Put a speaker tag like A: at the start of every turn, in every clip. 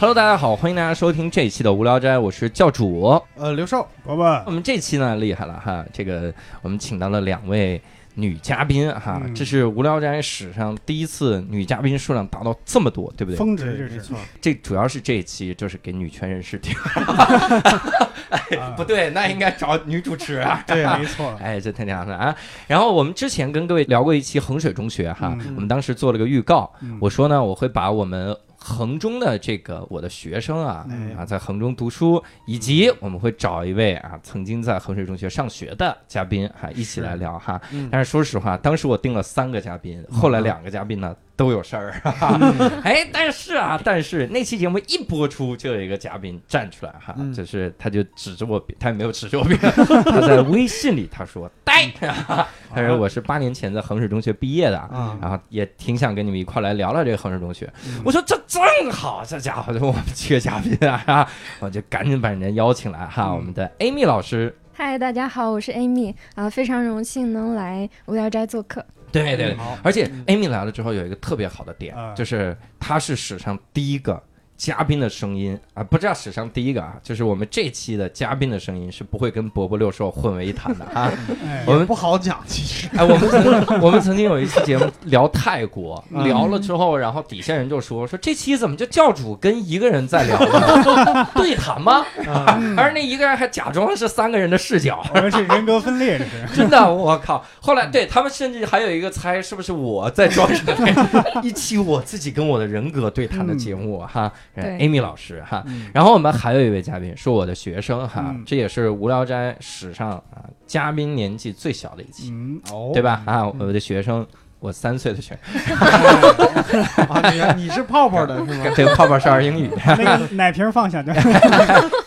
A: Hello，大家好，欢迎大家收听这一期的无聊斋，我是教主。
B: 呃，刘少，
C: 伯伯
A: 我，们这期呢厉害了哈，这个我们请到了两位女嘉宾哈，
C: 嗯
A: 这是无聊斋史上第一次女嘉宾数量达到这么多，对不对？
C: 峰
B: 对
C: 值这
B: 没
C: 是
B: 错，
A: 这主要是这一期就是给女权人士听，
C: 啊
A: 不对，那应该找女主持啊。，
C: 对，没错
A: 哎，这太娘了啊！然后我们之前跟各位聊过一期衡水中学哈，
C: 嗯
A: 我们当时做了个预告，
C: 嗯
A: 我说呢，我会把我们衡中的这个我的学生啊、
C: 嗯
A: 啊，在衡中读书，以及我们会找一位啊曾经在衡水中学上学的嘉宾哈、一起来聊哈。
B: 嗯
A: 但是说实话，当时我定了三个嘉宾，后来两个嘉宾呢都有事儿，哈哈 哎，但是啊，但是那期节目一播出，就有一个嘉宾站出来哈，
B: 嗯
A: 就是他就指着我鼻，他也没有指着我鼻子，他在微信里他说呆， 他说我是八年前在衡水中学毕业的啊
B: 啊，
A: 然后也挺想跟你们一块儿来聊聊这个衡水中学。我说这正好，这家伙我们缺嘉宾啊啊，我就赶紧把人家邀请来哈。
C: 嗯
A: 我们的 Amy 老师，
D: 嗨，大家好，我是 Amy 啊，非常荣幸能来无聊斋做客。
A: 对对，
C: 好
A: 而且 Amy 来了之后有一个特别好的点，
C: 啊
A: 就是她是史上第一个。嘉宾的声音啊，不知道史上第一个啊，就是我们这期的嘉宾的声音是不会跟伯伯六兽混为一谈的啊。
C: 哎
A: 我们
B: 也不好讲，其实
A: 哎，我们曾我们曾经有一期节目聊泰国，
B: 嗯
A: 聊了之后，然后底下人就说说这期怎么就教主跟一个人在聊呢 对谈吗？
B: 嗯
A: 而那一个人还假装是三个人的视 角。
C: 我们是人格分裂，这 是
A: 真的，我靠！后来对他们甚至还有一个猜是不是我在装什么， 一期我自己跟我的人格对谈的节目、哈
D: 对
A: ，Amy 老师哈，
B: 嗯
A: 然后我们还有一位嘉宾是我的学生哈，
C: 嗯
A: 这也是无聊斋史上啊嘉宾年纪最小的一期，
C: 嗯，
B: 哦
A: 对？ 吧？啊，我的学生，我三岁的学生，
B: 啊，你你是泡 泡的是吗？
A: 对，泡泡少儿英语，
C: 那个奶瓶放下，对，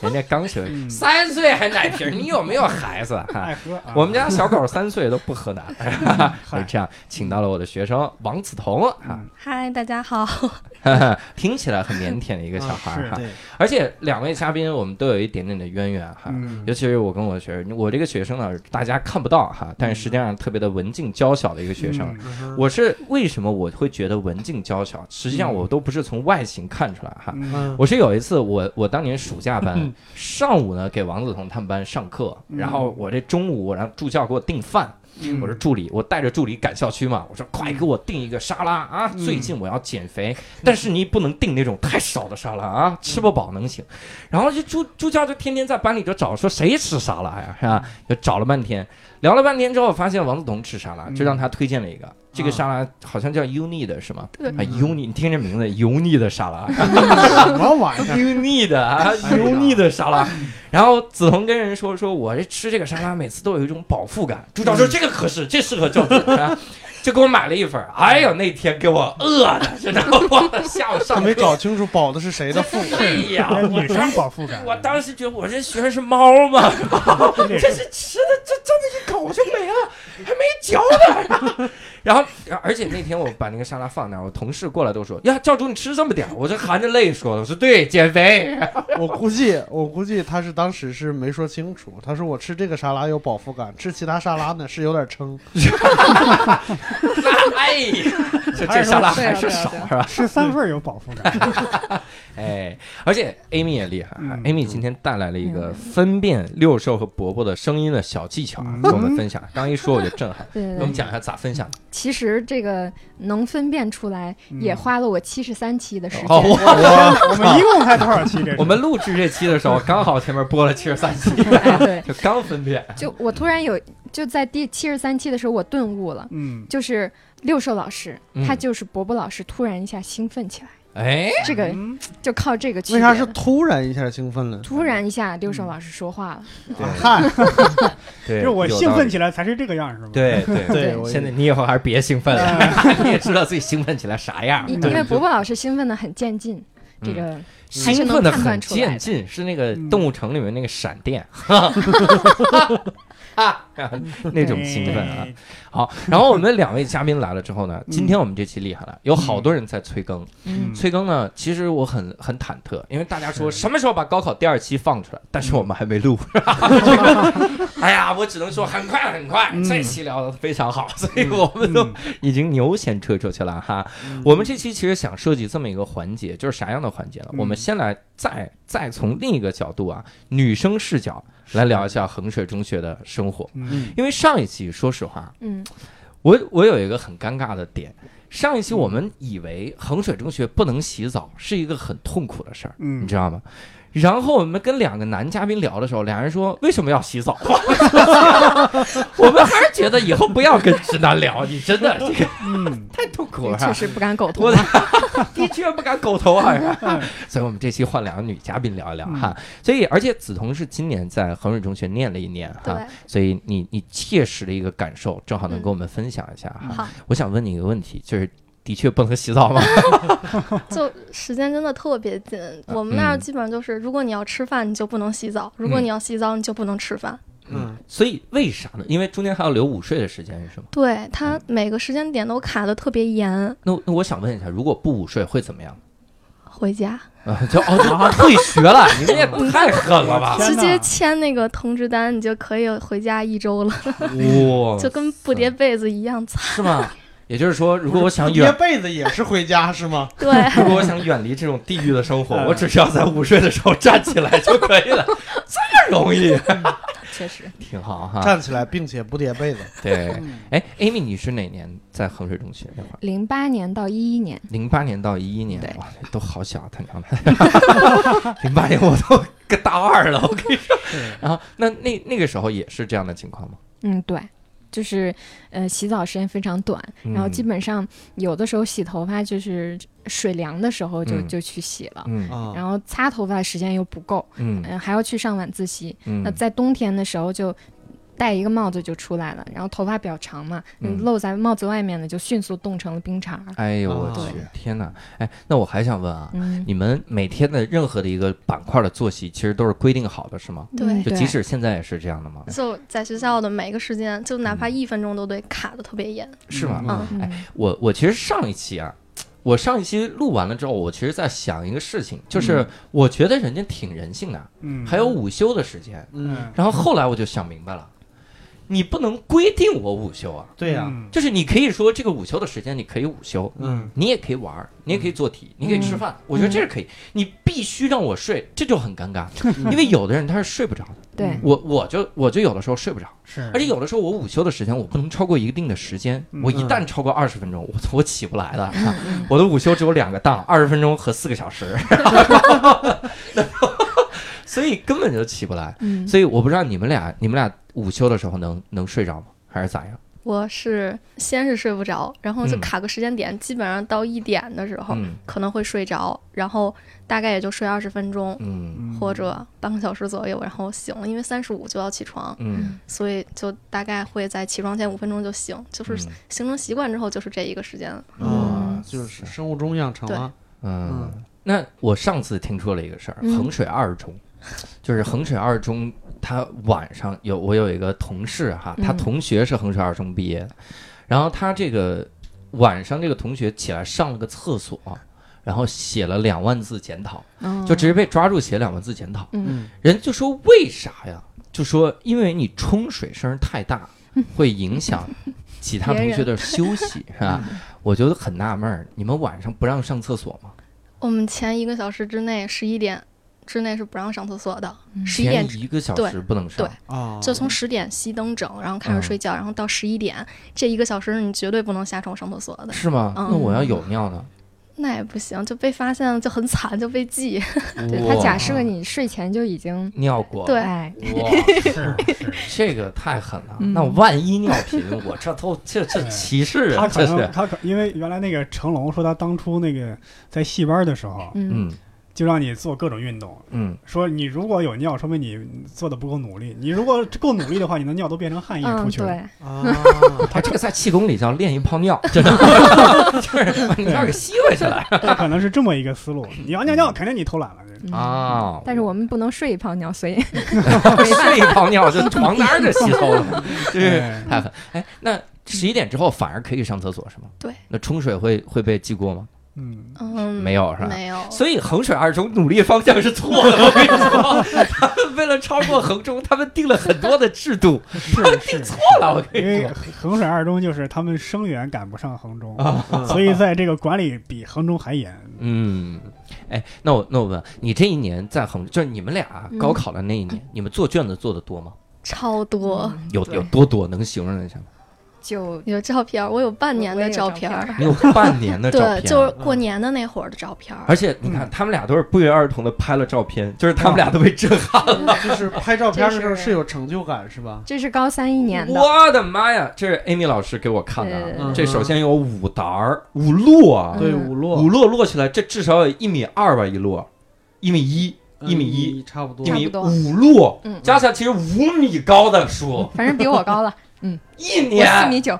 A: 人家刚学
B: 嗯
A: 三岁还奶瓶，你有没有孩子？哈
C: 爱 喝啊， 嗯
A: 我们家小狗三岁都不喝奶，
C: 嗨嗯
A: 这样请到了我的学生王梓潼啊，
D: 嗨，大家好，
A: 听起来很腼腆的一个小孩儿
C: 嗯
A: 哈，
B: 对，
A: 而且两位嘉宾我们都有一点点的渊源哈。
C: 嗯
A: 尤其是我跟我学生，我这个学生呢，大家看不到哈，但是实际上特别的文静娇小的一个学生，，
C: 嗯
A: 我是为什么我会觉得文静娇小？实际上我都不是从外形看出来哈，
C: 嗯
B: 嗯
A: 我是有一次我我当年暑假班上午呢给王梓潼他们班上课，
C: 嗯
A: 然后我这中午然后助教给我订饭，
C: 嗯
A: 我是助理，我带着助理赶校区嘛，我说快给我订一个沙拉啊，
C: 嗯
A: 最近我要减肥，但是你不能订那种太少的沙拉啊，吃不饱能行。然后就助助教就天天在班里就找说谁吃沙拉呀，是吧？
C: 嗯
A: 就找了半天，聊了半天之后发现王梓潼吃沙拉，
C: 嗯
A: 就让他推荐了一个。这个
C: 啊
A: 沙拉好像叫 uni 的是吗？
D: 对
A: 啊，uni，你听这名字，油腻的沙拉，啊
B: 什么玩意儿？
A: 油腻的啊，
B: 哎呀
A: 油腻的沙拉。然后梓潼跟人说：“说我这吃这个沙拉，每次都有一种饱腹感。”
B: 嗯
A: 朱导说：“这个合适，这适合教主。啊”就给我买了一份儿。哎呦，那天给我饿的，真的，我下午
B: 他
A: 上
B: 没
A: 搞
B: 搞清楚饱的是谁 的腹，
A: 哎呀，
C: 哎
A: 我
C: 女生饱腹 感，
A: 我当时觉得我这学生是猫吗？
C: 这
A: 这是吃的这这么一口就没了，还没嚼呢。 然后，然后而且那天我把那个沙拉放那儿，我同事过来都说：“呀，教主你吃这么点儿？”我这含着泪说的，我说：“对，减肥。
B: 我估计我估计他是当时是没说清楚，他说我吃这个沙拉有饱腹感，吃其他沙拉呢是有点撑，”
A: 哎呀，这这沙拉还是少是吧？
C: 吃三份有饱腹 感，
A: 哎，而且 Amy 也厉害、啊
C: 嗯
A: a m y 今天带来了一个分辨六兽和伯伯的声音的小技巧啊，
C: 嗯
A: 跟我们分享。刚一说我就震撼，
D: 对
A: 给
D: 对
A: 我们
D: 对，
A: 讲一下咋分享的。
D: 其实这个能分辨出来，也花了我七十三期的时间。
A: 嗯哦， 我
C: 嗯 我们一共才多少期？这是
A: 我们录制这期的时候，刚好前面播了七十三期，
D: 哎对，
A: 就刚分辨。
D: 就我突然有，就在第七十三期的时候，我顿悟了，
C: 嗯，
D: 就是六兽老师，
A: 嗯
D: 他就是伯伯老师，突然一下兴奋起来，
A: 哎，
D: 这个
C: 嗯
D: 就靠这个区
B: 为
D: 别
B: 啥是
D: 了
B: 突然一下兴奋了？啊
D: 突然一下六
A: 嗯
D: 兽老师说话了？
B: 嗨，
A: 对
C: 就是我兴奋
A: 起
C: 起来才是这个样，是吧？哎
A: 对对。
B: 对，我
A: 现在你以后还是别兴奋了， 你也知道自己兴奋起来啥样。
D: 因、
B: 对
D: 因为伯伯老师兴奋的很渐进，这个还是
A: 嗯兴
D: 能
A: 奋的
D: 判
A: 很
D: 断出来
A: 渐
D: 的。
A: 进，是那个
C: 嗯
A: 动物城里面那个闪电，那种兴奋啊。
C: 哎
A: 好，然后我们两位嘉宾来了之后 呢，今天我们这期厉害了，有好多人在催更。
D: 嗯
C: 嗯
A: 催更呢，其实我很很忐忑，因为大家说什么时候把高考第二期放出来，但是我们还没 录。 哎呀，我只能说很快很快，
C: 嗯
A: 这期聊的非常好，所以我们都已经牛先撤出去了哈。
C: 嗯
A: 我们这期其实想设计这么一个环节，就是啥样的环节呢？
C: 嗯
A: 我们先来再再从另一个角度啊，女生视角来聊一下衡水中学的生活，
C: 嗯
A: 因为上一期说实话，
D: 嗯
A: 我我有一个很尴尬的点，上一期我们以为衡水中学不能洗澡是一个很痛苦的事儿，
C: 嗯
A: 你知道吗？然后我们跟两个男嘉宾聊的时候，两人说为什么要洗澡？ 我们还是觉得以后不要跟直男聊，你真的这个
C: 嗯，
A: 太痛苦
D: 这
A: 了。
D: 确实不敢苟同
A: 我
D: 啊。
A: 的 的确不敢狗头 啊，嗯所以我们这期换两个女嘉宾聊一聊哈。所以，而且梓潼是今年在衡水中学念了一年哈
D: 对，
A: 所以你你切实的一个感受，正好能跟我们分享一下
E: 嗯
A: 哈。
D: 好，
A: 我想问你一个问题，就是的确不能洗澡吗？
E: 就时间真的特别紧。 我们那
A: 嗯
E: 儿基本上就是，如果你要吃饭，你就不能洗澡；如果你要洗澡，你就不能吃饭。
B: 嗯，
A: 所以为啥呢？因为中间还要留午睡的时间是吗？
E: 对，它每个时间点都卡的特别严。
A: 那那我想问一下，如果不午睡会怎么样？
E: 回家嗯
A: 啊， 就哦，就退学了，你们也太狠了 吧！
C: 天
E: 直
C: 哪
E: 接签那个通知单，你就可以回家一周了，
A: 哇，
E: 嗯就跟不叠被子一 样惨。
A: 是吗？也就是说，如果我想
B: 叠
A: 远
B: 被子也是回家是 吗？
E: 对，
A: 如果我想远离这种地狱的生活，
C: 嗯
A: 我只需要在午睡的时候站起来就可以了， 这么容易，
D: 确实，
A: 挺好哈。
B: 站起来，并且不叠被子。
A: 对，
D: 嗯
A: 哎，Amy，你是哪年在衡水中学那会儿？
D: 零八年到一一年，
A: 零八年到一一年
D: 对，
A: 哇，都好小啊，他娘的！ 零八年我都个大二了，我跟你说。然后，那那那个时候也是这样的情况吗？
D: 嗯，对，就是呃，洗澡时间非常短，
A: 嗯
D: 然后基本上有的时候洗头发就是水凉的时候就、
A: 嗯
D: 就去洗了，
A: 嗯
B: 啊，
D: 然后擦头发的时间又不够，
A: 嗯
D: 嗯、还要去上晚自习。那
A: 嗯
D: 在冬天的时候就。戴一个帽子就出来了，然后头发比较长嘛，
A: 嗯
D: 露在帽子外面的就迅速冻成了冰碴儿。
A: 哎呦
D: 啊
A: 我去，天哪！哎，那我还想问啊，
D: 嗯，
A: 你们每天的任何的一个板块的作息，其实都是规定好的，是吗？
E: 对
D: 嗯
A: 就即使现在也是这样的吗？
C: 嗯
E: 就在学校的每个时间，就哪怕
A: 嗯
E: 一分钟都得卡的特别严。
A: 是吗？
C: 嗯
D: 嗯
A: 我我其实上一期啊，我上一期录完了之后，我其实在想一个事情，就是我觉得人家挺人性的，
C: 嗯，
A: 还有午休的时间。
B: 嗯，
A: 然后后来我就想明白了，你不能规定我午休啊，
B: 对呀，
C: 嗯
A: 就是你可以说这个午休的时间你可以午休。
B: 嗯，
A: 你也可以玩儿，你也
C: 嗯
A: 可以做题，你可以吃饭，我觉得这是可以。你必须让我睡，这就很 尴尬，因为有的人他是睡不着的。
D: 对，
A: 我我就我就有的时候睡不着，
C: 是，
A: 而且有的时候我午休的时间我不能超过一定的时间，
C: 嗯
A: 我一旦超过二十分钟，我我起不来了。啊我的午休只有两个档，二十分钟和四个小时， 所以根本就起不来。
D: 嗯，
A: 所以我不知道你们俩你们俩午休的时候能能睡着吗？还是咋样？
E: 我是先是睡不着，然后就
A: 嗯
E: 卡个时间点，基本上到一点的时候
A: 嗯
E: 可能会睡着，然后大概也就睡二十分钟，
A: 嗯
E: 或 者半个小时左右，然后醒了，因为三十五就要起床，
A: 嗯
E: 所以就大概会在起床前五分钟就醒，就是
A: 嗯
E: 形成习惯之后就是这一个时间了。
B: 啊，就是生物钟养成啊了。
A: 嗯。那我上次听说了一个事儿，
D: 嗯
A: 衡水二中，就是衡水二中，他晚上有我有一个同事哈，他
D: 嗯
A: 同学是衡水二中毕业的，然后他这个晚上这个同学起来上了个厕所，然后写了两万字检讨，
D: 嗯
A: 就直接被抓住写两万字检讨，
D: 嗯
B: 嗯
A: 人就说为啥呀？就说因为你冲水声太大，
D: 嗯
A: 会影响其他同学的休 息，是吧？
D: 嗯
A: 我觉得很纳闷儿，你们晚上不让上厕所吗？
E: 我们前一个小时之内，十一点之内是不让上厕所的，
D: 嗯
E: 十一
A: 前
E: 点
A: 一个小时不能上，
E: 对
B: 啊，
E: 就从十点熄灯整，然后开
A: 嗯
E: 始睡觉，然后到十一点这一个小时你绝对不能下床上厕所的，
A: 是吗？
E: 嗯
A: 那我要有尿呢？
E: 那也不行，就被发现了就很惨，就 被记。
D: 嗯对
A: 哇
D: 他假设你睡前就已经
A: 尿过，
E: 对
D: 哎，
A: 哇，
C: 是
A: 这个太狠了。
D: 嗯
A: 那万一尿频，我这都这这
C: 对
A: 歧视
C: 哎他
A: 人，
C: 可
A: 这
C: 能
A: 是
C: 他可因为原来那个成龙说他当初那个在戏班的时候，
D: 嗯
A: 嗯
C: 就让你做各种运动，
A: 嗯，
C: 说你如果有尿，说明你做的不够努力。你如果够努力的话，你的尿都变成汗液
D: 嗯，
C: 出去了。
D: 对，
B: 啊，
A: 他这个在气功里叫练一泡尿，真的就是把尿给吸回去了
C: 这可能是这么一个思路。你要尿尿，肯定你偷懒了。
D: 嗯。
A: 啊。
D: 但是我们不能睡一泡尿，所以
A: 睡一泡尿就床单儿就吸收了，对，
C: 对，
A: 太狠。哎，那十一点之后反而可以上厕所是吗？
E: 对。
A: 那冲水会会被记过吗？
C: 嗯，
E: 嗯，
A: 没有是吧
E: 没有，
A: 所以衡水二中努力方向是错的，我跟你说， 他们为了超过衡中，他们定了很多的制度，
C: 是是，
A: 错了，我跟
C: 因
A: 你
C: 为
A: 说。
C: 衡水二中就是他们生源赶不上衡中，
A: 啊
B: 嗯
C: 所以在这个管理比衡中还严。
A: 嗯，哎，那我那我问你，这一年在衡，就是你们俩啊
D: 嗯
A: 高考的那一年，你们做卷子做的多吗？
E: 超多。
A: 有
D: 嗯对
A: 有多多，能形容一下吗？
D: 就
E: 有照片儿，我有半年
D: 我
E: 的
D: 也有照
E: 片
D: 片
E: 儿
D: 儿，
A: 你有半年的照片
E: 对，
A: 啊，
E: 就是过年的那会儿的照片儿。
A: 而且
D: 嗯
A: 你看，他们俩都是不约而同的拍了照片，就是他们俩都被震撼。
B: 就是拍照片的时候
D: 这是
B: 是有成就感是吧？
D: 这是高三一年的，
A: 我的妈呀！这是 Amy 老师给我看的
D: 对
A: 啊，
D: 对
A: 这首先有五沓儿、五摞啊，
B: 对，
D: 嗯
B: 五摞
A: 五摞摞起来，这至少有一米二吧，一摞，一米一，一米
B: 嗯
A: 一，
B: 差不多
A: 一。米
D: 差不多
A: 五摞，
D: 嗯，
A: 加起来其实五米高的书，
D: 反正比我 高了，
A: 一
D: 我四
A: 年
D: 米九，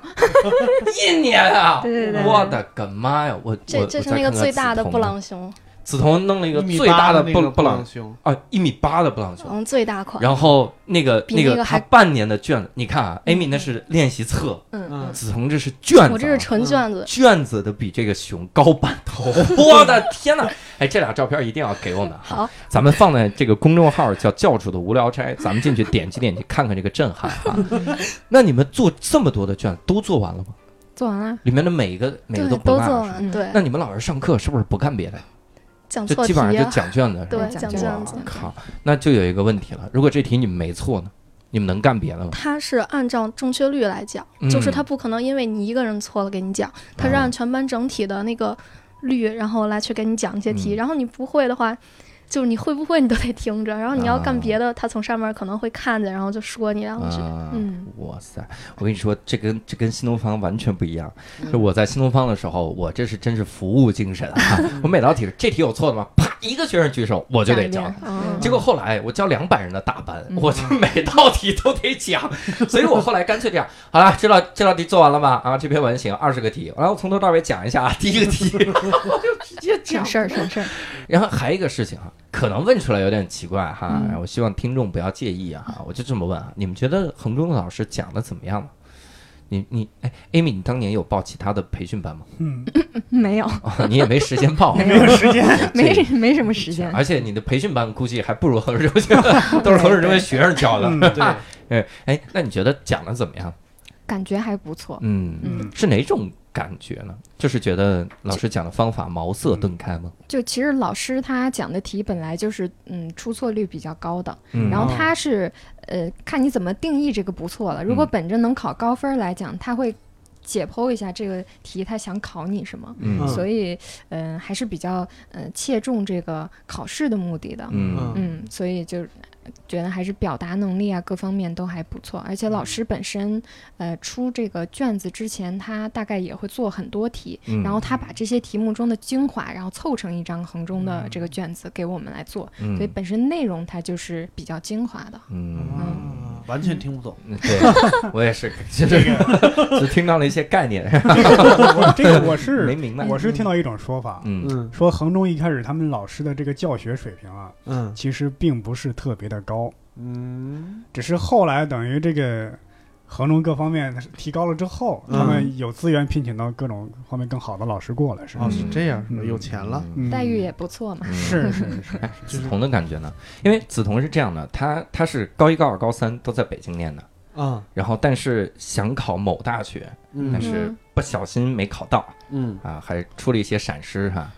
A: 一年啊！
D: 对对对
A: 我的个妈呀！我
E: 这
A: 我
E: 这是
A: 我再
E: 那个
A: 看看
E: 最大的
A: 梓潼
E: 布朗熊，
A: 梓潼弄了一个
B: 一米
A: 最大
B: 八
A: 的
B: 那
A: 布
B: 个
A: 布朗
B: 熊，
A: 啊，一米八的布朗熊。
E: 嗯，最大款。
A: 然后那个
E: 比那个
A: 个他
E: 还嗯
A: 半年的卷子，你看啊，Amy 那是练习册，
D: 嗯，
B: 嗯，
A: 梓潼这是卷子啊，
E: 我这是纯卷子，
A: 卷子都比这个熊高半 头，我的天哪！哎，这俩照片一定要给我们哈
E: 好，
A: 咱们放在这个公众号叫“教主的无聊斋”，咱们进去点击点击看看这个震撼 哈。那你们做这么多的卷都做完了吗？
D: 做完了，
A: 里面的每一个每
E: 对
A: 个，都不
E: 都
A: 落
E: 做
A: 了是吗
E: 完，
D: 嗯
E: 对，
A: 那你们老师上课是不是不干别的，
E: 讲
A: 就
E: 错
A: 基
E: 题
A: 本上就
E: 啊，
A: 讲卷子？是吧
E: 对，讲
D: 讲
E: 卷
A: 哇
E: 子。
A: 靠，那就有一个问题了，如果这题你们没错呢，你们能干别的吗？
E: 它是按照正确率来讲，
A: 嗯
E: 就是它不可能因为你一个人错了给你讲，它是
A: 啊
E: 按全班整体的那个率，然后来去给你讲一些题。
A: 嗯
E: 然后你不会的话，就是你会不会你都得听着，然后你要干别的，他从上面可能会看见，然后就说你两句。
A: 啊，
D: 嗯
A: 哇塞！我跟你说，这跟这跟新东方完全不一样。
B: 嗯
A: 就我在新东方的时候，我这是真是服务精神啊！ 我每道题这题有错的吗？啪，一个学生举手，我就得
D: 讲
A: 教
D: 一。
E: 嗯，
A: 结果后来我教两百人的大班，
D: 嗯
A: 我就每道题都得讲，所以我后来干脆这样，好了，这道这道题做完了吗？啊，这篇文行二十个题，然后从头到尾讲一下啊，第一个题，我 就直接讲
D: 省事儿 省事儿，
A: 然后还有一个事情哈，可能问出来有点奇怪哈，
D: 嗯
A: 我希望听众不要介意啊哈，我就这么问啊，你们觉得衡中的老师讲的怎么样了？你你哎，Amy，你当年有报其他的培训班吗？
C: 嗯，
D: 没有，
A: 哦、你也没时间报，
C: 没有时 间。
D: 没没什么时间，
A: 而且你的培训班估计还不如衡水中学，都是衡水中学学生教的。
C: 嗯
B: 对，
A: 哎哎，那你觉得讲的怎么样？
D: 感觉还不错，
A: 嗯，
C: 嗯
A: 是哪种感觉呢？就是觉得老师讲的方法茅
D: 嗯
A: 塞顿开吗？
D: 就其实老师他讲的题本来就是嗯出错率比较高的，
A: 嗯，
D: 然后
B: 哦
D: 他是呃看你怎么定义这个不错了。如果
A: 嗯
D: 本着能考高分儿来讲，他会解剖一下这个题他想考你什么，
A: 嗯
D: 所以嗯、呃还是比较嗯、呃切中这个考试的目的的。
A: 嗯
B: 嗯
D: 嗯，所以就觉得还是表达能力啊各方面都还不错，而且
A: 嗯
D: 老师本身呃出这个卷子之前，他大概也会做很多题，
A: 嗯，
D: 然后他把这些题目中的精华，然后凑成一张衡中的这个卷子给我们来做，
A: 嗯
D: 所以本身内容它就是比较精华的。
A: 嗯。
B: 啊完全听不懂。
A: 嗯对，我也是，就是 只听到了一些 概念，
C: 我这个我
A: 没
C: 是
A: 明白。
C: 我是听到一种说法，
A: 嗯
B: 嗯
C: 说衡中一开始他们老师的这个教学水平啊，
B: 嗯
C: 其实并不是特别的高，
B: 嗯
C: 只是后来等于这个衡中各方面提高了之后，
B: 嗯
C: 他们有资源聘请到各种方面更好的老师过来，是吧
B: 哦，？是这样是吧？
C: 嗯
B: 有钱了，
A: 嗯
C: 嗯
D: 待遇也不错嘛，
C: 是是是，
A: 哎，
B: 就是
A: 梓潼的感觉呢？因为梓潼是这样的，他他是高一、高二、高三都在北京念的，
B: 啊，
A: 然后但是想考某大学，但
B: 嗯
A: 是
E: 嗯
A: 不小心没考到
B: 嗯
A: 啊，还出了一些闪失哈、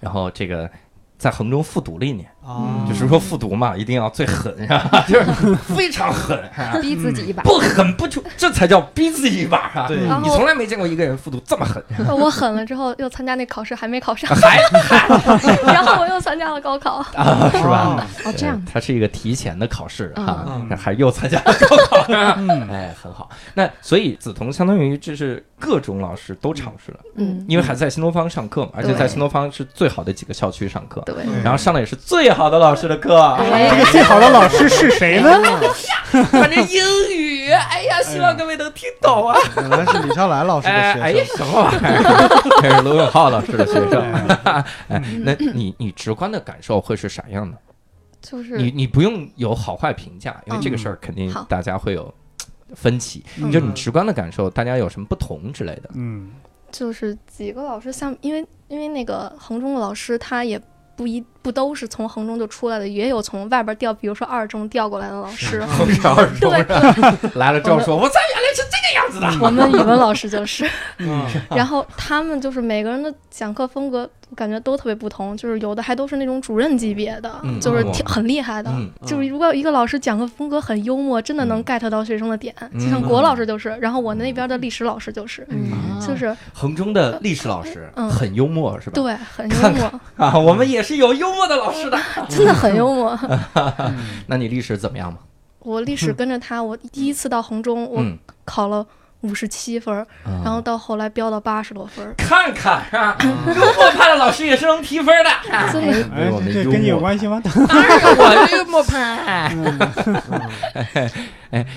A: 然后这个在衡中复读了一年，
B: 啊，
A: 就是说复读嘛，一定要最狠，啊， 就是非常狠，啊
D: 逼自己一把。
A: 不狠不就这才叫逼自己一把啊！
B: 对
E: 然
A: 你
E: 后
A: 从来没见过一个人复读这么狠，
E: 呃我狠了之后又参加那考试，还没考上，
A: 还
E: 然后我又参加了高考。
A: 啊，是吧？
B: 啊？
D: 哦，这样
A: 呃它是一个提前的考试啊，
B: 嗯
A: 还又参加了高考，
C: 嗯
A: 哎，很好。那所以梓潼相当于就是各种老师都尝试了，
D: 嗯，
A: 因为还在新东方上课嘛，而且
E: 对
A: 在新东方是最好的几个校区上课，
E: 对，
C: 嗯
A: 然后上的也是最好的老师的课，
C: 哎这个最好的老师是谁呢？
A: 反正英语，哎呀，希望各位能听懂啊！
B: 原来是李笑来老师
A: 哎
B: 的
A: 哎
B: 学，生，
A: 什么玩意儿？哎这是罗永浩老师的学 生。 哎
D: 嗯，
A: 那你你直观的感受会是啥样的？
E: 就是
A: 你你不用有好坏评价，因为这个事儿肯定
E: 嗯好
A: 大家会有分歧。
C: 嗯
A: 就你直观的感受，大家有什么不同之类的？
C: 嗯，
E: 就是几个老师像，因为因为那个衡中的老师他也不一不都是从衡中就出来的，也有从外边调，比如说二中调过来的老师。
A: 不是啊二中
E: 对，
A: 来了之
B: 哦
A: 后说，我猜原来是这个样子的。
E: 我们语文老 师就是，
B: 嗯
E: 然后他们就是每个人的讲课风格，我感觉都特别不同，就是有的还都是那种主任级别的，
A: 嗯
E: 就是
A: 嗯
E: 挺很厉害的。
A: 嗯
E: 就 是如果一个老师讲课风格很幽默，真的能
A: 嗯
E: get 到学生的点，
A: 嗯
E: 就像国老师就是，然后我那边的历史老师就是，
A: 哎
D: 嗯
E: 就是
A: 衡中的历史老师
E: 嗯
A: 很幽默，是吧？
E: 对， 很幽
A: 看
E: 默，
A: 啊，我们也是有幽默的老师的。
E: 真的很幽默。
A: 那你历史怎么样嘛？
E: 我历史跟着他，我第一次到衡中，我
A: 嗯，
E: 考了五十七分儿，
A: 然
E: 然后到后来飙到八十多分儿。
A: 看看啊，幽默派的老师也是能提分的。啊
E: 真的
C: 哎，这这跟你有关系 吗？
A: 当然我是幽默派。
B: 嗯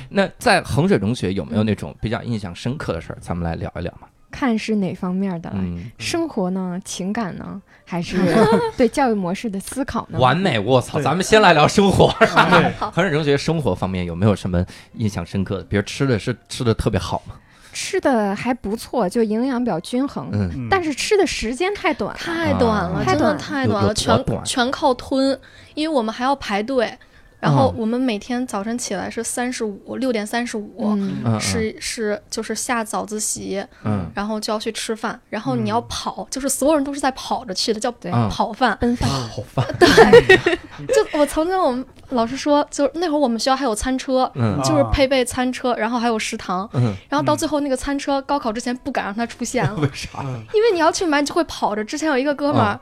A: 那在衡水中学有没有那种比较印象深刻的事儿？咱们来聊一聊嘛。
D: 看是哪方面的了。
A: 嗯，
D: 生活呢，情感呢，还是 对教育模式的思考呢？
A: 完美，我操！
B: 对
A: 咱们先来聊生活。
C: 哎
B: 对，
E: 好，
A: 衡水中学生活方面有没有什么印象深刻的？比如吃的是吃的特别好吗？
D: 吃的还不错，就营养比较均衡，
A: 嗯，
C: 嗯
D: 但是吃的时间太短了。
E: 太短了，
A: 啊
E: 真的
A: 有
E: 太
A: 有
E: 短了，
A: 多
E: 全
A: 短
E: 全靠吞，因为我们还要排队。然后
A: 嗯
E: 我们每天早晨起来是三十五，六点三十五，
D: 嗯，
A: 嗯，
E: 是是就是下早自习，
A: 嗯
E: 然后就要去吃饭，然后你要跑，就是所有人都是在跑着去的，叫
D: 对
A: 嗯
E: 跑饭。
D: 奔放。
A: 好饭。
E: 就我曾经我们老师说，就是那会儿我们学校还有餐车，
A: 嗯
E: 就是配备餐车，然后还有食堂，
A: 嗯，
E: 然后到最后那个餐车高考之前不敢让它出现了，
A: 为啊啥？
E: 因为你要去买，你就会跑着。之前有一个哥们儿，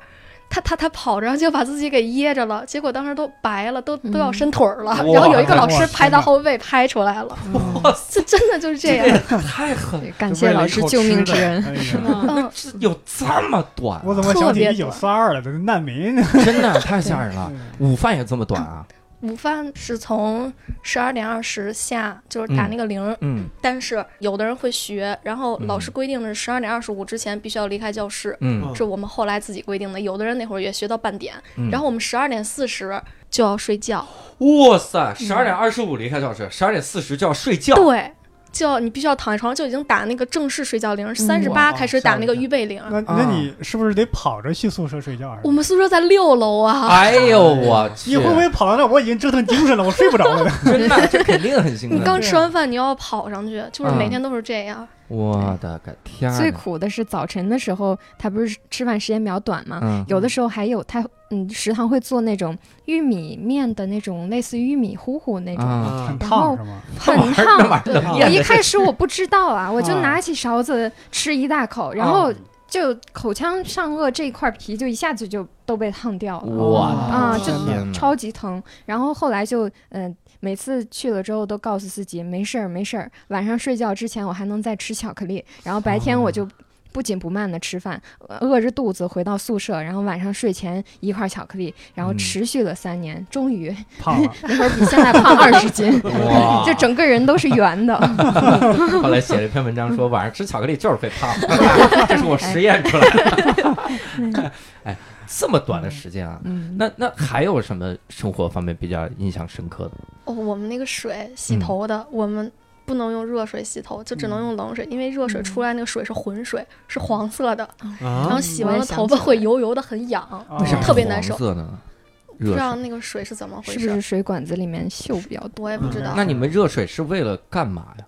E: 他他他跑着，然后就把自己给噎着了，结果当时都白了，都都要伸腿儿了。
A: 嗯
E: 然后有一个
A: 哇
E: 老师
C: 哇
E: 拍到后背拍出来了，嗯
A: 哇塞，
E: 这真的就是这样。
A: 太狠了！
D: 对感谢老师救命之恩。
C: 哎呀
E: 嗯，
A: 这有这么短啊？
C: 我怎么想起一九四二了？这是难民呢？
A: 真的太吓人
E: 啊
A: 了？午饭也这么短啊？
E: 午饭是从十二点二十下，就是打那个铃儿。
A: 嗯
E: 但是有的人会学，然后老师规定的是十二点二十五之前必须要离开教室，
A: 嗯
E: 是我们后来自己规定的。有的人那会儿也学到半点，
A: 嗯。
E: 然后我们十二点四十就要睡觉。
A: 哇塞，十二点二十五离开教室，十二点四十就要睡觉。
E: 对，就你必须要躺在床上，就已经打那个正式睡觉铃，三十八开始打那个预备铃。
C: 那那你是不是得跑着去宿舍睡觉？
E: 啊
C: 啊
E: 我们宿舍在六楼啊，
A: 哎呦我去！
C: 你会不会跑到那？我已经折腾精神了，我睡不着 了。
A: 真的？这肯定很辛苦
E: 你。刚吃完饭你要跑上去，就是
A: 嗯
E: 每天都是这样。
A: 我的个天啊儿！
D: 最苦的是早晨的时候，他不是吃饭时间比较短嘛，
A: 嗯
D: 有的时候还有他嗯，食堂会做那种玉米面的那种类似于玉米糊糊那种，
A: 啊，
B: 啊
C: 很烫是吗？
D: 很
A: 那玩意
D: 烫。
A: 儿能
D: 我
A: 咽
D: 一
A: 得下
D: 开始我不知道啊，我就
C: 啊
D: 拿起勺子吃一大口，然
A: 啊
D: 后
A: 嗯
D: 就口腔上颚这一块皮就一下子就都被烫掉了。
A: 我的
D: 啊，就
B: 嗯
A: 天哪
D: 超级疼。然后后来就嗯、呃每次去了之后都告诉自己没事儿没事儿，晚上睡觉之前我还能再吃巧克力，然后白天我
A: 哦
D: 就。不紧不慢的吃饭，呃饿着肚子回到宿舍，然后晚上睡前一块巧克力，然后
A: 嗯
D: 持续了三年，终于
C: 胖 了。
D: 那会儿比现在胖二十斤，
A: 哇！
D: 就整个人都是圆 的。
A: 后来写了一篇文章说，晚上吃巧克力就是会胖，这是我实 验出来的。哎，这么短的时间啊，
D: 嗯，
A: 那那还有什么生活方面比较印象深刻的？
E: 哦，我们那个水洗头的，我们不能用热水洗头，就只能用冷水，因为热水出来那个水是浑水，是黄色的，
A: 嗯
E: 然
B: 啊
E: 后洗完了头发会油油的，很痒，
C: 为啥
E: 特别难受
A: 黄。色呢？
E: 不
A: 热
E: 知道
A: 水？
E: 那个水是怎么回
D: 是不
E: 事
D: 是，水管子里面锈比较多？
E: 我也不知道
A: 那。你们热水是为了干嘛呀？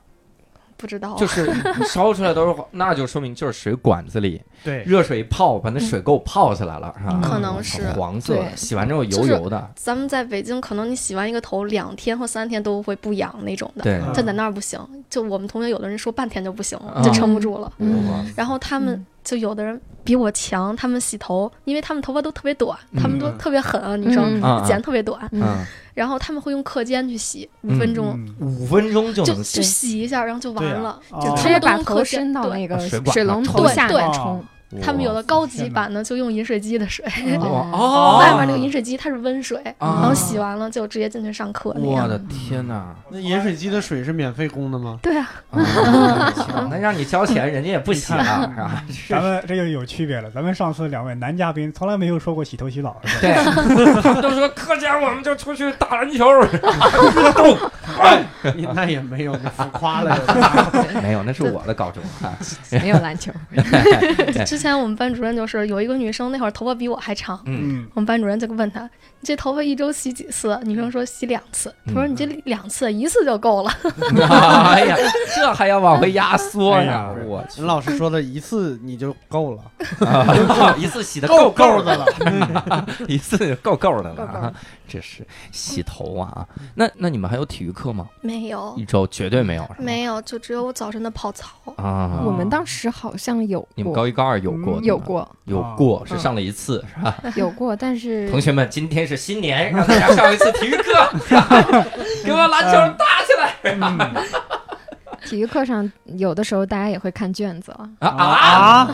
E: 不知道，
A: 就是 你烧出来都是，那就说明就是水管子里
B: 对，
A: 热水泡把那水垢泡起来了，是吧？
E: 嗯
A: 嗯
E: 可能是
A: 黄色
D: 对，
A: 洗完之后油油的，
E: 咱们在北京，可能你洗完一个头，两天或三天都会不痒那种的。
A: 对，
C: 嗯
E: 但在那儿不行，就我们同学有的人说半天就不行
A: 啊
E: 了，就撑不住了。
A: 哇
D: 嗯，
E: 然后他们
D: 嗯
E: 就有的人比我强，他们洗头，因为他们头发都特别短，
A: 嗯
E: 他们都特别狠啊，女生
D: 嗯
A: 啊啊
E: 剪特别短，
A: 嗯，
E: 然后他们会用课间去洗五
A: 嗯
E: 分钟，
C: 嗯
A: 五分钟就
E: 就
A: 能
E: 就洗一下，然后就完
B: 对啊
E: 了。
D: 就
C: 哦
D: 直
E: 他
D: 接
E: 们都
D: 把
E: 用
D: 头
E: 课
D: 伸
E: 间
D: 到
E: 对
D: 那个
A: 哦水管
D: 水
A: 上
D: 龙
A: 冲
D: 头
E: 对
D: 下
E: 对
D: 面冲，
A: 哦
E: 他们有的高级
C: 天哪
E: 版的就用饮水机的水，
A: 哇
D: 哦
E: 外面那个饮水机它是温水，
A: 啊
E: 然后洗完了就直接进去上课那
A: 我
E: 样。嗯
A: 的天 哪！
B: 那饮水机的水是免费供的吗？
E: 对啊，
A: 啊那让你交钱，人家也不洗了， 是吧？
C: 咱们这就有区别了。咱们上次两位男嘉宾从来没有说过洗头洗澡的事儿，
A: 对，他们都说课间我们就出去打篮球， 运动。
B: 那也没哎有，你浮夸了又。
A: 没有，那是我的高中。啊
D: 没有 篮球。
A: 对
E: 之前我们班主任就是有一个女生，那会儿头发比我还长，
A: 嗯，
C: 嗯，
E: 我们班主任就问她：“你这头发一周洗几次？”女生说：“洗两次。”他说：“
A: 嗯
E: 你这两次，一次就够了。
A: 哎呀，这还要往回压缩呀！
C: 哎呀
A: 我去
B: 陈，老师说的一次你就够了，
A: 啊一次洗的够
B: 够
A: 够的，
B: 了。
A: 一次够够的了
D: 够够的
A: 啊！这是洗头啊！那那你们还有体育课吗？”
E: 没有
D: 哦
A: 一，周绝对没有，是吧
E: 没有，就只有我早晨的跑操。
A: 啊！
D: 我们当时好像有
A: 你们
D: 过
A: 高一高二有过
C: 嗯
A: 对
D: 有
A: 吧
D: 过
A: 有
C: 啊
A: 过是
D: 嗯
A: 上了一次是吧？
D: 有过，但是
A: 同学们，今天是新年，让大家上一次体 育课，给我篮球打起来
C: 嗯
D: 体育课上有的时候大家也会看卷子啊，
A: 啊啊！
C: 啊，
B: 啊，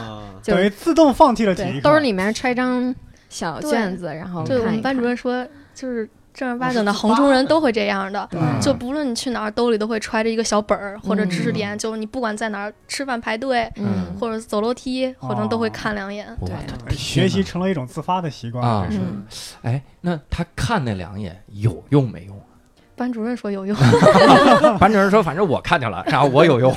D: 就
C: 等于自动放弃了体育
D: 对，
C: 课
D: 兜里面揣张小
E: 对
D: 卷子，然后
E: 对我
D: 看
E: 们
D: 一
E: 班主
D: 看
E: 任说，就是正儿八经的衡中人都会这样的。
C: 嗯
E: 就不论你去哪儿，兜里都会揣着一个小本儿或者知识
A: 嗯
E: 点，就是你不管在哪儿吃饭排队，
A: 嗯
D: 嗯
E: 或者走楼梯，可能都会看两眼。
A: 我
D: 对
A: 的天哪
C: 哎学习成了一种自发的习惯
A: 啊
C: 这是
D: 嗯
A: 哎，那他看那两眼有用没用？
E: 班主任说有用，
A: 班主任说，反正我看见了，然后我有用，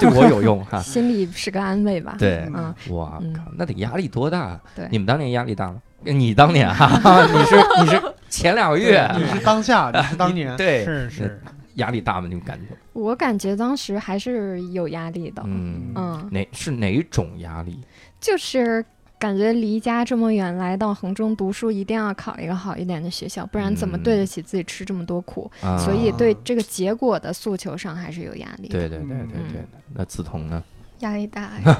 A: 对我有用哈。
D: 心里是个安慰吧。
A: 对，
D: 嗯，
A: 我
D: 嗯
A: 靠，那得压力多大？啊
D: 对
A: 你们当年压力大吗？你当年哈， 你是你是前两个月，
B: 你是当下，你是当年。
A: 对
C: 是是，
A: 压力大吗？你们感觉？
D: 我感觉当时还是有压力的，
A: 嗯，
D: 嗯，
A: 哪是哪种压力？
D: 就是感觉离家这么远，来到衡中读书，一定要考一个好一点的学校，不然怎
A: 嗯
D: 么对得起自己吃这么多苦？
A: 啊
D: 所以对这个结果的诉求上还是有压力的。
A: 对对对对
D: 嗯
A: 对，那梓潼呢？
E: 压力大呀。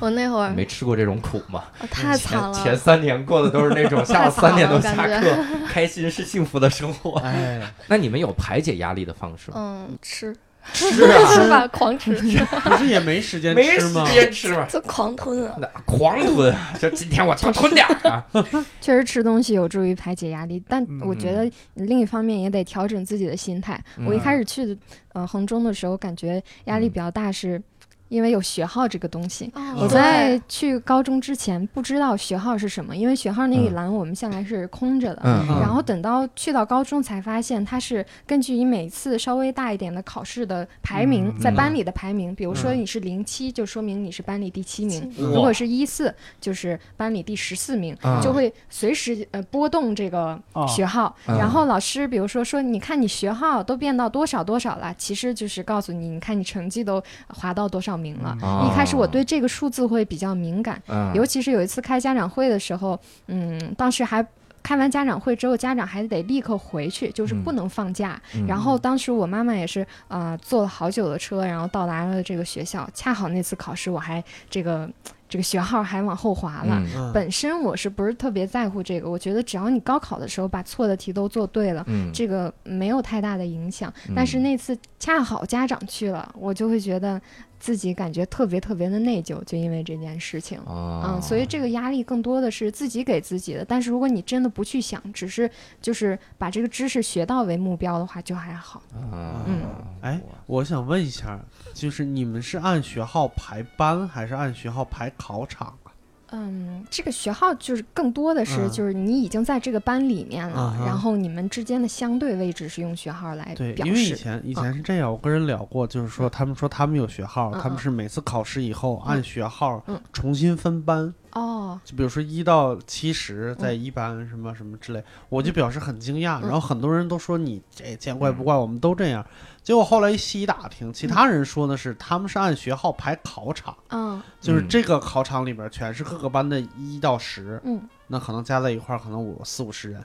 E: 我那
D: 哎
E: 会儿
A: 没吃过这种苦 吗？
E: 哦太惨
A: 前
E: 了，
A: 前三年过的都是那种下了三点都下
E: 太惨
A: 课，开心是幸福的生 活。
B: 哎，
A: 那你们有排解压力的方式吗？
E: 嗯，吃
B: 吃
E: 吃
B: 啊，
E: 吧，狂吃，
B: 不是也没时间
A: 没
B: 吃
A: 时
B: 吗？
A: 间吃嘛，
E: 就狂吞啊。
A: 那狂吞， 就今天我多吞点儿啊。
D: 确实吃东西有助于排解压力，但
C: 嗯
D: 我觉得另一方面也得调整自己的心态。
A: 嗯
D: 我一开始去呃衡中的时候，感觉压力比较大，是因为有学号这个东西。
E: 哦
D: 我
E: 对
D: 在去高中之前不知道学号是什么，因为学号那一
A: 嗯
D: 栏我们向来是空着的。
A: 嗯
B: 嗯
D: 然后等到去到高中才发现，它是根据你每次稍微大一点的考试的排名，
C: 嗯
D: 在
A: 嗯
D: 班里的排名，比如说
B: 嗯
D: 你是零七，就说明你是班里第七名；
A: 哇
D: 如果是一四，就是班里第十四名，
A: 啊
D: 就会随时呃波动这个
C: 啊
D: 学号。
A: 啊
D: 然后老师比如说说，你看你学号都变到多少多少了，其实就是告诉你，你看你成绩都滑到多少名了。
A: 嗯
D: 一开始我对这个数字会比较敏感，
A: 嗯
D: 尤其是有一次开家长会的时候，嗯，当时还开完家长会之后，家长还得立刻回去，就是
A: 嗯
D: 不能放假。
A: 嗯
D: 然后当时我妈妈也是啊、呃坐了好久的车，然后到达了这个学校。恰好那次考试，我还这个这个学号还往后滑了。
A: 嗯
B: 嗯
D: 本身我是不是特别在乎这个？我觉得只要你高考的时候把错的题都做对了，
A: 嗯，
D: 这个没有太大的影响。但是
A: 嗯
D: 那次恰好家长去了，我就会觉得自己感觉特别特别的内疚，就因为这件事情。
B: 哦
A: 啊
D: 嗯，所以这个压力更多的是自己给自己的。但是如果你真的不去想，只是就是把这个知识学到为目标的话，就还好。
A: 啊
D: 嗯
B: 哎，我想问一下，就是你们是按学号排班，还是按学号排考场啊？
D: 嗯，这个学号就是更多的是
B: 嗯
D: 就是你已经在这个班里面了
B: 嗯，哼
D: 然后你们之间的相对位置是用学号来
B: 对，
D: 哎表
B: 因为以
D: 示。嗯
B: 前以前是这样，我跟人聊过，就是说他们说他们有学号，
D: 嗯
B: 他们是每次考试以后
D: 嗯
B: 按学号
D: 嗯
B: 重新分班，
D: 哦，
B: 就比如说一到七
D: 嗯
B: 十，在一班什么什么之类，我就表示很惊讶。然后很多人都说你这见
D: 嗯
B: 怪不怪，我们都这样。结果后来一细一打听，其他人说的是他们是按学号排考场，
D: 嗯
B: 就是
A: 嗯
B: 这个考场里边全是各个班的一到十，
D: 嗯
B: 那可能加在一块儿可能五四五十人。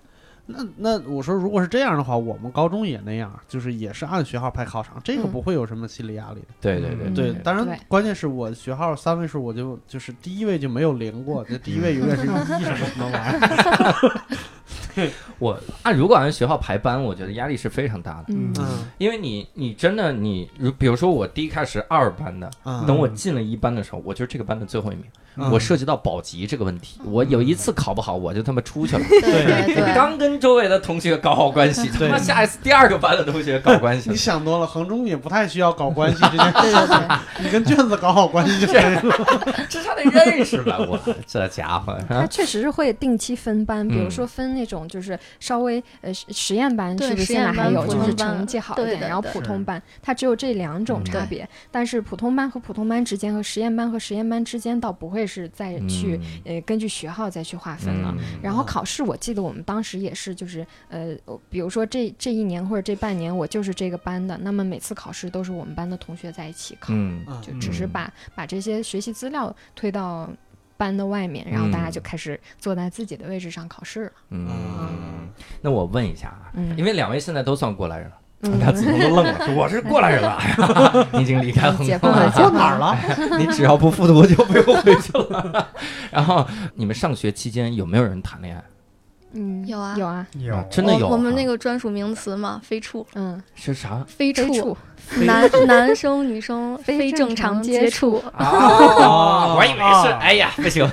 B: 那那我说，如果是这样的话，我们高中也那样，就是也是按学号排考场，这个
D: 嗯
B: 不会有什么心理压力的。
A: 对对对
D: 嗯
B: 对，当
D: 对
B: 然，关键是我学号三位数，我就就是第一位就没有零过，就第一位永远是一什么什么玩意儿。
A: 我按如果按学校排班，我觉得压力是非常大的，
D: 嗯
B: 嗯
A: 因为你你真的你，如比如说我第一开始二班的，
B: 啊，
A: 等我进了一班的时候，我就是这个班的最后一名，
B: 嗯
A: 我涉及到保级这个问题，我有一次考不好，我就他妈出去了。
E: 对
B: 对
E: 对
A: 我
E: 对，
A: 刚跟周围的同学搞好关系，他妈
B: 对
A: 下一次第二个班的同学搞关 系
B: 你
A: 了。
B: 想多了，衡中也不太需要搞关系这件
D: 对对对，
B: 事，你跟卷子搞好关系就可以了。
A: 至少得认识吧，我这家伙
D: 它
A: 啊，
D: 确实是会定期分班，比
A: 嗯
D: 如说分那种就是稍微呃实实验班，
E: 对
D: 是不是
E: 实
D: 现在
E: 验
D: 还
E: 班
D: 有
A: 普
D: 就是
E: 通班
D: 成绩好一
E: 对
D: 点，
E: 的
D: 然后
E: 对
D: 普
A: 是
D: 通班，它只有这两种
A: 嗯
D: 差
E: 对
D: 别。但是普通班和普通班之间和实验班和实验班之间倒不会是再
A: 嗯
D: 去呃根据学号再去划分了。然后考试，我记得我们当时也是，就是呃，我比如说这这一年或者这半年，我就是这个班的，那么每次考试都是我们班的同学在一起考，
A: 嗯，
B: 啊
D: 就只是
A: 嗯
D: 把、把这些学习资料推到班的外面，然后大家就
A: 嗯
D: 开始坐在自己的位置上考试了。
A: 嗯
B: 嗯，
A: 那我问一下啊，
D: 嗯
A: 因为两位现在都算过来人了，他
D: 嗯，
A: 子龙都愣了，说我是过来人了， 哎你已经离开衡
D: 解
A: 中
D: 放了，
A: 了，
D: 解放
B: 哪儿
D: 了。
B: 了？
A: 你只要不复读就不用回去了。 然后你们上学期间有没有人谈恋爱？
D: 嗯，
E: 有啊
D: 有啊，
C: 有
A: 真的有啊
E: 我我们那个专属名词嘛，非处，
D: 嗯，
A: 是啥？
E: 非
D: 非
E: 处，
D: 处
E: 男男生女生非正常接触，
A: 啊哦，我以为是，
C: 哦
A: 哎呀，不行，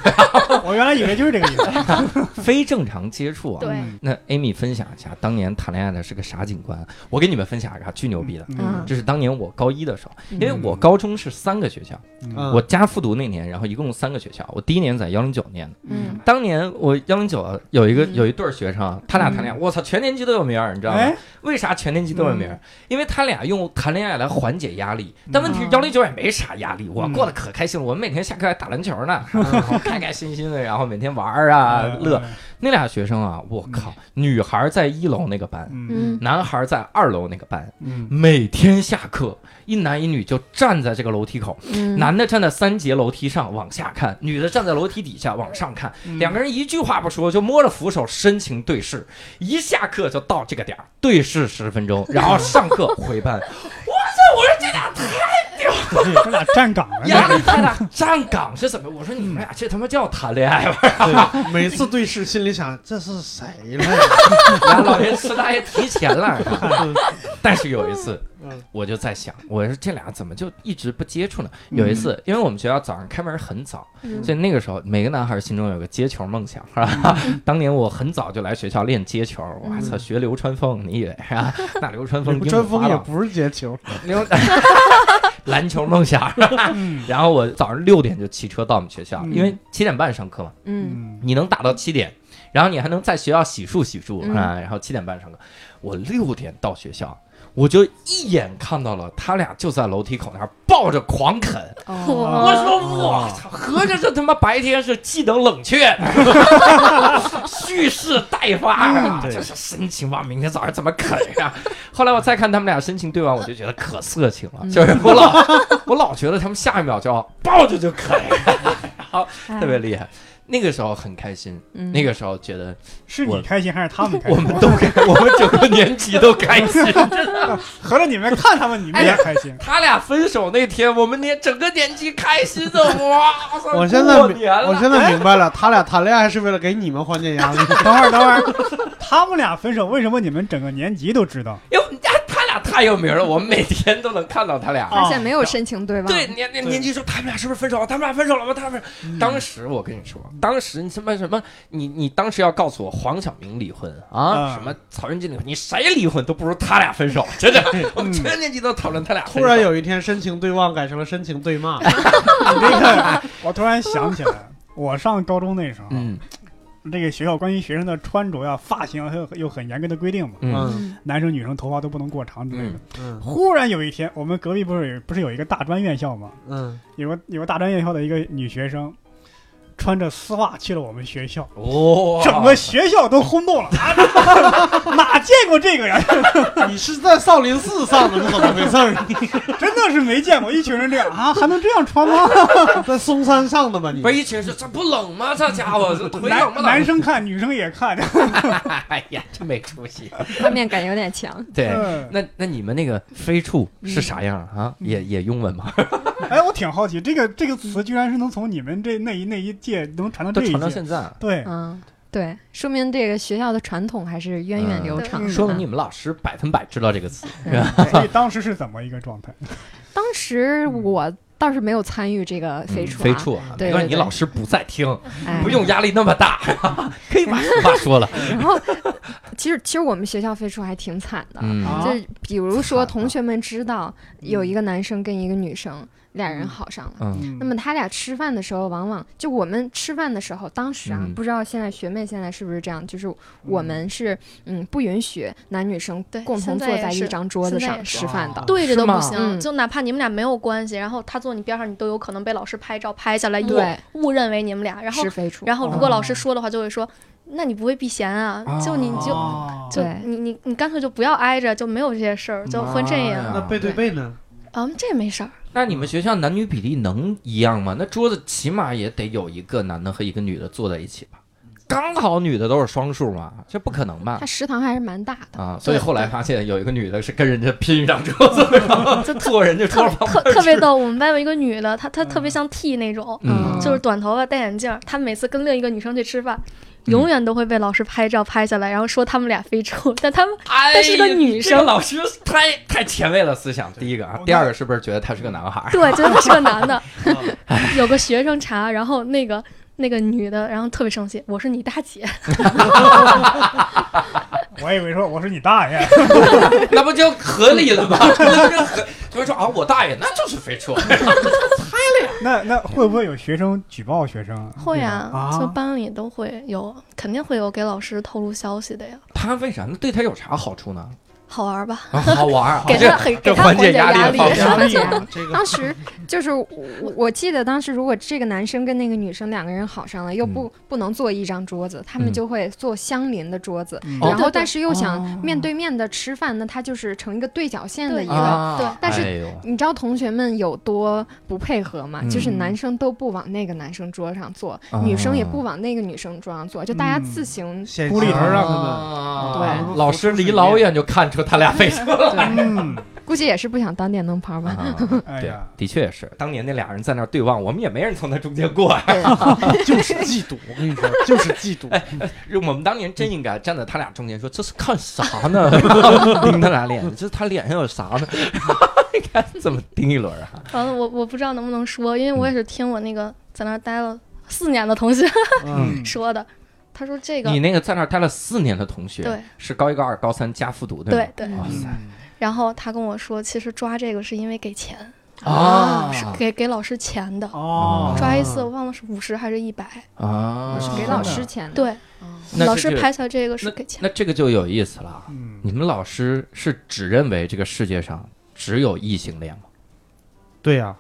C: 我原来以为就是这个意思。
A: 非正常接触啊。
E: 对，
A: 那 Amy 分享一下当年谈恋爱的是个啥景观？我给你们分享一个巨牛逼的，
D: 嗯
E: 啊
A: 这是当年我高一的时候，因为
C: 嗯
A: 我高中是三个学校，
B: 嗯
A: 我加复读那年，然后一共三个学校，我第一年在幺零九念的。
D: 嗯，
A: 当年我幺零九啊有一个
D: 嗯
A: 有一对儿学生，啊他俩谈恋爱，我操，全年级都有名儿，你知道吗
C: 哎？，
A: 为啥全年级都有名儿？因为他俩用谈恋爱来缓解压力。但问题是
D: 嗯
A: 幺零九也没啥压力，我
C: 嗯
A: 过得可开心了，我们每天下课还打篮球呢，然后 开开心心的，然后每天玩儿啊
C: 嗯
A: 乐。，那俩学生啊，我靠，女孩在一楼那个班，
C: 嗯
D: 嗯，
A: 男孩在二楼那个班，
C: 嗯，
A: 每天下课，一男一女就站在这个楼梯口，
D: 嗯，
A: 男的站在三节楼梯上往下看，女的站在楼梯底下往上看，
C: 嗯
A: 两个人一句话不说，就摸着扶手深情对视，一下课就到这个点儿对视十分钟，然后上课回班，
C: 这俩站岗 的
A: 压力太大，站岗是怎么？我说你们俩这他妈叫谈恋爱吗？
B: 对，每次对视心里想这是谁了？
A: 然后老爷吃大爷提前了。但是有一次
B: 嗯，
A: 我就在想，我说这俩怎么就一直不接触呢？
B: 嗯
A: 有一次，因为我们学校早上开门很早，
D: 嗯
A: 所以那个时候每个男孩心中有个接球梦想，是吧？
B: 嗯
A: 当年我很早就来学校练接球，我
D: 嗯
A: 操，学流川枫，你以为是吧？ 那流川枫
B: 流
A: 英
B: 川
A: 语
B: 枫
A: 法
B: 也
A: 老
B: 不是接球，
A: 流 篮球梦想。
C: 嗯
A: 然后我早上六点就骑车到我们学校，
C: 嗯
A: 因为七点半上课嘛，
D: 嗯
C: 嗯
A: 你能打到七点，然后你还能在学校洗漱洗漱
D: 嗯
A: 啊，然后七点半上课。我六点到学校，我就一眼看到了他俩就在楼梯口那儿抱着狂啃。
D: 哦，
A: 我说我操，合着这他妈白天是技能冷却， 蓄势待发啊！
B: 嗯
A: 这是深情吧？明天早上怎么啃呀、后来我再看他们俩深情对望，我就觉得可色情了，
D: 嗯
A: 就是我老 我老觉得他们下一秒就要抱着就 啃，
D: 哎
A: 特别厉害。那个时候很开心，
D: 嗯
A: 那个时候觉得
C: 是你开心还是他们开
A: 我
C: 心？
A: 们都 开，我们整个年级都开心。
C: 合着你们看他们，你们也开 心。
A: 他俩分手那天，我们年整个年级开心的，哇塞！
B: 我现在
A: 过
B: 明
A: 年了哎
B: 我现在明白了，他俩谈恋爱是为了给你们缓解 压力。
C: 等会儿，等会儿，他们俩分手，为什么你们整个年级都知道？
A: 哟，啊他俩太有名了，我们每天都能看到他俩。
D: 发现没有深情哦对望，
A: 哦对，年年年级说他们俩是不是分手了？他们俩分手了吗？他们俩嗯
C: 嗯
A: 当时我跟你说，当时你什么什么，你你当时要告诉我黄晓明离婚啊，
C: 嗯
A: 什么曹云金离婚，你谁离婚都不如他俩分手，真的，我
C: 嗯
A: 们全年级都讨论他俩分手。
B: 突然有一天，深情对望改成了深情对
A: 哎
B: 骂。
C: 你这个，我突然想起来，我上高中那时候，
A: 嗯
C: 这个学校关于学生的穿着呀、发型啊，还有有很严格的规定嘛，
A: 嗯
B: 嗯
C: 男生女生头发都不能过长之类的。
B: 嗯
C: 忽然有一天，我们隔壁不是有不是有一个大专院校吗？
B: 嗯
C: 有个有个大专院校的一个女学生，穿着丝袜去了我们学校，
A: 哦，
C: 整个学校都轰动了，啊 哪见过这个呀？
B: 你是在少林寺上的吗？怎么回事儿？
C: 真的是没见过一群人这样啊，还能这样穿吗？
B: 在嵩山上的吗？你
A: 不是一群人说这不冷吗？这家伙这腿冷
C: 男
A: 不
C: 男
A: 冷？
C: 生看，女生也看。
A: 哎呀，真没出息。
D: 画面感有点强。
A: 对，
C: 嗯
A: 那那你们那个飞处是啥样啊？
C: 嗯
A: 也也用文吗？
C: 哎，我挺好奇，这个这个词居然是能从你们这那一那一届能传到
A: 都
C: 这
A: 传到
C: 一届，
A: 现在，
C: 对，
D: 嗯，对，说明这个学校的传统还是源远流长
C: 嗯
D: 的。
A: 说明你们老师百分百知道这个词，是吧？
C: 所以当时是怎么一个状态？
D: 当时我倒是没有参与这个飞
A: 嗯
D: 处、啊，
A: 飞处啊，
D: 对对
A: 因为你
D: 对
A: 老师不在听，
D: 哎
A: 不用压力那么大， 可以把实话说了。
D: 然后，其实其实我们学校飞处还挺惨的，
A: 嗯
C: 啊
D: 就比如
A: 惨啊
D: 说同学们知道有一个男生跟一个女生俩人好上了。
A: 嗯
D: 那么他俩吃饭的时候，往往就我们吃饭的时候，当时啊，
A: 嗯
D: 不知道现在学妹现在是不是这样，就是我们是嗯不允许男女生
E: 对
D: 共同
E: 现在
D: 坐
E: 也
D: 在一
E: 是
D: 张桌子
E: 现在
D: 上
E: 也
D: 吃
C: 是
D: 饭
A: 哦
D: 的。
E: 对着都不
A: 吗
E: 行，
D: 嗯
E: 就哪怕你们俩没有关系，然后他坐你边上，你都有可能被老师拍照拍下来，误
D: 对
E: 误认为你们俩。然后
D: 是非处，
E: 然后如果老
C: 哦
E: 师说的话，就会说，那你不会避嫌啊？就你你就
C: 哦
E: 就
A: 啊
D: 对
E: 你你你干脆就不要挨着，就没有这些事儿，就会这
A: 妈呀
E: 样。
B: 那背对背 呢？
E: 嗯，这没事儿。
A: 那你们学校男女比例能一样吗？那桌子起码也得有一个男的和一个女的坐在一起吧？刚好女的都是双数嘛，这不可能吧
D: 他？食堂还是蛮大的，
A: 啊，所以后来发现有一个女的是跟人家拼一张桌子，然后
E: 就特
A: 坐人家桌
E: 特
A: 旁
E: 特
A: 边
E: 特别
A: 吃。
E: 逗，我们班有一个女的，她她
C: 嗯
E: 特别像 T 那种，
A: 嗯，
E: 就是短头发戴眼镜儿。她每次跟另一个女生去吃饭，永远都会被老师拍照拍下来，然后说他们俩非处，但他们
A: 哎呀，
E: 但是个女生
A: 这个老师太太前卫了，思想第一个啊
C: 我，
A: 第二个是不是觉得他是个男孩儿？
E: 对觉得他是个男 的。有个学生查，然后那个那个女的，然后特别生气，我是你大姐，
C: 我以为说我是你大爷，
A: 那不就合理了 吗？那不就合？他们说啊，我大爷，那就是非错。
C: 那那会不会有学生举报学生？
E: 会
C: 啊
E: 啊，就班里都会有，肯定会有给老师透露消息的呀，
A: 他为啥？那对他有啥好处呢？
E: 好玩儿 吧？
A: 啊好玩儿啊，
E: 给
A: 这
E: 他很
A: 这
E: 给他
A: 缓
E: 缓
A: 解
E: 解
A: 压力的
E: 压力
A: 方法。
C: 压力
D: 是吧
C: 啊
B: 这个
D: 当时就是我我记得当时如果这个男生跟那个女生两个人好上了，又不、不能坐一张桌子，他
A: 嗯
D: 们就会坐相邻的桌子，
C: 嗯
A: 哦
D: 然
E: 对
D: 后
E: 对
D: 但是又想
A: 哦
D: 面对面的吃饭，那他就是成一个对角线的一个。
E: 对
A: 啊
E: 对
D: 但是
A: 哎呦
D: 你知道同学们有多不配合吗？
A: 嗯
D: 就是男生都不往那个男生桌上坐，
A: 哦
D: 女生也不往那个女生桌上坐，就大家自行、
B: 显
C: 孤立头
B: 形儿
C: 让
B: 啊
C: 他们
A: 啊
C: 对
A: 老师离老远就看出他俩非 常。
D: 对，
C: 嗯，
D: 估计也是不想当电灯泡吧。
A: 啊
C: 哎
A: 对
C: 呀，，
A: 的确也是。当年那俩人在那儿对望，我们也没人从他中间过。
B: 就是嫉妒，我跟你说，就是嫉妒。
A: 哎我们当年真应该站在他俩中间说：“这是看啥呢？” 盯他俩脸，这是他脸上有啥呢？ 你看怎么盯一轮啊？
E: 完了，我我不知道能不能说，因为我也是听我那个在那儿待了四年的同学
B: 嗯，
E: 说的，他说这个
A: 你那个在那儿待了四年的同学，
E: 对
A: 是高一、高二、高三加复读
E: 对
A: 吗？
E: 对，
A: 哇塞
E: 然后他跟我说，其实抓这个是因为给钱，
A: 啊
E: 是给给老师钱的，
C: 哦，
E: 抓一次我忘了是五十还是一百，
A: 啊！
D: 是给老师钱的，嗯
E: 对，
A: 那
E: 老
A: 这
E: 师
A: 就
E: 拍下这个是
A: 那
E: 给钱
A: 那这个就有意思了。啊
C: 嗯，
A: 你们老师是只认为这个世界上只有异性恋吗？
B: 对呀，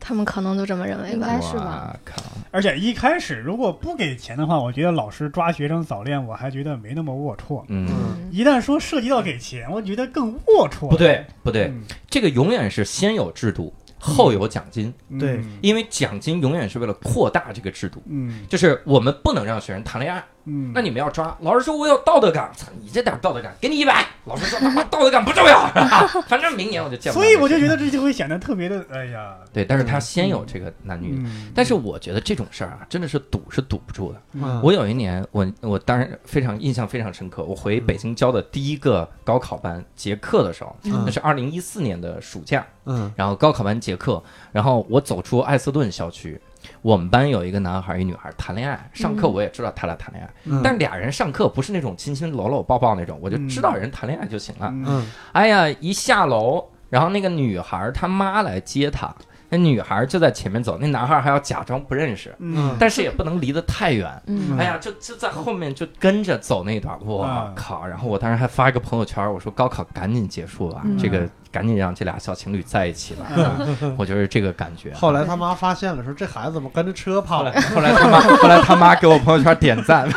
E: 他们可能就这么认为
D: 应
E: 吧。
D: 该是吧？
A: 哇靠！
C: 而且一开始如果不给钱的话，我觉得老师抓学生早恋，我还觉得没那么龌龊。
A: 嗯，
D: 嗯
C: 一旦说涉及到给钱，我觉得更龌龊。
A: 不，对不对，
C: 嗯
A: 这个永远是先有制度，后有奖金，
B: 对，
A: 因为奖金永远是为了扩大这个制度。
C: 嗯
A: 就是我们不能让学生谈恋爱，
C: 嗯，
A: 那你们要抓老师说我有道德感，操你这点道德感，给你一百。老师说他妈道德感不重要，是吧反正明年我就见不到
C: 所
A: 这
C: 以
A: 个。
C: 我就觉得这就会显得特别的，哎呀，
A: 对，但是他先有这个男女，
C: 嗯，
A: 但是我啊觉得这种事儿啊，真的是堵是堵不住的。
B: 嗯
A: 我有一年，我我当然非常印象非常深刻。我回北京教的第一个高考班结课的时候，
B: 嗯
A: 那是二零一四年的暑假，
B: 嗯
A: 然后高考班结课，然后我走出艾斯顿校区，我们班有一个男孩儿一女孩儿谈恋爱，上
C: 嗯
A: 课我也知道他俩谈恋爱，
B: 嗯
A: 但俩人上课不是那种亲亲搂搂抱抱那种，我就知道人谈恋爱就行了。
C: 嗯
B: 嗯
A: 哎呀，一下楼，然后那个女孩儿她妈来接她。那那女孩就在前面走，那男孩还要假装不认识，
C: 嗯，
A: 但是也不能离得太远。
D: 嗯
A: 哎呀，就就在后面就跟着走那段，我
C: 嗯
A: 靠！然后我当时还发一个朋友圈，我说高考赶紧结束吧，
D: 嗯
A: 这个赶紧让这俩小情侣在一起吧。
C: 嗯
A: 我就是这个感觉。
B: 后来他妈发现了，说这孩子怎么跟着车
A: 后
B: 跑
A: 来，后来他妈， 后来他妈给我朋友圈点赞，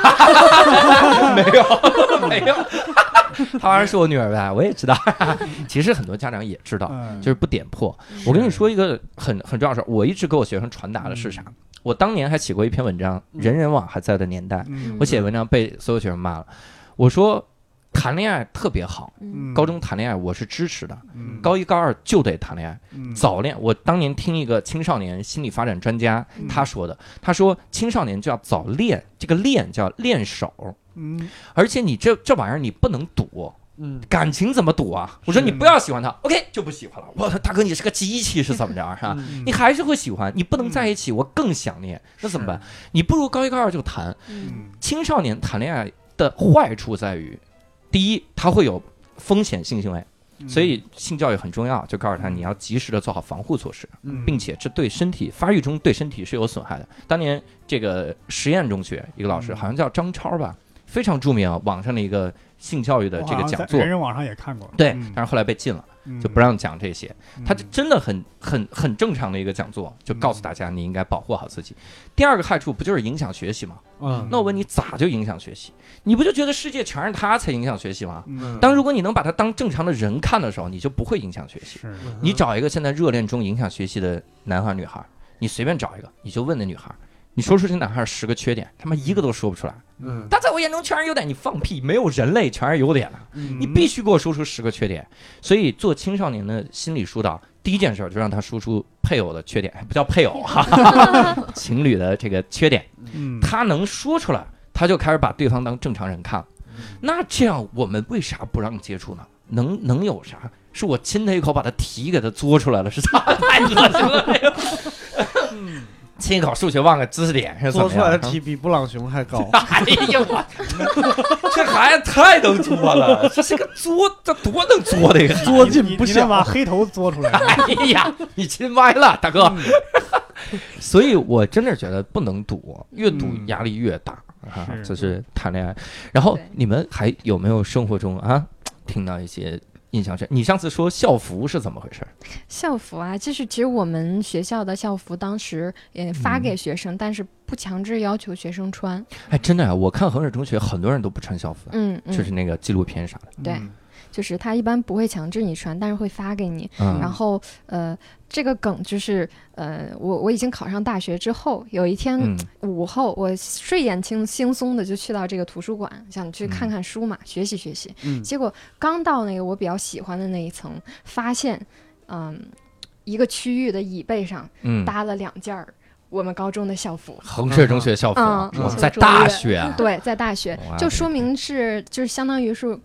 A: 没有， 没有，他妈是我女儿呗，我也知道。 其实很多家长也知道，
C: 嗯
A: 就是不点破。我跟你说一个很很重要的事儿，我一直给我学生传达的是啥？我当年还写过一篇文章，
B: 嗯
A: 人人网还在的年代，
C: 嗯
A: 我写文章被所有学生骂了。我说谈恋爱特别好，
D: 嗯
A: 高中谈恋爱我是支持的，
C: 嗯
A: 高一高二就得谈恋爱。
C: 嗯
A: 早恋，我当年听一个青少年心理发展专家
C: 嗯
A: 他说的，他说青少年就要早恋，这个恋叫恋手，
C: 嗯
A: 而且你这这玩意儿你不能赌，
B: 嗯，
A: 感情怎么赌啊？我说
C: 是
A: 你不要喜欢他，OK 就不喜欢了。我说大哥你是个机器是怎么着啊？
B: 嗯
C: 嗯
A: 你还是会喜欢，你不能在一起，我更想念，那怎么办？你不如高一高二就谈。
C: 嗯
A: 青少年谈恋爱的坏处在于，第一，他会有风险性行为，
C: 嗯
A: 所以性教育很重要，就告诉他你要及时的做好防护措施。
C: 嗯
A: 并且这对身体发育中对身体是有损害的。当年这个实验中学一个老师，
C: 嗯
A: 好像叫张超吧，非常著名，网上的一个性教育的
C: 我
A: 这
C: 好
A: 个
C: 像
A: 讲
C: 在
A: 座
C: 哦人。人网上也看过，
A: 对，
C: 嗯
A: 但是后来被禁了，
C: 嗯
A: 就不让讲这些。
C: 嗯
A: 他就真的很很很正常的一个讲座，就告诉大家你应该保护好自己。第二个害处不就是影响学习吗？
B: 嗯
A: 那我问你，咋就影响学习？你不就觉得世界全是他才影响学习吗？
C: 嗯
A: 当如果你能把它当正常的人看的时候，你就不会影响学习。
C: 是
B: 嗯
A: 你找一个现在热恋中影响学习的男孩儿女孩儿，你随便找一个，你就问那女孩儿，你说出这男孩儿十个缺点，他妈一个都说不出来。
B: 嗯，
A: 他在我眼中全是优点，你放屁，没有人类全是优点啊！
B: 嗯
A: 你必须给我说出十个缺点。所以做青少年的心理疏导，第一件事儿就让他说出配偶的缺点，不叫配偶哈、 情侣的这个缺点，
C: 嗯
A: 他能说出来，他就开始把对方当正常人看了。
B: 嗯
A: 那这样我们为啥不让接触呢？能能有啥？是我亲他一口，把他题给他嘬出来了，是 咋？太恶心了！这个 亲一口数学忘个知识点是怎
B: 做
A: 么
B: 嗯出来的
A: 样？。
B: 题比布朗熊还高
A: 哎呀，我 这孩子太能作了，这是个作，这多能作的一个孩子。
B: 捉进不啊
C: 你得
B: 下，
C: 把黑头嘬出来，
A: 哎呀，你亲歪了，大哥。 所以，我真的觉得不能赌，越赌
C: 嗯
A: 压力越大、啊。
C: 是
A: 这是谈恋爱。然后
D: 对，
A: 你们还有没有生活中啊听到一些印象深？你上次说校服是怎么回事？
D: 校服啊，就是其实我们学校的校服当时也发
A: 嗯
D: 给学生，但是不强制要求学生穿。
A: 哎，真的啊，我看衡水中学很多人都不穿校服的，啊
D: 嗯嗯，
A: 就是那个纪录片啥的。
D: 对
C: 嗯
D: 就是他一般不会强制你穿，但是会发给你。
A: 嗯，
D: 然后呃，这个梗就是呃，我我已经考上大学之后，有一天
A: 嗯
D: 午后，我睡眼轻轻松的就去到这个图书馆，想去看
A: 嗯
D: 看书嘛，学习学习。
B: 嗯
D: 结果刚到那个我比较喜欢的那一层，发现，嗯，一个区域的椅背上
A: 嗯，哦
D: 搭了两件儿我们高中的校服。
A: 衡水中学校服啊，
D: 嗯
A: 哇
D: 嗯
A: 在大学啊，
D: 对，在大学
A: 哇
D: 就说明是就是相当于是。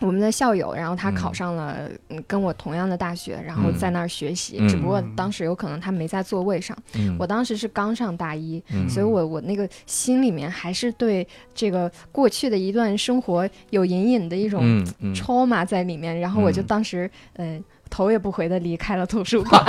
D: 我们的校友，然后他考上了嗯跟我同样的大学，然后在那儿学习，
A: 嗯
D: 只不过当时有可能他没在座位上。
A: 嗯
D: 我当时是刚上大一，
A: 嗯
D: 所以我我那个心里面还是对这个过去的一段生活有隐隐的一种
A: 嗯嗯，
D: trauma 在里面，然后我就
A: 嗯
D: 当时嗯、头也不回的离开了图书 馆。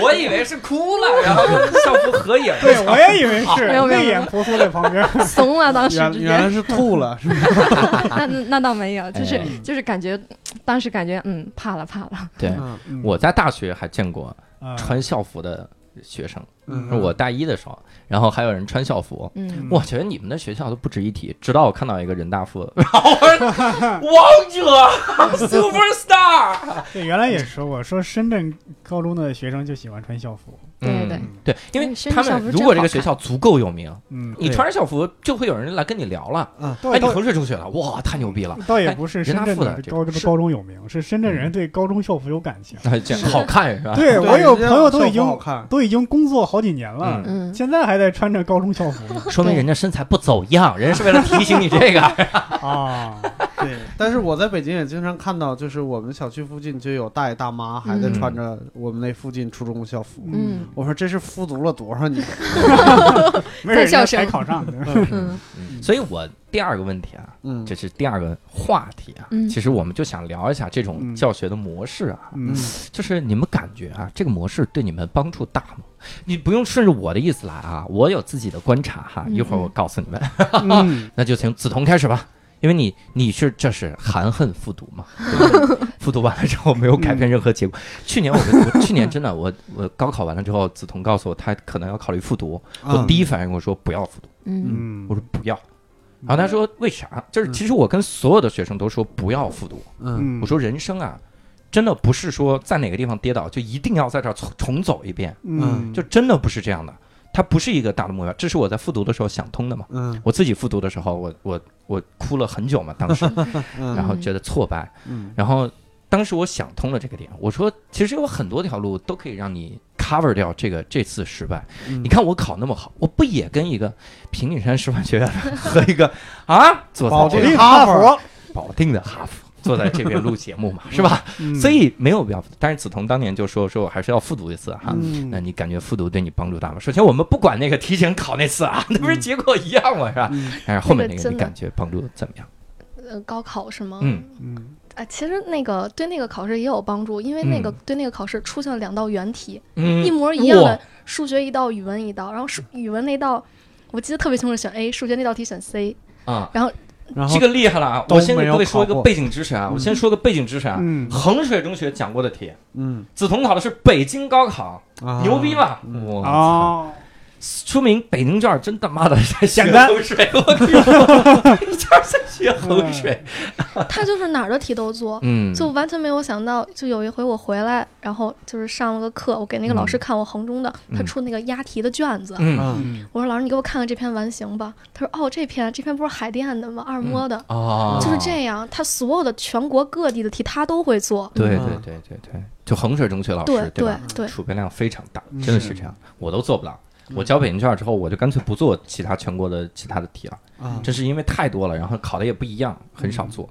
A: 我以为是哭了，然后跟校服合 影。
C: 对我也以为是
D: 没有没有
C: 泪眼婆娑在旁 边，
D: 怂了，当时
B: 原
D: 直
B: 原
D: 接，
B: 来是吐了，是吧？
D: 那那那倒没有，就是、
A: 哎
D: 就是感觉，当时感觉嗯，怕了怕了，
A: 对，
B: 嗯
C: 嗯
A: 我在大学还见过
C: 啊
A: 穿校服的学生，
B: 嗯
A: 是我大一的时候，然后还有人穿校服。
D: 嗯，
A: 我觉得你们的学校都不值一提，直到我看到一个人大附，然后我说王者 super star，
C: 对原来也说过，说深圳高中的学生就喜欢穿校服，
D: 对对
A: 嗯对，因为
D: 深
A: 他
D: 圳校
A: 们
D: 服
A: 如
D: 真
A: 果这个
D: 好
A: 学校足够有名，
C: 嗯，
A: 你
B: 对
A: 穿着校服就会有人来跟你聊了。哎，
C: 对，
A: 你
C: 倒
A: 衡水中学的，哇，太牛逼了！
C: 倒也不是
A: 人
C: 深
A: 大
C: 圳
A: 附的
C: 的
A: 这
C: 高
A: 种是嗯
C: 高中有名，是深圳人对高中校服有感情。
A: 哎这样好看是吧？
C: 对我有朋友都已
B: 人家校服
C: 经
B: 好 看，
C: 都已经工作好几年了，
A: 嗯
D: 嗯，
C: 现在还在穿着高中校服呢
A: 说明人家身材不走样，人家是为了提醒你这个。
C: 啊！
B: 对。但是我在北京也经常看到，就是我们小区附近就有大爷大妈还在
A: 嗯
B: 穿着我们那附近初中的校服。
D: 嗯
B: 我说这是 复读了多少年？
C: 没准人
D: 在校
C: 家
D: 生
C: 才考上呢。
D: 嗯
A: 所以我第二个问题啊，
B: 嗯，
A: 这是第二个话题啊。
D: 嗯
A: 其实我们就想聊一下这种
C: 嗯
A: 教学的模式啊，
C: 嗯，
A: 就是你们感觉啊，这个模式对你们帮助大吗？你不用顺着我的意思来啊，我有自己的观察哈，
D: 嗯
A: 一会儿我告诉你们。
C: 嗯
A: 那就从梓潼开始吧，因为你你是这是含恨复读嘛，对 吧复读完了之后没有改变任何结果。去年我我去年真的我我高考完了之后，梓潼告诉我他可能要考虑复读，我第
B: 一
A: 一反应我说不要复读，
D: 嗯
C: 嗯，
A: 我说不要。然后他说为啥？就是其实我跟所有的学生都说不要复读，
B: 嗯
C: 嗯，
A: 我说人生啊，真的不是说在哪个地方跌倒就一定要在这儿重重走一遍，
C: 嗯，
A: 就真的不是这样的。它不是一个大的目标，这是我在复读的时候想通的嘛。
B: 嗯
A: 我自己复读的时候，我我我哭了很久嘛，当时，
B: 嗯
A: 然后觉得挫败，
B: 嗯
A: 然后当时我想通了这个点，我说其实有很多条路都可以让你 cover 掉这个这次失败。
B: 嗯
A: 你看我考那么好，我不也跟一个平顶山师范学院 和一个啊坐
B: 保
A: 在这
B: 定
A: 边
B: 哈佛，
A: 保定的哈佛坐在这边录节目嘛， 是吧？
C: 嗯
A: 所以没有必要。但是梓潼当年就说说我还是要复读一次哈。
C: 嗯
A: 那你感觉复读对你帮助大吗？首先，我们不管那个提前考那次啊，那 不是结果一样吗？是吧？
C: 嗯
A: 但是后面那
E: 那个
A: 个
E: 真
A: 你
E: 的
A: 感觉帮助怎么样？
E: 呃，高考是吗？
A: 嗯，
C: 嗯
E: 啊，其实那个对那个考试也有帮助，因为那个、
A: 嗯
E: 对那个考试出现了两道原题，
A: 嗯
E: 一模一样
A: 哇
E: 的，数学一道，语文一道，然后数语文那道我记得特别清楚，选 A，数学那道题选 C，
A: 啊，
B: 然
A: 这
B: 后
A: 个厉害了啊！
B: 都
A: 我先
B: 没
A: 给
B: 有
A: 各位说一
B: 考
A: 个
B: 过
A: 背景知识啊，我先说个背景知识啊。
C: 嗯
A: 衡水中学讲过的题，
B: 嗯
A: 梓潼考的是北京高考，
B: 啊
A: 牛逼吧？
B: 嗯
A: 我操！
C: 哦，
A: 说明北京卷真他妈的在学
C: 简单
A: 衡水，我跟你说，北京卷在学衡水，
E: 他就是哪儿的题都做。
A: 嗯，
E: 就完全没有想到，就有一回我回来，然后就是上了个课，我给那个老师
A: 嗯
E: 看我衡中的，他
A: 嗯
E: 出那个押题的卷子，
A: 嗯
B: 嗯
E: 我说老师你给我看看这篇完形吧。他说哦这篇这篇不是海淀的吗？二摸的，
B: 啊
A: 哦，
E: 就是这样。他所有的全国各地的题他都会做，
A: 对对
B: 嗯
A: 对对对，就衡水中学老
E: 对
A: 师吧？
E: 对，
A: 储备量非常大，
B: 嗯
A: 真的是这样，我都做不到。
B: 嗯
A: 我交北京卷之后，我就干脆不做其他全国的其他的题了，
B: 啊，
A: 嗯这是因为太多了，然后考的也不一样，很少做，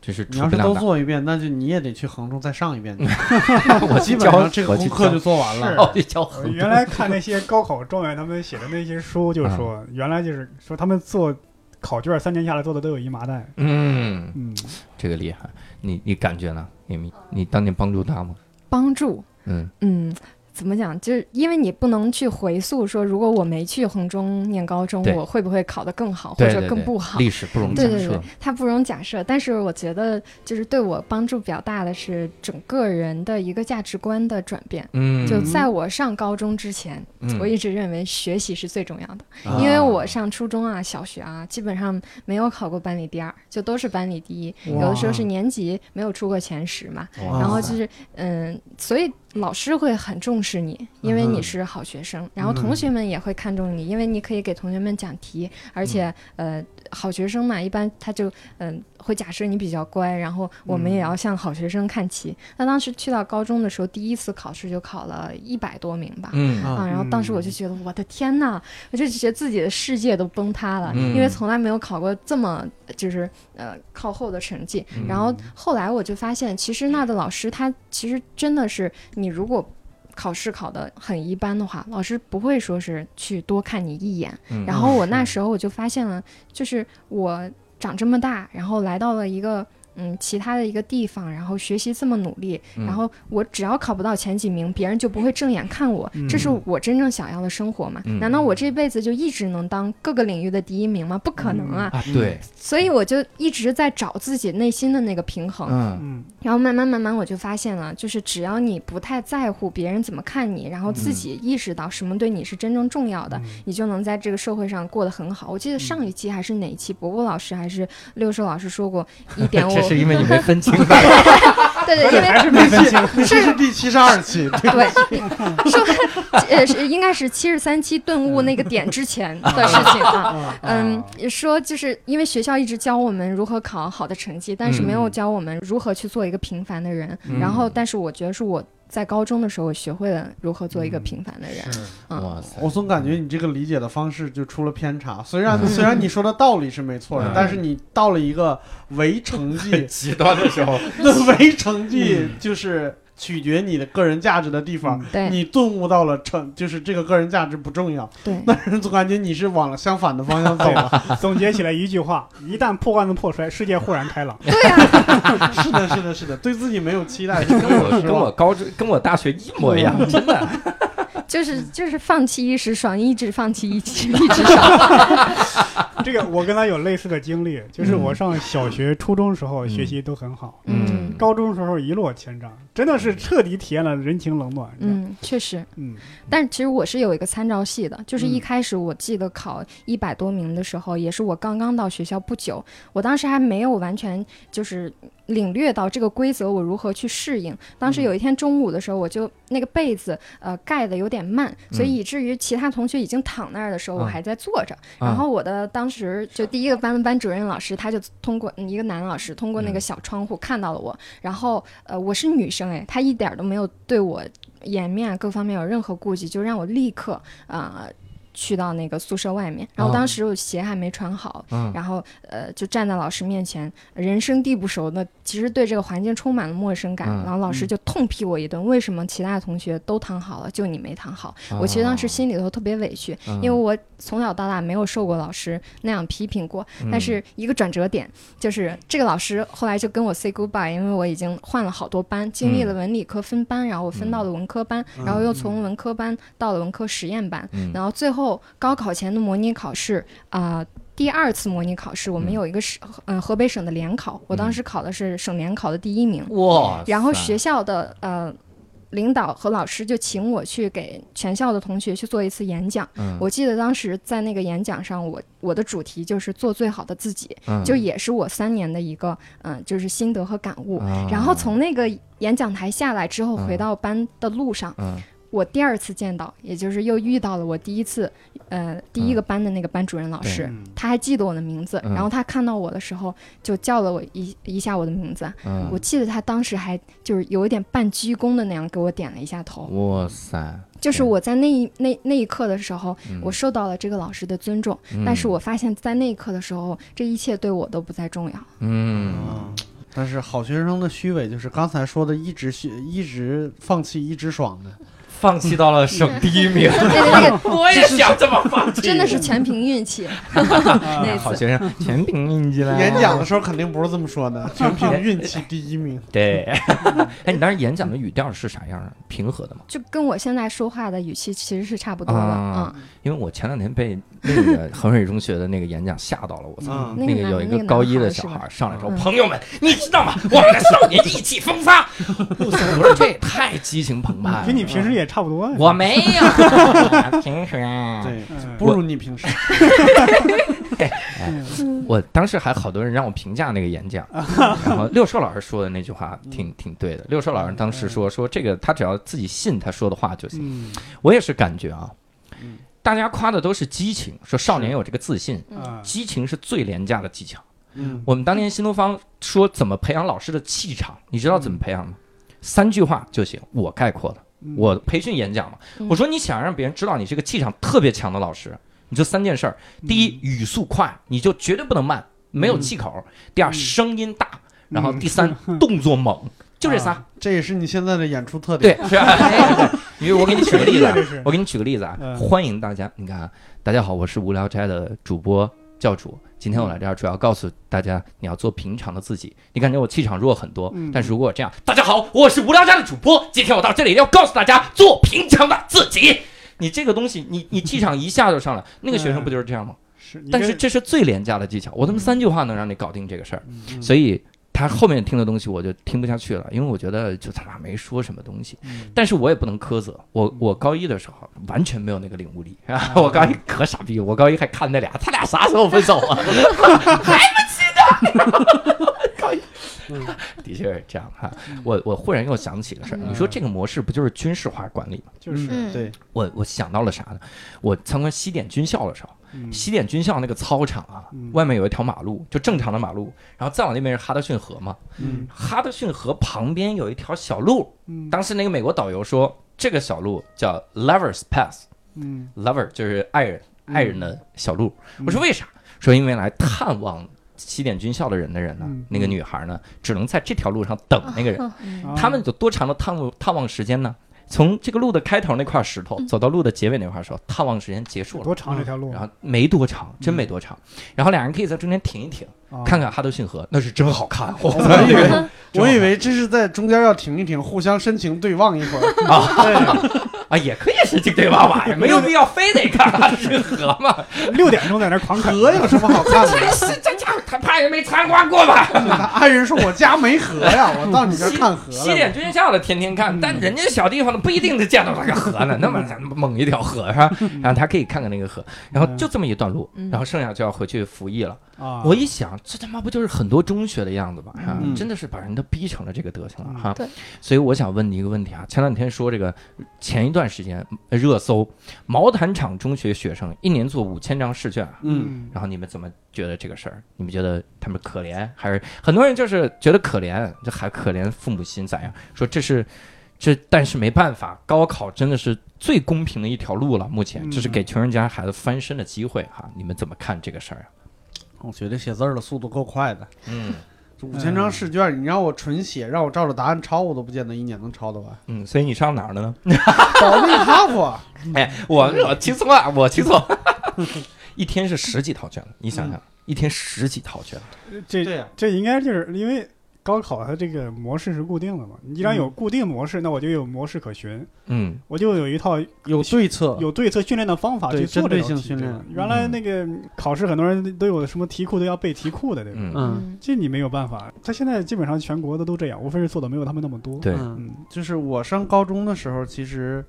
A: 这是
B: 嗯你
A: 储
B: 要
A: 备
B: 是
A: 量
B: 都
A: 大。
B: 做一遍，那就你也得去衡中再上一遍去，
A: 我
B: 基
A: 去
B: 本
A: 教
B: 上这
A: 我
B: 个
A: 去
B: 功课
A: 教
B: 就做完了。
A: 哦，去教
C: 我呃原来看那些高考状元他们写的那些书，就是
A: 啊
C: 说原来就是说他们做考卷三年下来做的都有一麻袋。
A: 嗯，
C: 嗯，
A: 这个厉害，你你感觉呢？你你你当年帮助他吗？
D: 帮助，
A: 嗯
D: 嗯，怎么讲？就是因为你不能去回溯说，如果我没去衡中念高中
A: 对，
D: 我会不会考得更好
A: 对
D: 或
A: 对
D: 者更
A: 对
D: 不好？
A: 历史不容假
D: 对对对
A: 设，，
D: 它不容假设，但是我觉得就是对我帮助比较大的是整个人的一个价值观的转变。
A: 嗯，
D: 就在我上高中之前，
A: 嗯
D: 我一直认为学习是最重要的，
B: 啊
D: 因为我上初中啊、小学啊，基本上没有考过班里第二，就都是班里第一，有的时候是年级没有出过前十嘛，
A: 哇
D: 然后就是嗯，所以老师会很重视你，因为你是好学生。然后同学们也会看重你，因为你可以给同学们讲题，而且呃，好学生嘛，一般他就嗯、会假设你比较乖，然后我们也要向好学生看齐。那当时去到高中的时候，第一次考试就考了一百多名吧。
A: 嗯
B: 啊
D: 啊，然后当时我就觉得我的天呐，我就觉得自己的世界都崩塌了，
A: 嗯
D: 因为从来没有考过这么就是呃靠后的成绩。
A: 嗯
D: 然后后来我就发现，其实那的老师他其实真的是，你如果考试考得很一般的话，老师不会说是去多看你一眼。
A: 嗯
D: 然后我那
B: 是
D: 时候我就发现了，就是我长这么大，然后来到了一个嗯其他的一个地方，然后学习这么努力，
A: 嗯
D: 然后我只要考不到前几名，别人就不会正眼看我，这是
C: 嗯
D: 我真正想要的生活嘛？
A: 嗯
D: 难道我这辈子就一直能当各个领域的第一名吗？不可能啊！
A: 啊，对，
D: 所以我就一直在找自己内心的那个平衡。
A: 嗯
C: 嗯
D: 然后慢慢慢慢，我就发现了，就是只要你不太在乎别人怎么看你，然后自己意识到什么对你是真正重
A: 嗯
D: 要的，你就能在这个社会上过得很好。我记得上一期还是哪一期，伯伯老师还是六兽老师说过一 点我，
A: 这是因为你没分清吧？
D: 对对，因为
C: 嗯还是没分清。
B: 这是第七十二 期，
D: 对，说呃是应该是七十三期顿悟那个点之前的事情啊。 嗯，说就是因为学校一直教我们如何考好的成绩，但是没有
B: 嗯
D: 教我们如何去做一个平凡的人。
A: 嗯
D: 然后，但是我觉得是我在高中的时候，我学会了如何做一个平凡的人。嗯
A: 哇塞，
B: 我总感觉你这个理解的方式就出了偏差。虽然、
A: 嗯
B: 虽然你说的道理是没错的，
A: 嗯，
B: 但是你到了一个唯成绩
A: 极端的时候，嗯
B: 那唯成绩就是取决你的个人价值的地方，
D: 对
B: 你顿悟到了成，就是这个个人价值不重要，
D: 对，
B: 但是总感觉你是往了相反的方向走了。
C: 总结起来一句话：一旦破罐子破摔，世界豁然 开朗。
D: 啊
B: 是的，是的，是的，对自己没有期待，
A: 跟我
B: 失
A: 跟我
B: 望。
A: 高中跟我大学一模一样，真的。
D: 就是就是放弃一时爽，一直放弃一直一直 爽。
C: 这个我跟他有类似的经历，
D: 嗯
C: 就是我上小学、初中时候学习都很好，
A: 嗯
C: 高中时候一落千丈，真的是彻底体验了人情冷暖。你知道吗
D: 嗯，确实。
C: 嗯，
D: 但其实我是有一个参照系的，就是一
B: 嗯
D: 开始我记得考一百多名的时候，也是我刚刚到学校不久，我当时还没有完全就是领略到这个规则我如何去适应。当
B: 嗯
D: 时有一天中午的时候，我就那个被子呃盖的有点慢，所
B: 嗯
D: 以以至于其他同学已经躺那儿的时候，我
A: 嗯
D: 还在坐着。然后我的当时就第一个班的班主任老师，他就通过嗯一个男老师通过那个
A: 嗯
D: 小窗户看到了我，然后呃我是女生哎，他一点儿都没有对我颜面啊各方面有任何顾忌，就让我立刻啊、呃去到那个宿舍外面。然后
A: 哦
D: 当时我鞋还没穿好，
A: 嗯
D: 然后呃就站在老师面前，人生地不熟的，其实对这个环境充满了陌生感。
A: 嗯
D: 然后老师
B: 嗯
D: 就痛批我一顿，为什么其他的同学都躺好了，就你没躺好？我其实当时心里头特别委屈，
A: 哦嗯
D: 因为我从小到大没有受过老师那样批评过。
A: 嗯
D: 但是一个转折点就是这个老师后来就跟我 say goodbye，因为我已经换了好多班，经历了文理科分班，然后我分到了文科班，
B: 嗯
D: 然后又从文科班到了文科实验班，
A: 嗯
D: 然后最后高考前的模拟考试啊。第二次模拟考试，我们
A: 嗯
D: 有一个是嗯、河北省的联考，我当时考的是省联考的第一名，
A: 哇塞，
D: 然后学校的呃领导和老师就请我去给全校的同学去做一次演讲。
A: 嗯
D: 我记得当时在那个演讲上，我我的主题就是做最好的自己，
A: 嗯
D: 就也是我三年的一个嗯、呃就是心得和感悟。
A: 啊
D: 然后从那个演讲台下来之后，
A: 嗯
D: 回到班的路上，
A: 嗯
D: 我第二次见到，也就是又遇到了我第一次，呃，第一个班的那个班主任老师，
C: 嗯
D: 他还记得我的名字，
A: 嗯
D: 然后他看到我的时候就叫了我一一下我的名字，
A: 嗯
D: 我记得他当时还就是有一点半鞠躬的那样给我点了一下头，
A: 哇塞，
D: 就是我在那一那那一刻的时候，
A: 嗯
D: 我受到了这个老师的尊重，
A: 嗯
D: 但是我发现，在那一刻的时候，这一切对我都不再重 要。
A: 嗯
B: 嗯，但是好学生的虚伪就是刚才说的，一直虚，一直放弃，一直爽的。
A: 放弃到了省第一 名，
D: 那个那个
A: 我也想这么放弃，
D: 真的是全凭 运气，
A: 哎
C: 啊
D: 那
A: 好
D: 次。
A: 学生全凭运气了。
B: 演讲的时候肯定不是这么说 的，全凭运气第一名。
A: 对， 哎，你当时演讲的语调是啥样啊？平和的吗？
D: 就跟我现在说话的语气其实是差不多的，
A: 啊
D: 嗯，
A: 因为我前两天被那个衡水中学的那个演讲吓到了，我操！
B: 嗯，
D: 那
A: 那
D: 个男
A: 有一
D: 那个
A: 个
D: 男
A: 高一
D: 孩
A: 的
D: 儿是
A: 小
D: 吧
A: 孩儿上来说：“
D: 嗯
A: 朋友们，你知道吗？我们的少年意气风 发。”我操！我说这也太激情澎湃了。
C: 跟你平时也差不多呀。啊
A: 我没 有，平时啊。
B: 对，
C: 嗯
B: 不如你平时。
C: 嗯
A: 我当时还好多人让我评价那个演 讲，然后六兽老师说的那句话
B: 嗯
A: 挺挺对的。六兽老师当时说说这个他只要自己信他说的话就行。
C: 嗯
A: 我也是感觉啊
B: 嗯，
A: 大家夸的都是激情，说少年有这个自信，
D: 嗯
C: 啊，
A: 激情是最廉价的技巧。
B: 嗯，
A: 我们当年新东方说怎么培养老师的气场，你知道怎么培养吗？三句话就行，我概括的。
C: 嗯
A: 我培训演讲嘛，
D: 嗯
A: 我说你想让别人知道你是个气场特别强的老师，你就三件事儿：
C: 嗯
A: 第一，语速快，你就绝对不能慢，没有气口；第二，
B: 嗯
A: 声音大；然后
C: 嗯
A: 第三，动作猛，就这仨
B: 啊。这也是你现在的演出 特
A: 对
B: 点。，
A: 是吧？哎因为我给你举个例子啊
C: 这是，
A: 我给你举个例子啊，
C: 嗯
A: 欢迎大家，你看啊，大家好，我是无聊斋的主播教主，今
C: 嗯
A: 天我来这儿主要告诉大家，你要做平常的自己。你感觉我气场弱很多，
C: 嗯
A: 但是如果我这样，大家好，我是无聊斋的主播，今天我到这里要告诉大家做平常的自己。你这个东西，你你气场一下就上来，那个学生不就是这样吗？
C: 是，嗯你
A: 但是
C: 跟
A: 这是最廉价的技巧，我他妈
C: 嗯
A: 三句话能让你搞定这个事儿。
B: 嗯
A: 所以他后面听的东西我就听不下去了，因为我觉得就他俩没说什么东西，但是我也不能苛责。我
C: 嗯
A: 我高一的时候完全没有那个领悟力， 啊、我高一可傻逼，我高一还看那俩，他俩啥时候分手 啊？来不及的。 高一
B: 嗯
A: 的确是这样哈、我我忽然又想起个事儿，
C: 嗯
A: 你说这个模式不就是军事化管理吗？
C: 就是
E: 嗯
B: 对，
A: 我我想到了啥呢？我参观西点军校的时候，
C: 嗯
A: 西点军校那个操场啊，
C: 嗯
A: 外面有一条马路，就正常的马路，然后再往那边是哈德逊河嘛。
B: 嗯
A: 哈德逊河旁边有一条小路，
C: 嗯
A: 当时那个美国导游说，这个小路叫 Lovers Path，Lover
C: 嗯
A: 就是爱人
B: 嗯
A: 爱人的小路。我说为啥？说因为来探望西点军校的人的人呢，
C: 嗯
A: 那个女孩呢，只能在这条路上等那个人。
D: 嗯
C: 啊
A: 他们有多长的探望探望时间呢？从这个路的开头那块石头
E: 嗯
A: 走到路的结尾那块石头，探望时间结束了。嗯
C: 多长这条路嗯
A: 然？后没多长，真没多长。然后俩人可以在中间停一停，
C: 啊
A: 看看哈德逊河，那是真好看。
C: 哦
A: 我
B: 我以为我以为这是在中间要停一停，互相深情对望一会 儿。
A: 啊，也可以是这对吧吧，没有必要非得看 哈德逊河嘛。
C: 六点钟在那 狂啃，
B: 河有什么好看的？
A: 真哎是这家伙，他怕也没参观过吧？
B: 他爱人说：“我家没河呀，我到你这儿看河
A: 西
B: 来
A: 点
B: 了。
A: 军校的天天看，但人家小地方的不一定是见到那个河呢，那么猛一条河是吧？然后他可以看看那个河，然后就这么一段路，
D: 嗯
A: 然后剩下就要回去服役了。
C: 啊，
A: 我一想，这他妈不就是很多中学的样子吗？哈、
B: 嗯
A: 真的是把人都逼成了这个德行了哈、
E: 对，
A: 所以我想问你一个问题啊，前两天说这个，前一段时间呃热搜，毛坦厂中学学生一年做五千张试卷啊，”
B: 嗯，
A: 然后你们怎么觉得这个事儿？你们觉得他们可怜，还是很多人就是觉得可怜，这还可怜父母心咋样？说这是这，但是没办法，高考真的是最公平的一条路了。目前
C: 嗯
A: 这是给穷人家孩子翻身的机会哈、你们怎么看这个事儿啊？
B: 我觉得写字儿的速度够快的，
A: 嗯
B: 五千张试卷，你让我纯写，让我照着答案抄，我都不见得一年能抄得完。
A: 嗯，所以你上哪儿了呢？
B: 保定哈佛，
A: 哎，我我提错了，我提错 了，一天是十几套卷子，你想想，一天十几套卷子，
C: 这
B: 对呀
C: 这应该就是因为高考它这个模式是固定的嘛，你既然有固定模式，那我就有模式可循，
A: 嗯
C: 我就有一套
B: 有对策，
C: 有对策训练的方法
B: 呃对
C: 去
B: 针
C: 做这
B: 对性
C: 种
B: 训练
C: 原来那个考试很多人都有什么题库都要背题库的，对吧？
A: 嗯，
B: 嗯，
C: 这你没有办法，他现在基本上全国的都这样，无非是做的没有他们那么多。
A: 对，
B: 嗯，
C: 嗯，
B: 就是我上高中的时候，其实。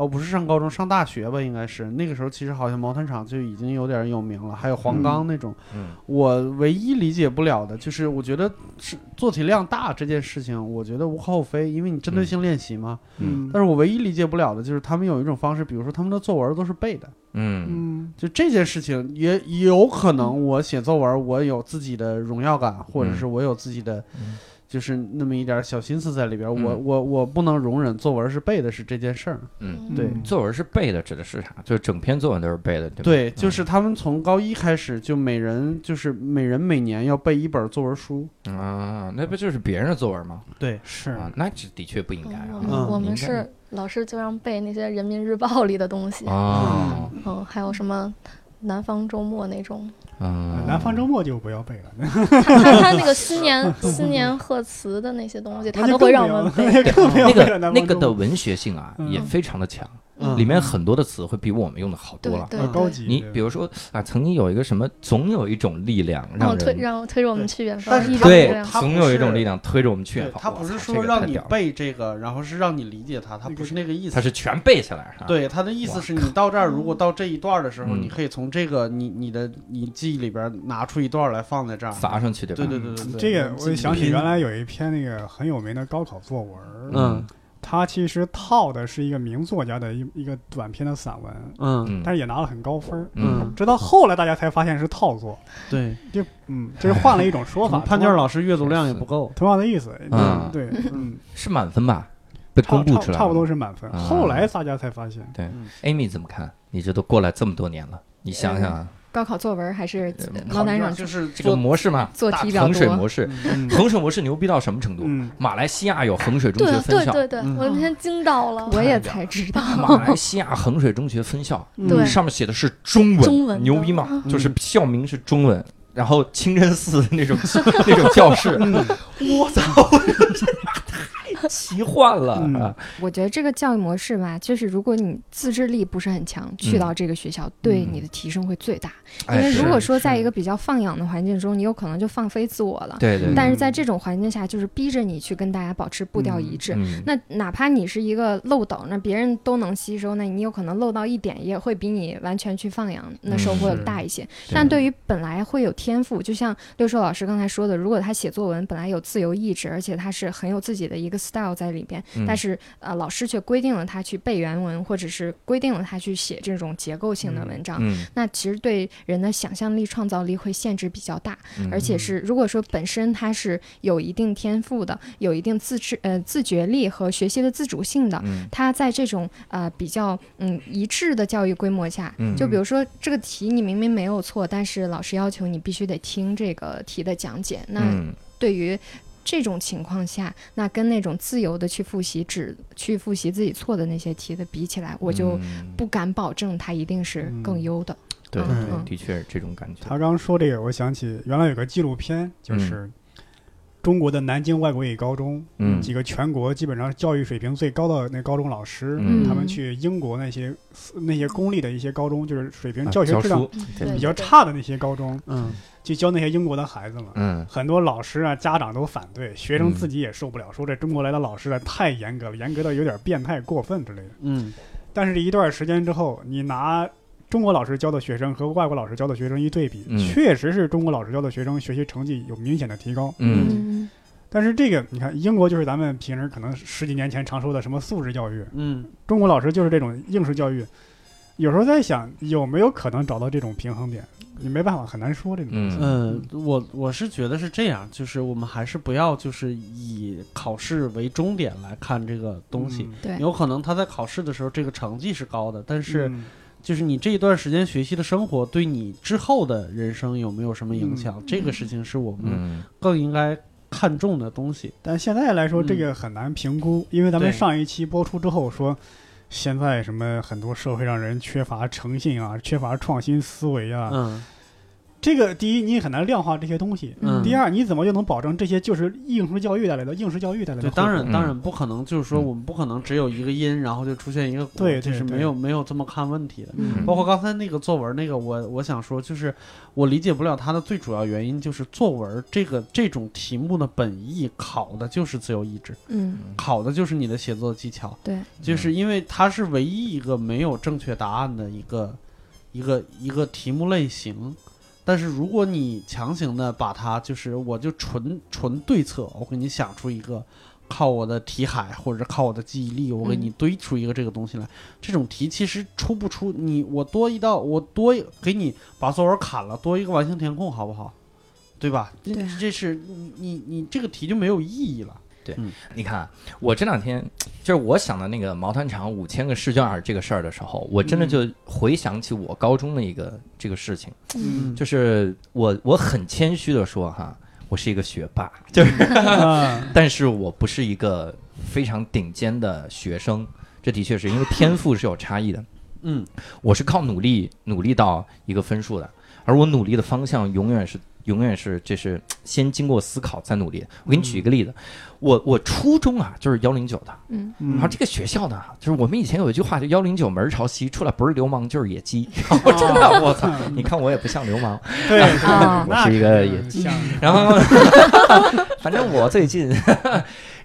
B: 哦，不是上高中，上大学吧，应该是那个时候，其实好像毛坦厂就已经有点有名了，还有黄冈那种。
A: 嗯
B: 我唯一理解不了的就是，我觉得是做题量大这件事情，我觉得无可厚非，因为你针对性练习嘛。
C: 嗯
B: 但是我唯一理解不了的就是，他们有一种方式，比如说他们的作文都是背的，
A: 嗯
C: 嗯
B: 就这件事情也有可能，我写作文我有自己的荣耀感，或者是我有自己的
A: 嗯，
B: 就是那么一点小心思在里边。
A: 嗯
B: 我我我不能容忍作文是背的是这件事儿。
A: 嗯，
E: 嗯
B: 对
C: 嗯
A: 作文是背的，指的是啥？就是整篇作文都是背的，对吧？嗯
B: 对，就是他们从高一开始就每人就是每人每年要背一本作文书。
A: 啊，那不就是别人的作文吗？
B: 对，
C: 是
A: 啊，那这的确不应该啊。
E: 嗯我
B: 嗯
E: 们我们
A: 应该
E: 是老师就让背那些《人民日报》里的东西，
A: 哦，
E: 嗯，还有什么《南方周末》那种，
A: 嗯，
C: 啊南方周末就不要背 了，
E: 他他他那个新年新年贺词的那些东西，他都会让我们背。
C: 那更不要
A: 啊那
C: 背
A: 个
C: 了。南方
A: 那个
C: 周
A: 的
C: 末
A: 文学性啊，
C: 嗯
A: 也非常的强，
B: 嗯
A: 里面很多的词汇比我们用的好
E: 对
A: 多了。
E: 对
B: 嗯
E: 对，
C: 啊高级，
A: 你比如说啊，曾经有一个什么，总有一种力量让
E: 让我哦推
A: 人
E: 让我推着我们去远方，
B: 但是
E: 一
B: 他
E: 种力
A: 对，
E: 量
B: 它不
A: 总有一种
B: 是
A: 力量推着我们去远
B: 对
A: 方。
B: 他
A: 哇
B: 不是
A: 塞
B: 说
A: 这个太
B: 让你
A: 屌了
B: 背这个，然后是让你理解它，它不是那个意
A: 他
B: 思。
A: 是全背下来。是吧，
B: 对，他的意思
A: 哇
B: 是你到这儿，如果到这一段的时候，
A: 嗯
B: 你可以从这个你你的你记忆里边拿出一段来放在这儿。
A: 砸上去对吧？
B: 对对对对对，
C: 这
A: 嗯
C: 个，
B: 你
C: 我
B: 自
C: 就
B: 己
C: 想起
B: 拼
C: 原来有一篇那个很有名的高考作文，
B: 嗯
C: 它其实套的是一个名作家的一一个短篇的散文，
B: 嗯
A: 嗯
C: 但是也拿了很高分儿。
A: 嗯
B: 嗯，
C: 直到后来大家才发现是套作，
B: 对，
C: 就 嗯，就是换了一种说法。
B: 潘娟老师阅读量也不够。
C: 同样的意思，
A: 嗯
C: 对，嗯，
A: 是满分吧？被
C: 差
A: 公布
C: 差
A: 出来了
C: 差不多是满分。
A: 啊
C: 后来大家 才发现，
A: Amy 怎么看？你这都过来这么多年了，你想想啊，
D: 高考作文还是
A: 呃
D: 毛坦厂
B: 就是
A: 这个模式嘛，
D: 做
A: 大
D: 题比较
A: 衡水
D: 多
A: 模式，
C: 嗯
A: 衡水模式牛逼到什么程度？
C: 嗯，
A: 马来西亚有衡水中
E: 对
A: 学
E: 啊
A: 分
E: 对
A: 校，
E: 对对，
B: 嗯
E: 我那天惊到
C: 嗯
E: 了，
D: 我也才知 道，
A: 马来西亚衡水中学分校
D: 嗯
E: 对
A: 上面写的是中文，
E: 中文的
A: 牛逼嘛？
B: 嗯
A: 就是校名是中文，然后清真寺那 种那种教室，
C: 嗯
A: 我操，太奇幻了
C: 嗯
A: 啊！
D: 我觉得这个教育模式吧，就是如果你自制力不是很强，去到这个学校对你的提升会最大。因
A: 嗯哎
D: 为
A: 是
D: 如果说在
B: 是
D: 一个比较放养的环境中，你有可能就放飞自我了。
A: 对对，
D: 但
A: 是
D: 是在这种环境下，就是逼着你去跟大家保持步调一致。
A: 嗯
D: 那哪怕你是一个漏斗，那别人都能吸收，那你有可能漏到一点，也会比你完全去放养，那收获
A: 嗯是
D: 大一些。
A: 是
D: 但对于本来会有天赋，就像六兽老师刚才说的，如果他写作文本来有自由意志，而且他是很有自己的一个 style 在里边，
A: 嗯
D: 但是呃，老师却规定了他去背原文，或者是规定了他去写这种结构性的文章。
A: 嗯，
D: 那其实对人的想象力、创造力会限制比较大，
A: 嗯
D: 而且是如果说本身他是有一定天赋的、有一定自制呃自觉力和学习的自主性的，
A: 嗯
D: 他在这种呃比较嗯一致的教育规模下，
A: 嗯
D: 就比如说这个题你明明没有错，但是老师要求你必须得听这个题的讲解，那
A: 嗯
D: 对于。这种情况下，那跟那种自由的去复习、只去复习自己错的那些题的比起来，我就
A: 嗯
D: 不敢保证它一定是更
C: 嗯
D: 优的。
A: 对
D: 嗯
A: 对，
D: 嗯
A: 的确是这种感觉。
C: 他刚说这个，我想起原来有个纪录片，就是中国的南京外国语高中，
A: 嗯
C: 几个全国基本上教育水平最高的那高中老师，
A: 嗯
C: 他们去英国那些呃那些公立的一些高中，就是水平
A: 啊
C: 教学质量
A: 书，
E: 对
C: 比较差的那些高中，
B: 嗯，
C: 去教那些英国的孩子嘛。
A: 嗯
C: 很多老师啊、家长都反对，学生自己也受不了，说这中国来的老师啊太严格了，严格到有点变态过分之类的。
B: 嗯，
C: 但是，一段时间之后，你拿中国老师教的学生和外国老师教的学生一对比，
A: 嗯
C: 确实是中国老师教的学生学习成绩有明显的提高。
A: 嗯
D: 嗯
C: 但是这个，你看，英国就是咱们平时可能十几年前常说的什么素质教育，
B: 嗯，
C: 中国老师就是这种应试教育。有时候在想，有没有可能找到这种平衡点？你没办法，很难说这种东西。
A: 嗯
B: 嗯，我我是觉得是这样，就是我们还是不要就是以考试为终点来看这个东
C: 嗯
B: 西。
D: 对
B: 有可能他在考试的时候这个成绩是高的，但是
C: 嗯
B: 就是你这一段时间学习的生活对你之后的人生有没有什么
C: 嗯
B: 影响，这个事情是我们
A: 嗯
B: 更应该看重的东西。
C: 但现在来说，
B: 嗯
C: 这个很难评估，因为咱们
B: 对
C: 上一期播出之后说，现在什么很多社会上人缺乏诚信啊，缺乏创新思维啊。
B: 嗯
C: 这个第一，你很难量化这些东西；
B: 嗯，
C: 第二，你怎么就能保证这些就是应试教育带来的？应试教育带来的
B: 对，
C: 后果，
B: 当然，
A: 嗯
B: 当然不可能，就是说
A: 嗯
B: 我们不可能只有一个因，然后就出现一个果，
C: 对
B: 这
C: 对
B: 是
C: 对
B: 没有没有这么看问题的。
D: 嗯
B: 包括刚才那个作文那个，我我想说，就是我理解不了它的最主要原因，就是作文这个这种题目的本意考的就是自由意志，
D: 嗯，
B: 考的就是你的写作技巧，
D: 对，
B: 就是因为它是唯一一个没有正确答案的一个一个一个题目类型。但是如果你强行的把它，就是我就纯纯对策，我给你想出一个，靠我的题海或者靠我的记忆力，我给你堆出一个这个东西来。这种题其实出不出你，我多一道，我多一给你把作文砍了，多一个完形填空，好不好？对吧？这
D: 对啊
B: 这是你你你这个题就没有意义了。
A: 你看啊，我这两天就是我想到那个毛坦厂五千个试卷儿这个事儿的时候，我真的就回想起我高中的一个这个事情，
B: 嗯，
A: 就是我我很谦虚的说哈，我是一个学霸，就是，
C: 嗯
A: 但是我不是一个非常顶尖的学生，这的确是因为天赋是有差异的，
B: 嗯
A: 我是靠努力努力到一个分数的，而我努力的方向永远是永远是这是先经过思考再努力的。我给你举一个例子，我我初中啊就是幺零九的，
D: 嗯
A: 然
C: 嗯
A: 后这个学校呢，就是我们以前有一句话叫幺零九门儿朝西，出来不是流氓就是野鸡。然后 真的，我操！你看我也不像流氓，
C: 对，
D: 啊
A: 我是一个也
C: 像
A: 然后，反正我最近，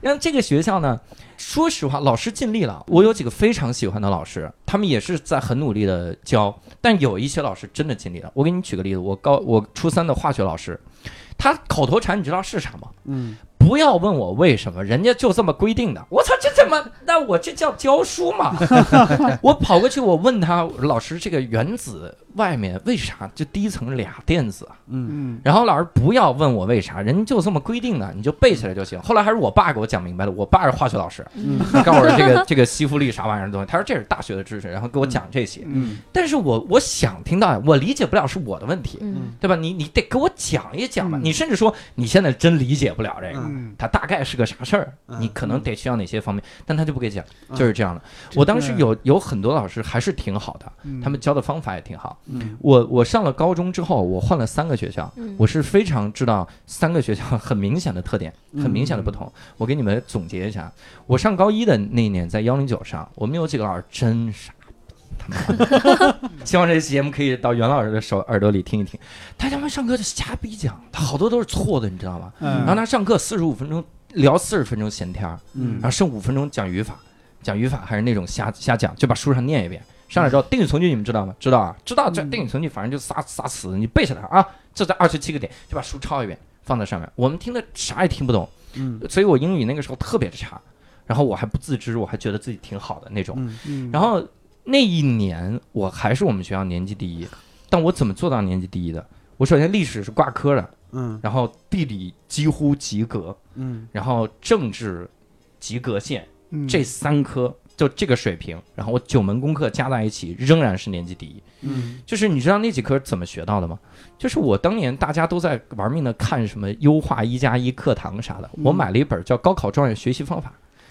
A: 让这个学校呢，说实话，老师尽力了。我有几个非常喜欢的老师，他们也是在很努力的教，但有一些老师真的尽力了。我给你举个例子，我高我初三的化学老师，他口头禅你知道是啥吗？
B: 嗯
A: 不要问我为什么，人家就这么规定的。我操，这怎么？那我这叫教书吗？ 我跑过去，我问他老师，这个原子外面为啥就第一层俩电子啊？
B: 嗯
C: 嗯
A: 然后老师不要问我为啥，人家就这么规定的，你就背起来就行。后来还是我爸给我讲明白的，我爸是化学老师，
B: 嗯
A: 他告诉我这个 这个吸附力啥玩意儿的东西，他说这是大学的知识，然后给我讲这些。
C: 嗯
A: 但是我我想听到呀，我理解不了是我的问题，
D: 嗯
A: 对吧？你你得给我讲一讲吧。
C: 嗯
A: 你甚至说你现在真理解不了这个，
C: 嗯，
A: 它大概是个啥事儿，
B: 嗯
A: 你可能得需要哪些方面，但他就不给讲，
B: 嗯
A: 就是这样的。我当时有有很多老师还是挺好的，
C: 嗯
A: 他们教的方法也挺好。
B: 嗯
A: 我我上了高中之后，我换了三个学校。
D: 嗯
A: 我是非常知道三个学校很明显的特点，很明显的不同。我给你们总结一下，我上高一的那一年在幺零九上，我们有几个老师真傻逼，他妈的！希望这期节目可以到袁老师的手耳朵里听一听，他他妈上课就瞎逼讲，他好多都是错的，你知道吗？
C: 嗯
A: 然后他上课四十五分钟聊四十分钟闲天儿，
B: 嗯
A: 然后剩五分钟讲语法，讲语法还是那种瞎瞎讲，就把书上念一遍。上来之后，定语从句你们知道吗？知道啊，知道这
C: 嗯
A: 定语从句，反正就仨仨词，你背下来啊。这在二十七个点，就把书抄一遍放在上面。我们听的啥也听不懂，
B: 嗯
A: 所以我英语那个时候特别差。然后我还不自知，我还觉得自己挺好的那种。
B: 嗯
C: 嗯
A: 然后那一年我还是我们学校年级第一，但我怎么做到年级第一的？我首先历史是挂科的，
B: 嗯
A: 然后地理几乎及格，
B: 嗯
A: 然后政治及格线，
C: 嗯
A: 这三科就这个水平，然后我九门功课加在一起仍然是年级第一。
B: 嗯
A: 就是你知道那几科怎么学到的吗？就是我当年大家都在玩命的看什么优化一加一课堂啥的，
C: 嗯
A: 我买了一本叫《高考状元学习方法》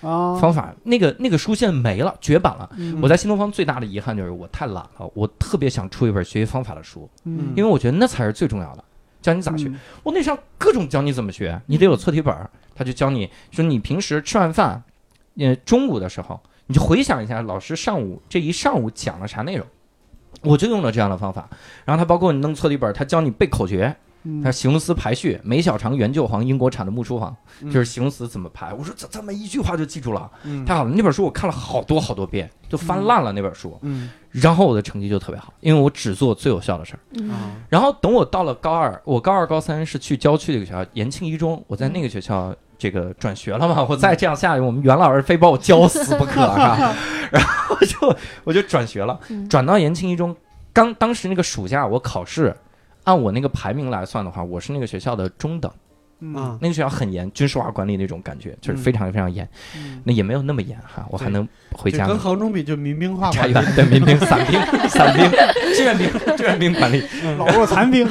C: 啊，
A: 方法，那个那个书现在没了，绝版了。
C: 嗯
A: 我在新东方最大的遗憾就是我太懒了，我特别想出一本学习方法的书，
C: 嗯
A: 因为我觉得那才是最重要的，教你咋学。
C: 嗯
A: 我那上各种教你怎么学，你得有错题本儿，他就教你说你平时吃完饭，呃，中午的时候，你就回想一下老师上午这一上午讲了啥内容。我就用了这样的方法，然后他包括你弄错题本儿，他教你背口诀，
C: 嗯
A: 他形容词排序，梅小肠、袁旧黄、英国产的木书房，就是形容词怎么排。我说这这么一句话就记住了，
B: 嗯
A: 太好了！那本书我看了好多好多遍，就翻烂了那本书，
B: 嗯
A: 然后我的成绩就特别好，因为我只做最有效的事儿。
D: 嗯，
B: 啊
A: 然后等我到了高二，我高二、高三是去郊区的一个学校，延庆一中，我在那个学校这个转学了嘛。我再这样下去，我们袁老师非把我教死不可，是吧？然后我就我就转学了，
D: 嗯
A: 转到延庆一中。刚当时那个暑假我考试，按我那个排名来算的话，我是那个学校的中等。
C: 嗯
B: 啊
A: 那个学校很严，军事化管理那种感觉，就是非常非常严。
C: 嗯
A: 那也没有那么严哈，我还能回
B: 就
A: 家
B: 跟
A: 呢。
B: 衡中比就民兵化
A: 差
B: 管理
A: 远，对民兵、伞兵、伞兵、志愿兵、志愿兵管理，
C: 老弱 残兵，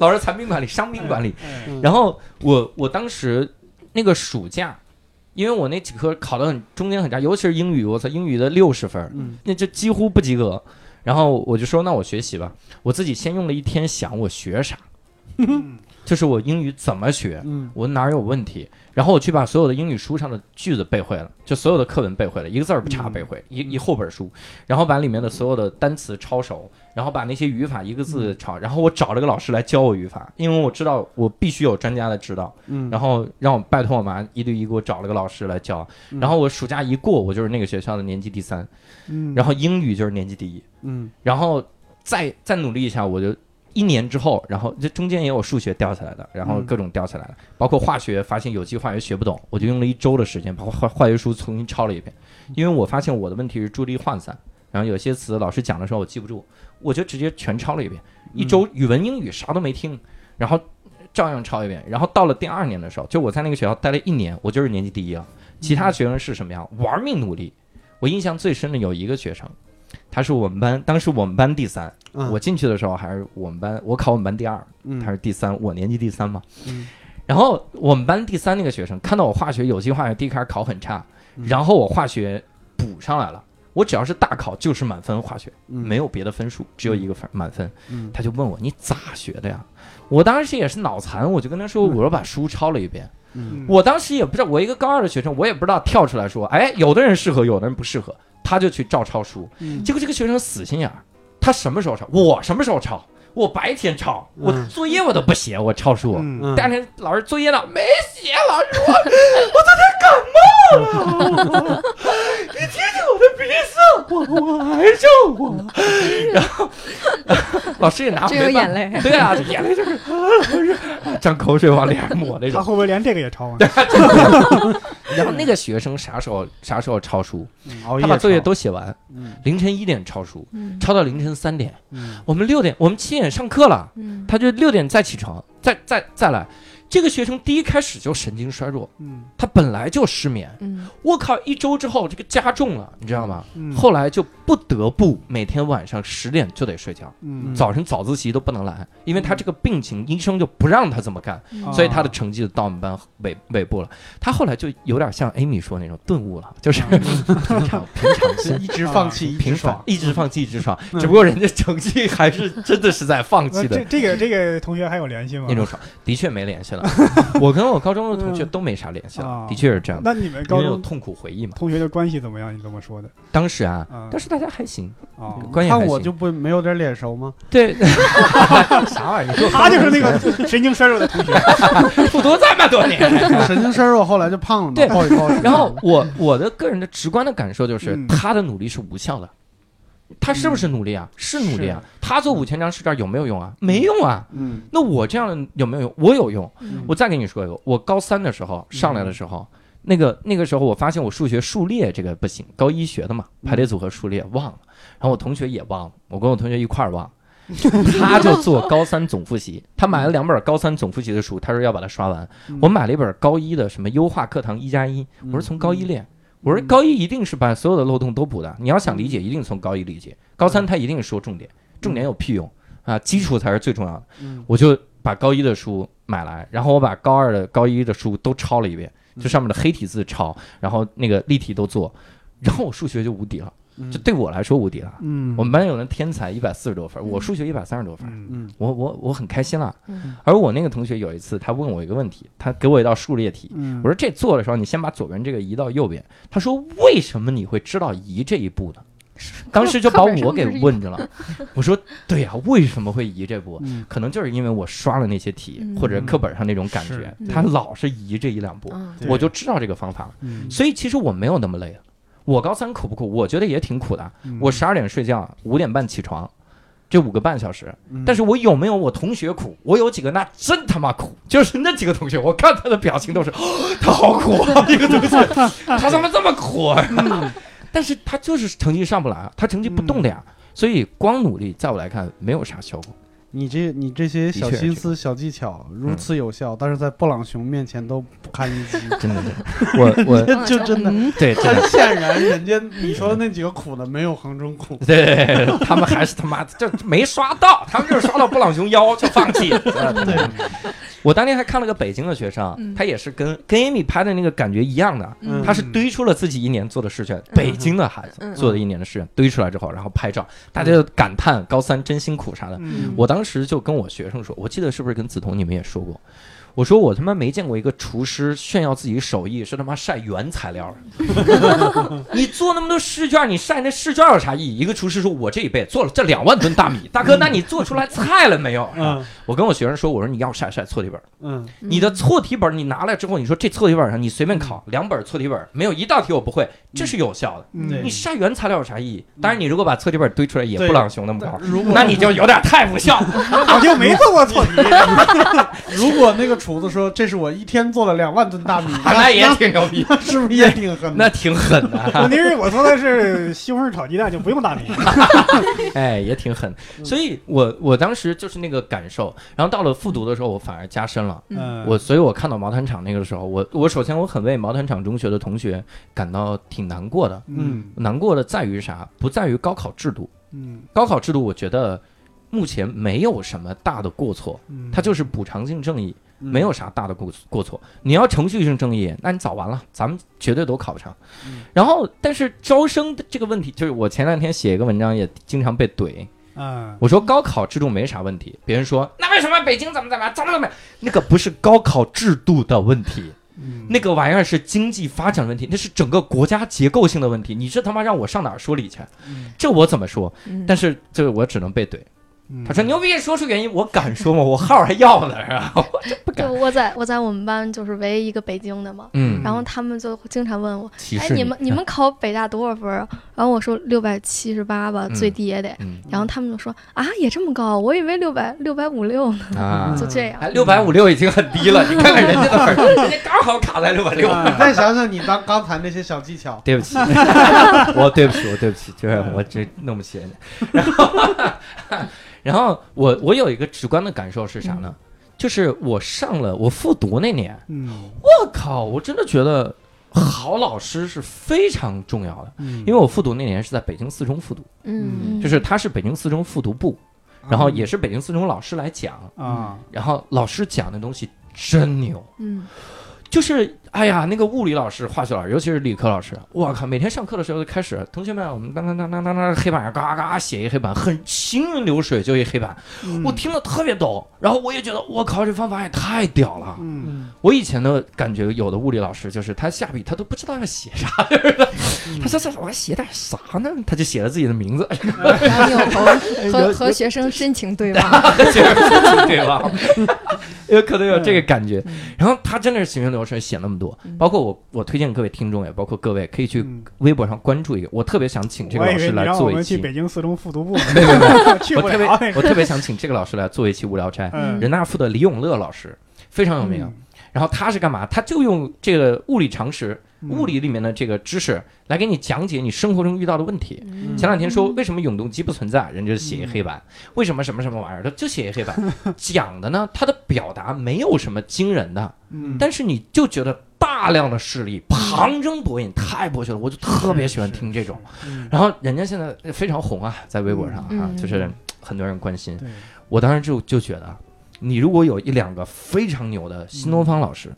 A: 老师残兵管理、伤兵管理，
C: 哎
B: 嗯
A: 然后我我当时那个暑假，因为我那几科考的很中间很差，尤其是英语，我操，英语的六十分儿，
B: 嗯
A: 那就几乎不及格。然后我就说，那我学习吧。我自己先用了一天想我学啥，
C: 嗯
A: 就是我英语怎么学，
B: 嗯
A: 我哪儿有问题。然后我去把所有的英语书上的句子背会了，就所有的课文背会了，一个字儿不差
B: 嗯
A: 背会，一一厚本书。然后把里面的所有的单词抄熟，然后把那些语法一个
B: 嗯
A: 字抄。然后我找了个老师来教我语法，因为我知道我必须有专家的指导。
B: 嗯，
A: 然后让我拜托我妈一对一给我找了个老师来教，
B: 嗯
A: 然后我暑假一过，我就是那个学校的年级第三，
C: 嗯，
A: 然后英语就是年级第一，
B: 嗯
A: 然后再再努力一下，我就一年之后，然后这中间也有数学掉下来的，然后
B: 嗯
A: 各种掉下来的，包括化学，发现有机化学学不懂，我就用了一周的时间把化化学书重新抄了一遍，因为我发现我的问题是注意力涣散，然后有些词老师讲的时候我记不住，我就直接全抄了一遍，一周语文、英语啥都没听，然后照样抄一遍，然后到了第二年的时候，就我在那个学校待了一年，我就是年级第一了，啊其他学生是什么样，
B: 嗯
A: 玩命努力。我印象最深的有一个学生，他是我们班，当时我们班第三，
B: 嗯
A: 我进去的时候还是我们班，我考我们班第二，
B: 嗯
A: 他是第三，我年级第三嘛。
B: 嗯
A: 然后我们班第三那个学生看到我化学、有机化学第一开始考很差，
B: 嗯
A: 然后我化学补上来了，我只要是大考就是满分化学，
B: 嗯
A: 没有别的分数，只有一个分满分。
B: 嗯
A: 他就问我你咋学的呀？我当时也是脑残，我就跟他说，我说把书抄了一遍。
B: 嗯
A: 我当时也不知道，我一个高二的学生，我也不知道跳出来说，哎，有的人适合，有的人不适合，他就去照抄书。
C: 嗯
A: 结果这个学生死心眼儿，他什么时候抄？我什么时候抄？我白天抄，我
B: 嗯
A: 作业我都不写，我抄书。
C: 嗯
A: 第二天老师作业呢没写，老师 我我昨天感冒了，你听听我的鼻子， 我我挨揍我。然后老师也拿
D: 真有
A: 没办
D: 眼泪。
A: 对啊，眼泪 就是啊沾口水往脸上抹那
C: 他
A: 种。
C: 会不会连这个也抄啊？
A: 然后那个学生啥时候啥时候抄书？
B: 嗯熬夜
A: 他把作业
B: 抄
A: 都写完，
B: 嗯
A: 凌晨一点抄书，
D: 嗯
A: 抄到凌晨三点。
B: 嗯
A: 我们六点，我们七点上课了，
D: 嗯，
A: 他就六点再起床，再再再来。这个学生第一开始就神经衰弱，
C: 嗯
A: 他本来就失眠。
D: 嗯
A: 我靠，一周之后这个加重了，你知道吗？
C: 嗯，
A: 后来就不得不每天晚上十点就得睡觉，
C: 嗯
A: 早晨早自习都不能来，因为他这个病情，医生就不让他这么干。
C: 啊
D: 嗯
A: 所以他的成绩就到我们班尾尾部了。他后来就有点像 Amy 说那种顿悟了，就是
C: 嗯
A: 平常平常
B: 是
A: 心。
B: 一直放弃一
A: 平
B: 直
A: 凡
B: 爽，
A: 一直放弃，一直爽。只不过人家成绩还是真的是在放
C: 那
A: 弃
C: 这
A: 的
C: 这个这个同学还有联系吗？
A: 那种爽，的确没联系 了。我跟我高中的同学都没啥联系了
C: 嗯啊，
A: 的确是这样的，
C: 那你们
A: 因
C: 高
A: 为有
C: 中
A: 痛苦回忆嘛。
C: 同学的关系怎么样？你这么说的
A: 当时啊，
C: 啊
A: 当时大家还行，
C: 啊，
A: 关系
B: 看
A: 还
B: 我
A: 行
B: 就不没有点脸熟吗？
A: 对 啥玩意儿？你说
C: 他就是那个神经衰弱的同学。
A: 复读这么多年，
B: 神经衰弱，后来就胖了嘛，
A: 对
B: 暴饮暴食。
A: 然后我我的个人的直观的感受就是，
C: 嗯
A: 他的努力是无效的。他是不是努力啊？是努力啊。他做五千张试卷有没有用啊？没用啊。
B: 嗯
A: 那我这样的有没有用？我有用。
D: 嗯
A: 我再跟你说一个，我高三的时候上来的时候，那个那个时候，我发现我数学数列这个不行，高一学的嘛，排列组合数列忘了，然后我同学也忘了，我跟我同学一块儿忘，他就做高三总复习，他买了两本高三总复习的书，他说要把它刷完，我买了一本高一的什么优化课堂一加一，我
B: 嗯
A: 是从高一练，我说高一一定是把所有的漏洞都补的，你要想理解，一定从高一理解，高三他一定说重点，重点有屁用啊，基础才是最重要的。
B: 嗯
A: 我就把高一的书买来，然后我把高二的、高一的书都抄了一遍，
B: 嗯
A: 就上面的黑体字抄，然后那个立体都做，然后我数学就无敌了，
B: 嗯
A: 就对我来说无敌了。
C: 嗯，
A: 我们班有人天才一百四十多分，
D: 嗯
A: 我数学一百三十多分，
C: 嗯
B: 嗯
A: 我我我很开心了
D: 嗯。
A: 而我那个同学有一次，他问我一个问题，他给我一道数列题，
C: 嗯，
A: 我说这做的时候，你先把左边这个移到右边。他说为什么你会知道移这一步呢？当时就把我给问着 了。我说对呀、为什么会移这步？
B: 嗯
A: 可能就是因为我刷了那些题、
D: 嗯
A: 或者课本上那种感觉
C: 是，
D: 对
A: 他老是移这一两步，
D: 嗯，
C: 对
A: 我就知道这个方法了。
B: 嗯
A: 所以其实我没有那么累了。我高三苦不苦？我觉得也挺苦的。
C: 嗯
A: 我十二点睡觉，五点半起床，这五个半小时。
B: 嗯
A: 但是我有没有我同学苦？我有几个那真他妈苦，就是那几个同学，我看他的表情都是， 哦他好苦啊， 这个同学，他怎么这么苦、啊？ 但是他就是成绩上不来，啊他成绩不动的呀。所以光努力，在我来看没有啥效果。
B: 你这你这些小
A: 的确
B: 心
A: 是这嗯
B: 思、小技巧如此有效，但是在布朗熊面前都不堪一击。
A: 真的，真的， 我我
D: 嗯
B: 就真的
D: 嗯
A: 对真
B: 很
A: 的。
B: 显然，人家你说的那几个苦的没有衡中苦。
A: 对他们还是他妈就没刷到， 他们就是刷到布朗熊腰就放弃。 对，我当天还看了个北京的学生啊
D: 嗯，
A: 他也是跟跟 Amy 拍的那个感觉一样的，
D: 嗯
A: 他是堆出了自己一年做的试卷，北京的孩子
D: 嗯
A: 做的一年的试卷堆出来之后，然后拍照，大家就感叹高三真辛苦啥的。
C: 嗯
A: 我当时就跟我学生说，我记得是不是跟梓潼你们也说过，我说我他妈没见过一个厨师炫耀自己手艺是他妈晒原材料的你做那么多试卷，你晒那试卷有啥意义？一个厨师说，我这一辈子做了这两万吨大米，大哥，那你做出来菜了没有？
B: 嗯
A: 我跟我学生说，我说你要晒晒错题本。
B: 嗯嗯
A: 你的错题本你拿来之后，你说这错题本上你随便考两本错题本，没有一道题我不会，这是有效的。
C: 嗯
B: 对
A: 你晒原材料有啥意义？当然，你如果把错题本堆出来也
B: 对
A: 不朗熊那么高，
B: 嗯如果
A: 那你就有点太不 孝。
C: 我就没做过错题，
B: 如果那个厨子说这是我一天做了两万吨大米，
A: 那也挺牛逼，
B: 那是不是也挺狠的？
A: 那挺狠的，
C: 问题是我做的是西红柿炒鸡蛋，就不用大米。
A: 哎，也挺狠。
B: 嗯
A: 所以我我当时就是那个感受，然后到了复读的时候，我反而加深了。
C: 嗯，
A: 我所以，我看到毛坦厂那个时候，我我首先我很为毛坦厂中学的同学感到挺难过的。
C: 嗯
A: 难过的在于啥？不在于高考制度，
C: 嗯
A: 高考制度，我觉得目前没有什么大的过错，
C: 嗯，
A: 它就是补偿性正义，
B: 嗯
A: 没有啥大的过过错。你要程序性正义，那你早完了，咱们绝对都考不上
B: 嗯。
A: 然后，但是招生的这个问题，就是我前两天写一个文章也经常被怼，
C: 嗯
A: 我说高考制度没啥问题，别人说那为什么北京怎么怎么样怎么怎么样？那个不是高考制度的问题，
C: 嗯
A: 那个玩意儿是经济发展问题，那是整个国家结构性的问题。你这他妈让我上哪儿说理去？这我怎么说？
D: 嗯
A: 但是这我只能被怼。
C: 嗯
A: 他说牛逼，说出原因，我敢说吗？我号还要呢，是吧？我这不
E: 就
A: 敢。
E: 我在我在我们班就是唯一一个北京的嘛，
A: 嗯，
E: 然后他们就经常问我，
A: 歧
E: 哎，
A: 视
E: 你们你们考北大多少分儿啊？然后我说六百七十八吧，
A: 嗯
E: 最低也得。
A: 嗯
E: 然后他们就说啊，也这么高，我以为六百六百五六呢，
A: 啊
E: 嗯就，这样
A: 哎，。六百五六已经很低 了，你看看人家的分儿，人家刚好卡在六百六。
B: 你再想想你刚刚才那些小技巧，
A: 对不 起，我对不起，我对不起，就是我这弄不起人家。 然后，然后我我有一个直观的感受是啥
E: 嗯
A: 呢？就是我上了我复读那年，
C: 嗯
A: 我靠，我真的觉得好老师是非常重要的。
C: 嗯，
A: 因为我复读那年是在北京四中复读，
D: 嗯
A: 就是他是北京四中复读部，然后也是北京四中老师来讲，
C: 啊
A: 然后老师讲的东西真牛，
D: 嗯
A: 就是哎呀，那个物理老师、化学老师，尤其是理科老师，我靠，每天上课的时候就开始，同学们，我们当当当当当当，黑板上嘎嘎嘎写一黑板，很行云流水就一黑板，嗯
C: 嗯
A: 我听了特别懂，然后我也觉得我靠，这方法也太屌了。
C: 嗯
B: 嗯，
A: 我以前的感觉，有的物理老师就是他下笔他都不知道要写啥，就是
C: 嗯
A: 他说这我还写点啥呢？他就写了自己的名字，
D: 然后你有和和和学生深情对望，
A: 对吧？ 有可能有这个感觉。
D: 嗯
A: 嗯然后他真的是行云流水，写那么多，包括我，我推荐各位听众，也包括各位可以去
C: 嗯
A: 微博上关注一个，我特别想请这个
C: 我
A: 老
C: 以为
A: 师
C: 你
A: 来
C: 让我
A: 做一
C: 们去
A: 期，
C: 北京四中复 读 部，
A: 没有没有，
C: 去
A: 我
C: 不
A: 特别
C: 了那个。
A: 我特别想请这个老师来做一期无聊斋，
C: 嗯
A: 人大附的李永乐老师非常有名。然后他是干嘛？他就用这个物理常识、
C: 嗯
A: 物理里面的这个知识来给你讲解你生活中遇到的问题。
D: 嗯
A: 前两天说为什么永动机不存在，人家写一黑板，为什么什么什么玩意儿，他就写一黑板。讲的呢，他的表达没有什么惊人的，
C: 嗯，
A: 但是你就觉得大量的事
D: 嗯
A: 例旁征博引，太博学了，我就特别喜欢听这种。
B: 嗯
A: 然后人家现在非常红啊，在微博上啊，
D: 嗯
A: 就是很多人关心。
C: 对，
A: 我当时就就觉得，你如果有一两个非常牛的新东方老师，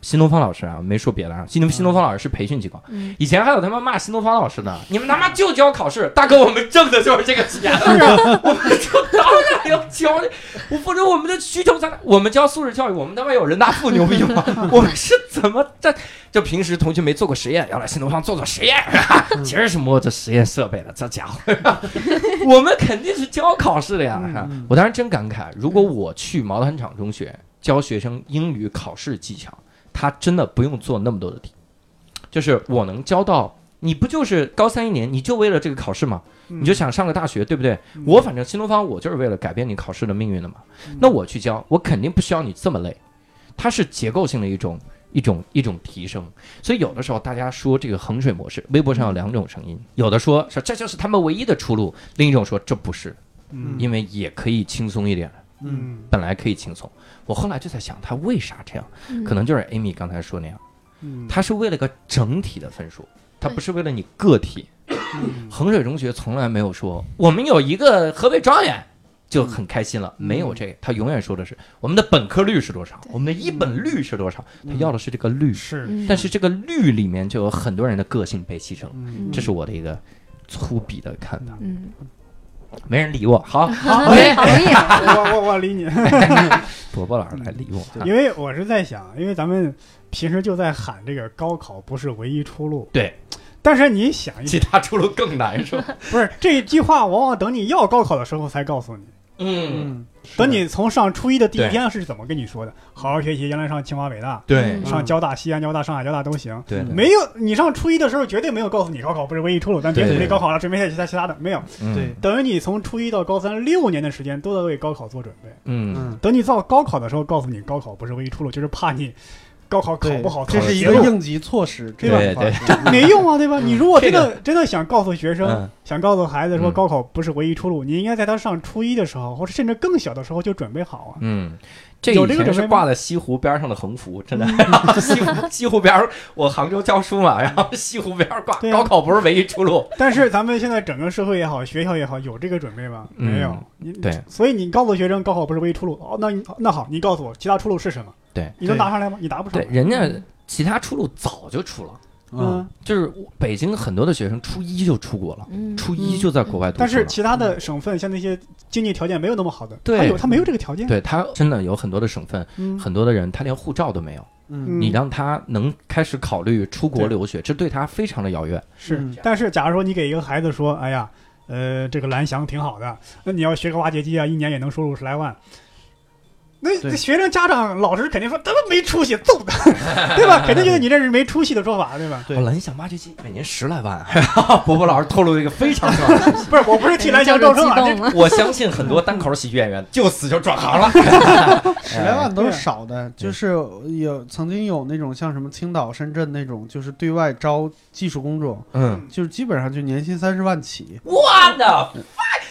A: 新东方老师啊，没说别的啊，新东新东方老师是培训机构。
D: 嗯
A: 以前还有他妈骂新东方老师呢，你们他妈就教考试，大哥，我们挣的就是这个钱，我们就当然要教，我不知道我们的需求在哪，我们教素质教育，我们他妈有人大附牛逼吗？我们是怎么在就平时同学没做过实验，要来新东方做做实验，啊其实是摸着实验设备的，这家伙， 我们肯定是教考试的呀。
B: 嗯
A: 我当时真感慨，如果我去毛坦厂中学教学生英语考试技巧，他真的不用做那么多的题，就是我能教到。你不就是高三一年，你就为了这个考试吗？
C: 你
A: 你就想上个大学，对不对？我反正新东方，我就是为了改变你考试的命运的嘛。那我去教，我肯定不需要你这么累。它是结构性的一种一种一种提升，所以有的时候大家说这个衡水模式，微博上有两种声音，有的说说这就是他们唯一的出路，另一种说这不是，
C: 嗯
A: 因为也可以轻松一点，
B: 嗯
C: 嗯
A: 本来可以轻松。我后来就在想，他为啥这样？
D: 嗯
A: 可能就是 Amy 刚才说那样，
C: 嗯，
A: 他是为了个整体的分数，他不
E: 对
A: 是为了你个体。
C: 嗯
A: 衡水中学从来没有说我们有一个河北状元就很开心了，
C: 嗯
A: 没有这个，他永远说的是我们的本科率是多少，
E: 对
A: 我们的一本率是多少，
C: 嗯
A: 他要的是这个率，
C: 是，
D: 嗯
A: 但是这个率里面就有很多人的个性被牺牲，
C: 嗯
A: 这是我的一个粗鄙的看法，
D: 嗯，
A: 没人理我， 好，
D: 好嘞，好嘞，
C: 我哎 我我理你，
A: 伯伯老师来理我，啊
C: 因为我是在想，因为咱们平时就在喊这个高考不是唯一出路，
A: 对，
C: 但是你想一想，
A: 其他出路更难受，
C: 不是这句话，往往等你要高考的时候才告诉你。
A: 嗯，
B: 嗯，是的
C: 等你从上初一的第一天是怎么跟你说的？好好学习，将来上清华北大、
A: 对
D: 嗯
C: 上交大、西安交大、上海交大都行。
A: 对，
B: 嗯
C: 没有，你上初一的时候绝对没有告诉你高考不是唯一出路，咱别
A: 对
C: 准备
A: 对
C: 高考了，准备下其他其他的没有。
A: 嗯
B: 对，
C: 等于你从初一到高三六年的时间都在为高考做准备。
A: 嗯，
B: 嗯，
C: 等你到高考的时候，告诉你高考不是唯一出路，就是怕你高考
A: 嗯
C: 考
B: 对
C: 不好，
B: 这
C: 考
B: 是一
C: 绝
B: 个
C: 路
B: 应急措施，这
A: 对
B: 个
A: 对
B: 这
C: 没用啊，对吧？
B: 嗯
C: 你如果真
A: 这
C: 的真的想告诉学
A: 嗯
C: 生，想告诉孩子说
A: 嗯
C: 高考不是唯一出路，你应该在他上初一的时候，或者甚至更小的时候就准备好啊。
A: 嗯，这
C: 有
A: 以
C: 这
A: 前
C: 个准备
A: 是
C: 吗嗯
A: 挂在西湖边上的横幅，真的， 西湖西湖边儿，我杭州教书嘛，然后西湖边儿挂
C: 对啊
A: 高考不是唯一出路，
C: 但是咱们现在整个社会也好，学校也好，有这个准备吗？
A: 嗯
C: 没有。你
A: 对，
C: 所以你告诉学生高考不是唯一出路，哦，那你那好，你告诉我其他出路是什么？
A: 对，
C: 你能
B: 对
C: 答上来吗？你答不上
A: 对
C: 来。，
A: 人家其他出路早就出了，
B: 嗯，
C: 嗯，
A: 就是我北京很多的学生初一就出国了，
D: 嗯，
A: 初一就在国外读
C: 但
A: 书了
C: 是。其他的省份像那些经济条件没有那么好的，
A: 对
C: 他有他没有这个条件。
A: 对他真的有很多的省份，
C: 嗯，
A: 很多的人他连护照都没有，
B: 嗯，
A: 你让他能开始考虑出国
C: 对
A: 留学，这对他非常的遥远。
C: 是
B: 嗯，
C: 但是假如说你给一个孩子说，哎呀，呃，这个蓝翔挺好的，那你要学个挖掘机啊，一年也能收入十来万。那
B: 对
C: 那学生家长老师肯定说他妈没出息，揍他， 对吧？肯定觉得你这是没出息的说法，对吧？
B: 对
A: 我哦蓝翔挖掘机每年十来万， 伯伯老师透露一个非常重要的信息，
C: 不 是，我不是替
A: 嗯
C: 蓝翔
D: 教
C: 招
D: 授
C: 生
D: 激
C: 啊，这
D: 动了，
A: 我相信很多单口喜剧演员就此就转行了。
B: 十来万都是
C: 对
B: 少的，就是有曾经有那种像什么青岛、深圳那种，就是对外招技术工种，
A: 嗯，
B: 就是基本上就年薪三十万起。
A: 我的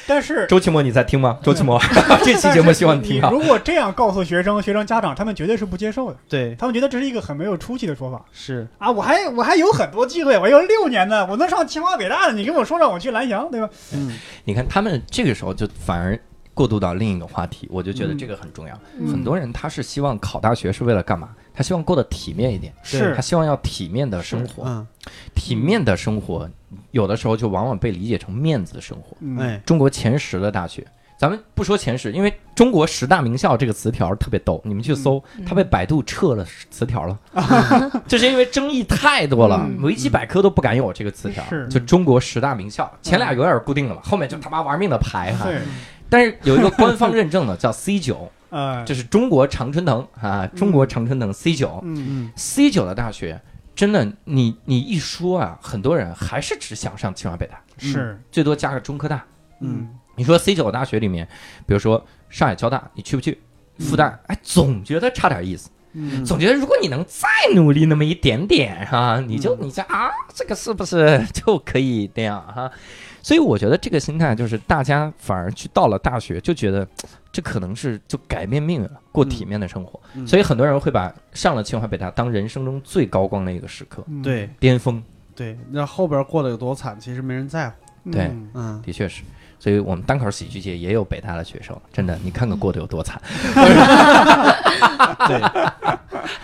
C: 但是
A: 周奇墨，你在听吗？周奇 墨，这期
C: 但
A: 节目
C: 是
A: 希嗯望你听啊。
C: 如果这样告诉学生、学生家长，他们绝对是不接受的，
B: 对，
C: 他们觉得这是一个很没有出息的说法
B: 是，
C: 啊！我还我还有很多机会，我还有六年呢，我能上清华北大的，你跟我说让我去蓝翔，对吧？
B: 嗯，
A: 你看他们这个时候就反而过渡到另一个话题，我就觉得
C: 嗯
A: 这个很重要。
D: 嗯
A: 很多人他是希望考大学是为了干嘛？他希望过得体面一点，
C: 是
A: 他希望要体面的生活。
B: 嗯，
A: 体面的生活，有的时候就往往被理解成面子生活。
C: 嗯，
B: 哎，
A: 中国前十的大学。咱们不说前十，因为中国十大名校这个词条特别逗，你们去搜，
D: 嗯
A: 它被百度撤了词条了， 就是因为争议太多了，
D: 嗯
A: 维基百科都不敢有这个词条。
C: 是
A: 就中国十大名校，前俩有点固
D: 嗯
A: 定了嘛，后面就他妈玩命的排哈。
C: 对，
A: 但是有一个官方认证的叫 C 九，
C: 呃，
A: 这是中国常春藤啊，
D: 嗯
A: 中国常春藤 C 九
C: 嗯。
B: 嗯，
A: ，C 九的大学。真的，你你一说啊，很多人还是只想上清华北大，
C: 是，
A: 最多加个中科大，
B: 嗯
A: 你说 C 九大学里面，比如说上海交大，你去不去？复旦，哎，总觉得差点意思。
B: 嗯
A: 总觉得如果你能再努力那么一点点哈、你就
B: 嗯
A: 你这啊，这个是不是 就可以那样哈、所以我觉得这个心态就是大家反而去到了大学就觉得这可能是就改变命运了，过体面的生活。
B: 嗯
A: 所以很多人会把上了清华北大当人生中最高光的一个时刻，
C: 嗯
B: 对
A: 巅峰，
B: 对，那后边过得有多惨，其实没人在乎。
A: 对
C: 嗯
B: 嗯，
A: 的确是。所以我们单口喜剧界也有北大的学生，真的，你看看过得有多惨。
B: 对，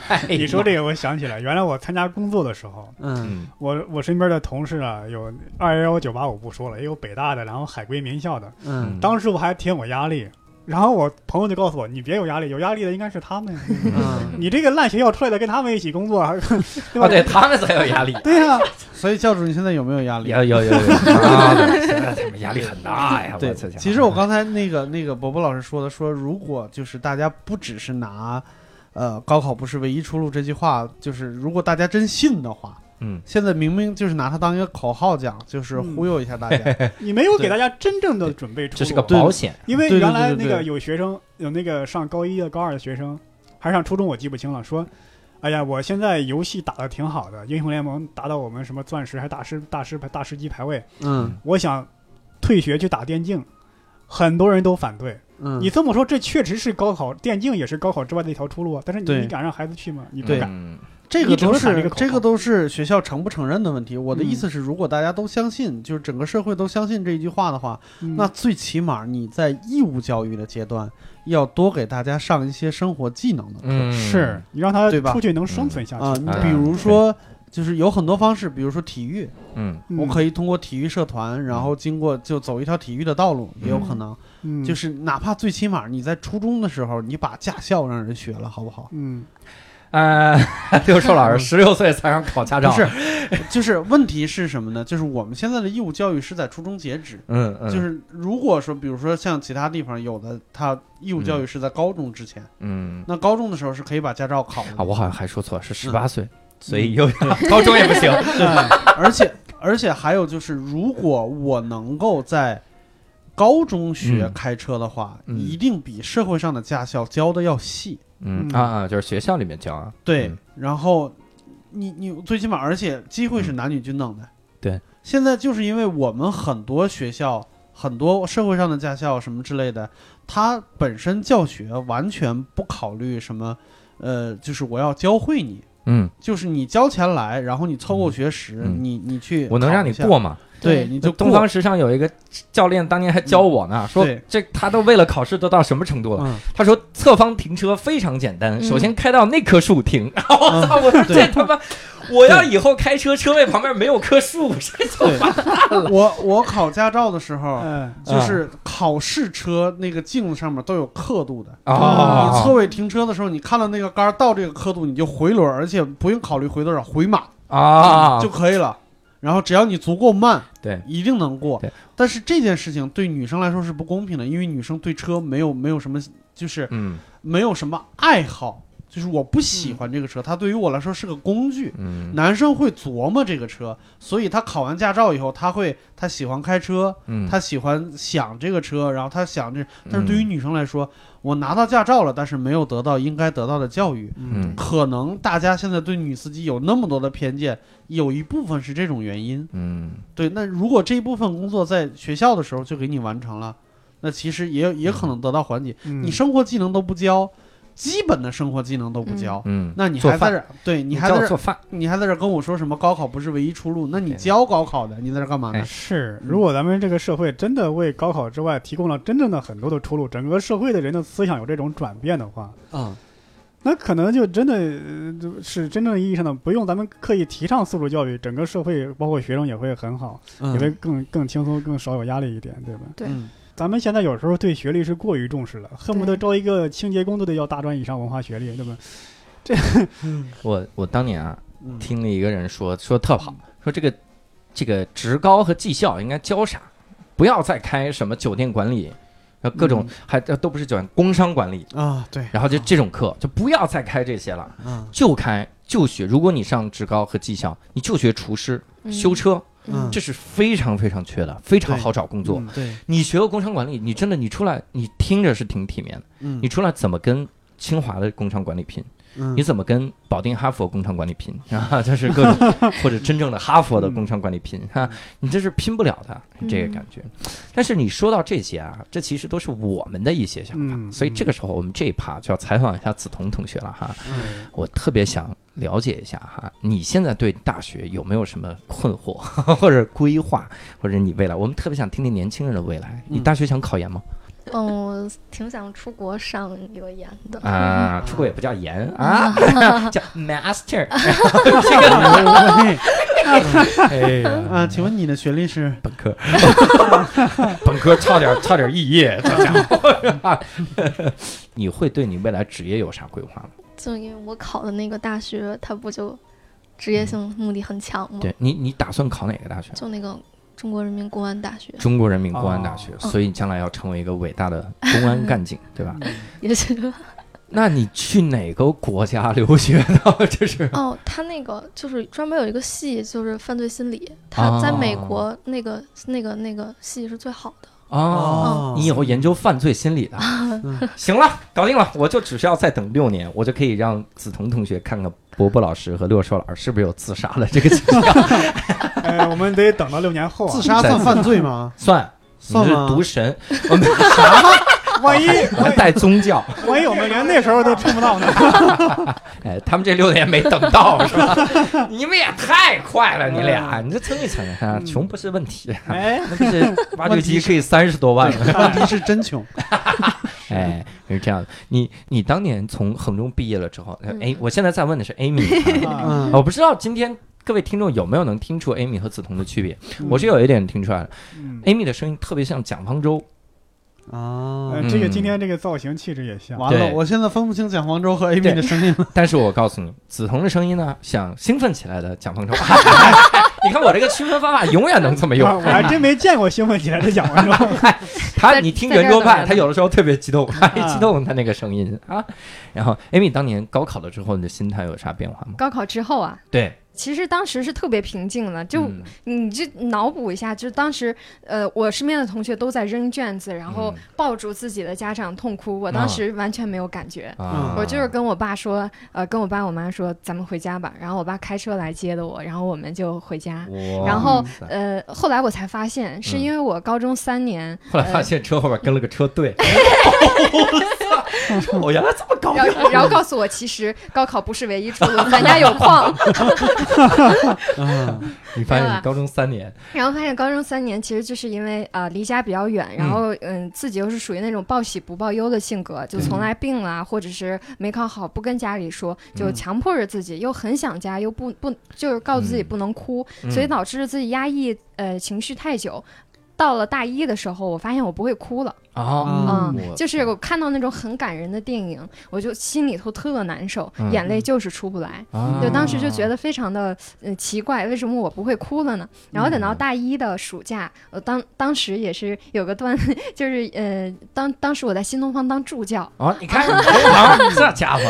A: 哎
C: 你说
A: 呀，
C: 这个，我想起来，原来我参加工作的时候，
B: 嗯
A: 嗯，
C: 我我身边的同事啊，有二幺幺九八五不说了，也有北大的，然后海归名校的。
B: 嗯
C: 当时我还挺有压力，然后我朋友就告诉我，你别有压力，有压力的应该是他们，
B: 嗯，
C: 你这个烂学校出来的，跟他们一起工 作，还对吧？
A: 哦，对他们才有 压力，
C: 对呀、
B: 所以教主，你现在有没有压力？
A: 有有有有， 啊对现在他们压力很大呀。
B: 对
A: 我操，嗯
B: 其实我刚才那个那个伯伯老师说的，说如果就是大家不只是拿，呃，高考不是唯一出路这句话，就是如果大家真信的话，
A: 嗯，
B: 现在明明就是拿它当一个口号讲，就是
C: 嗯
B: 忽悠一下大家。
C: 你没有
B: 对
C: 给大家真正的准备出路。啊
A: 这是个保险，
C: 因为
B: 对对
C: 原来
B: 对对
C: 那个
B: 对
C: 有学生，有那个上高一的、高二的学生，还是上初中，我记不清了，说。哎呀，我现在游戏打得挺好的，英雄联盟达到我们什么钻石还大师大师大师级排位，
B: 嗯
C: 我想退学去打电竞，很多人都反对。
B: 嗯，
C: 你这么说，这确实是高考，电竞也是高考之外的一条出路啊。但是你
B: 对
C: 你敢让孩子去吗？你不
A: 对
C: 敢。
B: 这个
C: 一直
B: 都
C: 喊这
B: 是
C: 个口号嗯
B: 这个都是学校承不承认的问题。我的意思是，如果大家都相信，就是整个社会都相信这一句话的话，
C: 嗯
B: 那最起码你在义务教育的阶段，要多给大家上一些生活技能的课
A: 嗯，
C: 是你让他
B: 对吧
C: 出去能生存下
B: 啊。
C: 去
B: 你
A: 嗯
B: 比如说，就是有很多方式，比如说体育，
A: 嗯，
C: 嗯
B: 我可以通过体育社团，然后经过就走一条体育的道路，也有可能。
C: 嗯
B: 就是哪怕最起码你在初中的时候，你把驾校让人学了，好不好？
C: 嗯
A: 呃， 六兽老师十六岁才让考驾照，
B: 嗯不是，就是问题是什么呢？就是我们现在的义务教育是在初中截止。
A: 嗯嗯，
B: 就是如果说，比如说像其他地方有的，它义务教育是在高中之前，
A: 嗯
B: 那高中的时候是可以把驾照考的。
A: 啊，我好像还说错，是十八岁，所
B: 嗯
A: 以又 高中也不行。
B: 对，而且而且还有就是，如果我能够在高中学
A: 嗯
B: 开车的话，
A: 嗯
B: 一定比社会上的驾校教的要细。
A: 嗯
C: 嗯
A: 啊啊，就是学校里面教啊，
B: 对，
A: 嗯
B: 然后你你最起码，而且机会是男女均等的。
A: 对，
B: 现在就是因为我们很多学校、很多社会上的驾校什么之类的，它本身教学完全不考虑什么，呃，就是我要教会你。
A: 嗯，
B: 就是你交钱来，然后你凑够学时，
A: 嗯
B: 你你去，
A: 我能让你过，吗？
B: 对，你就
A: 东
B: 过嗯
A: 方时尚有一个教练，当年还教我呢，说
B: 对
A: 这他都为了考试都到什么程度了？
B: 嗯，
A: 他说侧方停车非常简单，
D: 嗯
A: 首先开到那棵树停。 我操，我
B: 嗯对
A: 这他妈，我要以后开车车位旁边没有棵树， 这就
B: 对， 我我考驾照的时候，
C: 嗯
B: 就是考试车那个镜子上面都有刻度的。
A: 哦
B: 你侧尾停车的时候，你看到那个杆儿到这个刻度，你就回轮，而且不用考虑回多少，回马
A: 啊，
B: 就可以了。然后只要你足够慢，
A: 对，
B: 一定能过
A: 对。
B: 但是这件事情对女生来说是不公平的，因为女生对车没有没有什么，就是
A: 嗯
B: 没有什么爱好，就是我不喜欢这个车，它对于我来说是个工具。
A: 嗯
B: 男生会琢磨这个车，所以他考完驾照以后，他会他喜欢开车，
A: 嗯，
B: 他喜欢想这个车，然后他想这。但是对于女生来说，我拿到驾照了，但是没有得到应该得到的教育，
A: 嗯
B: 可能大家现在对女司机有那么多的偏见，有一部分是这种原因。
A: 嗯
B: 对，那如果这一部分工作在学校的时候就给你完成了，那其实也也可能得到缓解。
C: 嗯
B: 你生活技能都不教，基本的生活技能都不教。
A: 嗯，
B: 那你
A: 做
B: 还在
A: 饭
B: 这儿，对你
A: 你
B: 还在
A: 教我
B: 这儿
A: 做饭，
B: 你还在这儿跟我说什么高考不是唯一出路？那你
A: 对
B: 教高考的，你在这儿干嘛呢
A: 哎？
C: 是，
B: 嗯
C: 如果咱们这个社会真的为高考之外提供了真正的很多的出路，整个社会的人的思想有这种转变的话，
A: 哎
B: 啊、
C: 那可能就真的、呃就是真正意义上的不用咱们刻意提倡素质教育，整个社会包括学生也会很好，
B: 嗯，
C: 也会更更轻松、更少有压力一点，对吧？
D: 对
B: 嗯
C: 咱们现在有时候对学历是过于重视了，恨不得
D: 对
C: 招一个清洁工都得要大专以上文化学历，对吧？
B: 嗯
A: 我我当年啊
B: 嗯
A: 听了一个人说说特好，说这个这个职高和技校应该教啥，不要再开什么酒店管理，呃各种还都不是酒店，工商管理，
B: 嗯啊，对，
A: 然后就这种课就不要再开这些了。
B: 嗯
A: 就开就学。如果你上职高和技校，你就学厨师、修车，
B: 嗯，
A: 这是非常非常缺的，非常
B: 对
A: 好找工作。
C: 嗯
B: 对，
A: 你学个工商管理，你真的你出来，你听着是挺体面的。
B: 嗯
A: 你出来怎么跟清华的工商管理拼，
B: 嗯
A: 你怎么跟保定哈佛工商管理拼啊？就是各种或者真正的哈佛的工商管理拼哈、你这是拼不了的这个感觉。但是你说到这些啊，这其实都是我们的一些想法，
C: 嗯
A: 所以这个时候我们这一趴就要采访一下梓潼同学了哈。
B: 嗯
A: 我特别想了解一下哈，你现在对大学有没有什么困惑或者规划，或者你未来？我们特别想听听年轻人的未来。你
B: 嗯
A: 大学想考研吗？
E: 嗯，我挺想出国上一个研的。
A: 啊，出国也不叫研啊， 叫 master。哎呀，
B: 啊，请问你的学历是？
A: 本科， 本科差点差点肄业，这家伙。 你会对你未来职业有啥规划吗？
E: 就因为我考的那个大学，它不就职业性目的很强吗？
A: 嗯对你，你打算考哪个大学？
E: 就那个中国人民公安大学，
A: 中国人民公安大学，
E: 哦
A: 所以将来要成为一个伟大的公安干警，对吧？
E: 也是
A: 那你去哪个国家留学呢？这 是
E: 哦，他那个就是专门有一个系，就是犯罪心理，
A: 哦
E: 他在美国那个、那个那个系是最好的。
A: 哦，你以后研究犯罪心理的， 行了，搞定了，我就只需要再等六年，我就可以让梓潼同学看看伯伯老师和六硕老师是不是有自杀的这个倾向。
C: 哎，我们得等到六年后啊
B: 自，杀算犯罪吗？
A: 算，你
B: 算
A: 是
B: 吗
A: 毒 神，我们
C: 万一
A: 我们带宗教，
C: 万一我们连那时候都冲不到呢？
A: 哎，他们这六年没等到是吧？ 你们也太快了，你俩，你这蹭一蹭啊，
C: 嗯
A: 穷不是问题，
C: 哎，
A: 那不是挖掘机可以三十多万了。
B: 问题是真穷。
A: 哎，是这样的，你你当年从衡中毕业了之后，呃
E: 嗯
A: 哎，我现在在问的是 Amy，啊
C: 啊
B: 嗯
A: 我不知道今天各位听众有没有能听出 Amy 和梓潼的区别，我是有一点听出来的
C: 嗯
A: ，Amy 的声音特别像蒋方舟，
B: 啊
C: 呃，
B: 嗯
C: 这个今天这个造型气质也像，
B: 完了，
A: 嗯对
B: 我现在分不清蒋方舟和 Amy
A: 对
B: 的声音 了。
A: 但是我告诉你，梓潼的声音呢，像兴奋起来的蒋方舟。 你看我这个区分方法永远能这么
C: 啊我
A: 用，
C: 我还真没见过兴奋起来的蒋文忠。
A: 他
D: 在
A: 你听
D: 在这
A: 圆桌
D: 儿等
A: 派，
D: 着嗯
A: 他有的时候特别激动，他一
C: 啊
A: 激动他那个声音啊。然后 Amy 当年高考了之后，你的心态有啥变化吗？
D: 高考之后啊，
A: 对，
D: 其实当时是特别平静的，就
A: 嗯
D: 你就脑补一下，就是当时，呃，我身边的同学都在扔卷子，然后
A: 嗯
D: 抱住自己的家长痛哭，我
A: 啊
D: 当时完全没有感觉。
A: 啊，
D: 嗯我就是跟我爸说，呃，跟我爸我妈说，咱们回家吧。然后我爸开车来接的我，然后我们就回家。
A: 哇
D: 然后
A: 塞
D: 呃，后来我才发现，是
A: 嗯
D: 因为我高中 三年，
A: 后来发现车后边跟了个车 队，我原来这么高
D: 然后然后告诉我，其实高考不是唯一出路，咱家有矿。
B: 嗯
A: 你发
D: 啊
A: 现你高中三年，
D: 然后发现高中三年其实就是因为呃离家比较远，然后嗯自己又是属于那种报喜不报忧的性格，就从来病啦、或者是没考好不跟家里说，就
A: 嗯
D: 强迫着自己，又很想家，又不不就是告诉自己
A: 嗯
D: 不能哭，所以导致了自己压抑呃情绪太久。到了大一的时候，我发现我不会哭了，
A: 啊
D: 嗯，就是我看到那种很感人的电影，我就心里头特难受，
A: 嗯
D: 眼泪就是出不来。
A: 啊
D: 就当时就觉得非常的呃奇怪，为什么我不会哭了呢？然后等
A: 嗯
D: 到大一的暑假，我当当时也是有个段， 就是呃当当时我在新东方当助教，
A: 啊，你看
D: 嗯
A: 你这家伙，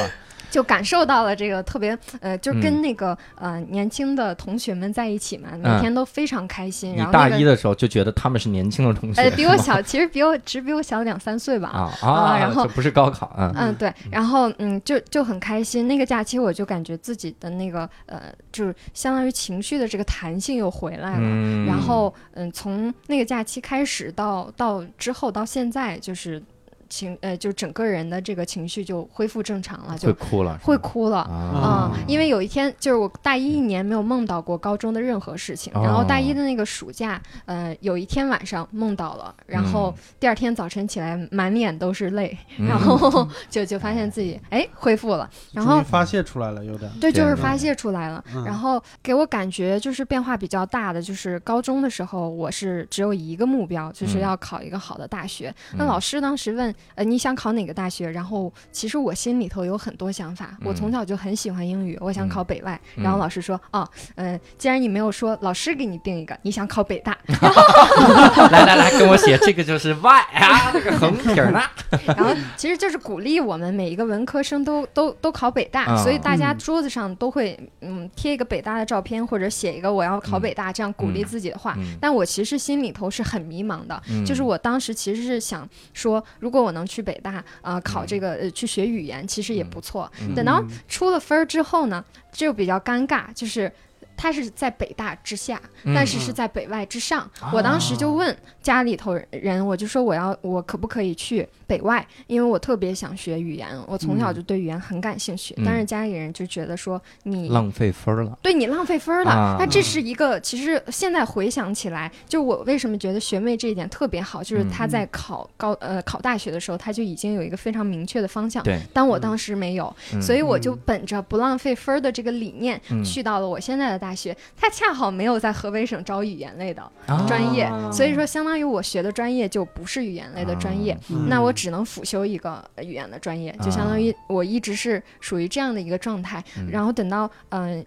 D: 就感受到了这个特别呃，
A: 嗯
D: 就跟那个、呃年轻的同学们在一起嘛，每天都非常开心。
A: 嗯你
D: 然后
A: 大
D: 那个
A: 一的时候就觉得他们是年轻的同
D: 呃
A: 学，
D: 比我小，其实比我只比我小两三岁吧。
A: 啊
D: 啊然后
A: 这不是高考啊，
D: 嗯，对，然后嗯，就就很开心。那个假期，我就感觉自己的那个呃，就是相当于情绪的这个弹性又回来了。
A: 嗯，
D: 然后，嗯，从那个假期开始到到之后到现在，就是情呃，就整个人的这个情绪就恢复正常了，
A: 会
D: 就
A: 哭了，
D: 会哭了。
A: 啊
D: 嗯，因为有一天就是我大一一年没有梦到过高中的任何事情，
A: 哦
D: 然后大一的那个暑假，呃，有一天晚上梦到了，然后第二天早晨起来满脸都是泪，
A: 嗯
D: 然后 就就发现自己哎恢复了，然后
B: 终于发泄出来了，有点。
D: 对，就
A: 这
D: 是
A: 样
D: 发
A: 的
D: 泄出来了。
B: 嗯
D: 然后给我感觉就是变化比较大的，就是高中的时候，我是只有一个目标，就是
A: 嗯
D: 要考一个好的大学。那
A: 嗯
D: 老师当时问，呃，你想考哪个大学？然后其实我心里头有很多想法，我
A: 嗯
D: 从小就很喜欢英语，我想
A: 嗯
D: 考北外。然后
A: 嗯
D: 老师说，哦，嗯、既然你没有说，老师给你定一个，你想考北大。
A: 来 来来，跟我写这个就是 Y 啊，这个横撇捺，
D: 然后其实就是鼓励我们每一个文科生都都都考北大，
A: 啊
D: 所以大家
B: 嗯
D: 桌子上都会嗯贴一个北大的照片，或者写一个我要考北大，这样鼓励
A: 嗯
D: 自己的话。
A: 嗯
D: 嗯但我其实心里头是很迷茫的，就是我当时其实是想说，如果我能去北大啊、考这个、呃、去学语言，其实也不错。
A: 嗯
D: 等到出了分儿之后呢，就比较尴尬，就是他是在北大之下，
A: 嗯
D: 但是是在北外之上。
A: 啊
D: 我当时就问家里头人，我就说我要我可不可以去北外，因为我特别想学语言，我从小就对语言很感兴趣。
A: 嗯
D: 但是家里人就觉得说你
A: 浪费分儿了。
D: 对你浪费分儿了。
A: 啊
D: 那这是一个，其实现在回想起来，就我为什么觉得学妹这一点特别好，就是
A: 嗯
D: 她在考高呃考大学的时候，她就已经有一个非常明确的方向。
A: 对，
D: 但我当时没有，
A: 嗯
D: 所以我就
B: 嗯
D: 本着不浪费分儿的这个理念，
A: 嗯
D: 去到了我现在的大学。它恰好没有在河北省招语言类的
A: 啊
D: 专业，所以说相当于我学的专业就不是语言类的专业。
A: 啊
B: 嗯
D: 那我只能辅修一个呃语言的专业，就相当于我一直是属于这样的一个状态。
A: 嗯
D: 然后等到嗯、呃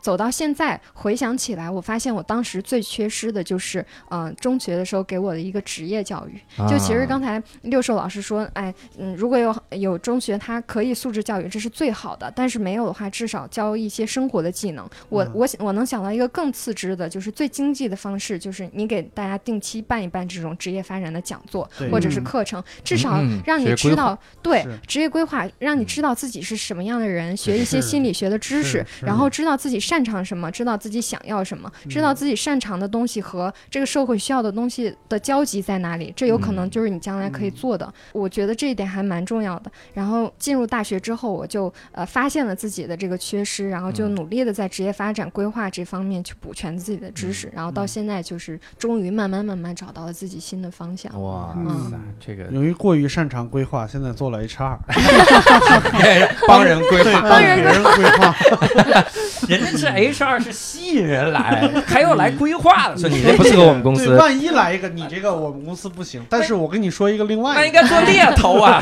D: 走到现在，回想起来，我发现我当时最缺失的就是嗯、呃中学的时候给我的一个职业教育。
A: 啊
D: 就其实刚才六兽老师说，哎，嗯，如果有有中学，它可以素质教育，这是最好的。但是没有的话，至少教一些生活的技能。我、
B: 嗯
D: 我我能想到一个更次之的，就是最经济的方式，就是你给大家定期办一办这种职业发展的讲座
B: 对
D: 或者是
C: 嗯
D: 课程，至少
A: 嗯嗯
D: 让
A: 职
D: 你
A: 业规
D: 知道、对
B: 是
D: 职业规划，让你知道自己是什么样的人，学一些
B: 是
D: 心理学的
B: 是
D: 知识，
B: 是
D: 然后知道自己擅长什么，知道自己想要什么，知道自己擅长的东西和这个社会需要的东西的交集在哪里，这有可能就是你将来可以做的。我觉得这一点还蛮重要的。然后进入大学之后，我就呃发现了自己的这个缺失，然后就
A: 嗯
D: 努力的在职业发展规划这方面去补全自己的知识，然后到
B: 嗯
D: 现在就是终于慢慢慢慢找到了自己新的方向。
A: 哇
C: 嗯
A: 塞，这个
B: 由于过于擅长规划，现在做了 HR，
A: 帮人规
B: 对，
A: 划，
B: 帮别人规划，
A: 人家是 HR 是吸引人来，还要来规划的， 说你这不适合我们公
B: 对，
A: 司，
B: 万一来一个你这个我们公司不行，但是我跟你说一个另
A: 那
B: 外一
A: 应
B: 个，
A: 该做猎头啊。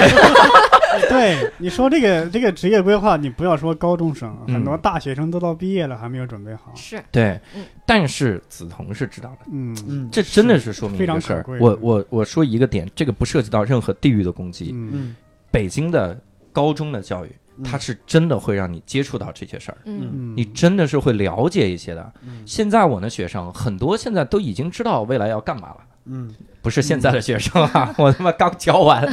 C: 对你说这个这个职业规划，你不要说高中生，
A: 嗯
C: 很多大学生都到毕业了还没有准备好。
D: 是，
A: 对
D: 嗯，
A: 但是梓潼是知道的。
C: 嗯
B: 嗯
A: 这真的是说明一个事
C: 非常
A: 儿
C: 可贵。
A: 我我我说一个点，这个不涉及到任何地域的攻击。
C: 嗯
B: 嗯，
A: 北京的高中的教育，
B: 嗯
A: 它是真的会让你接触到这些事儿，
D: 嗯
B: 嗯
C: 嗯，
A: 你真的是会了解一些的。
B: 嗯
A: 现在我的学生很多，现在都已经知道未来要干嘛了。
B: 嗯
A: 不是现在的学生啊，
C: 嗯
A: 我他妈刚教完，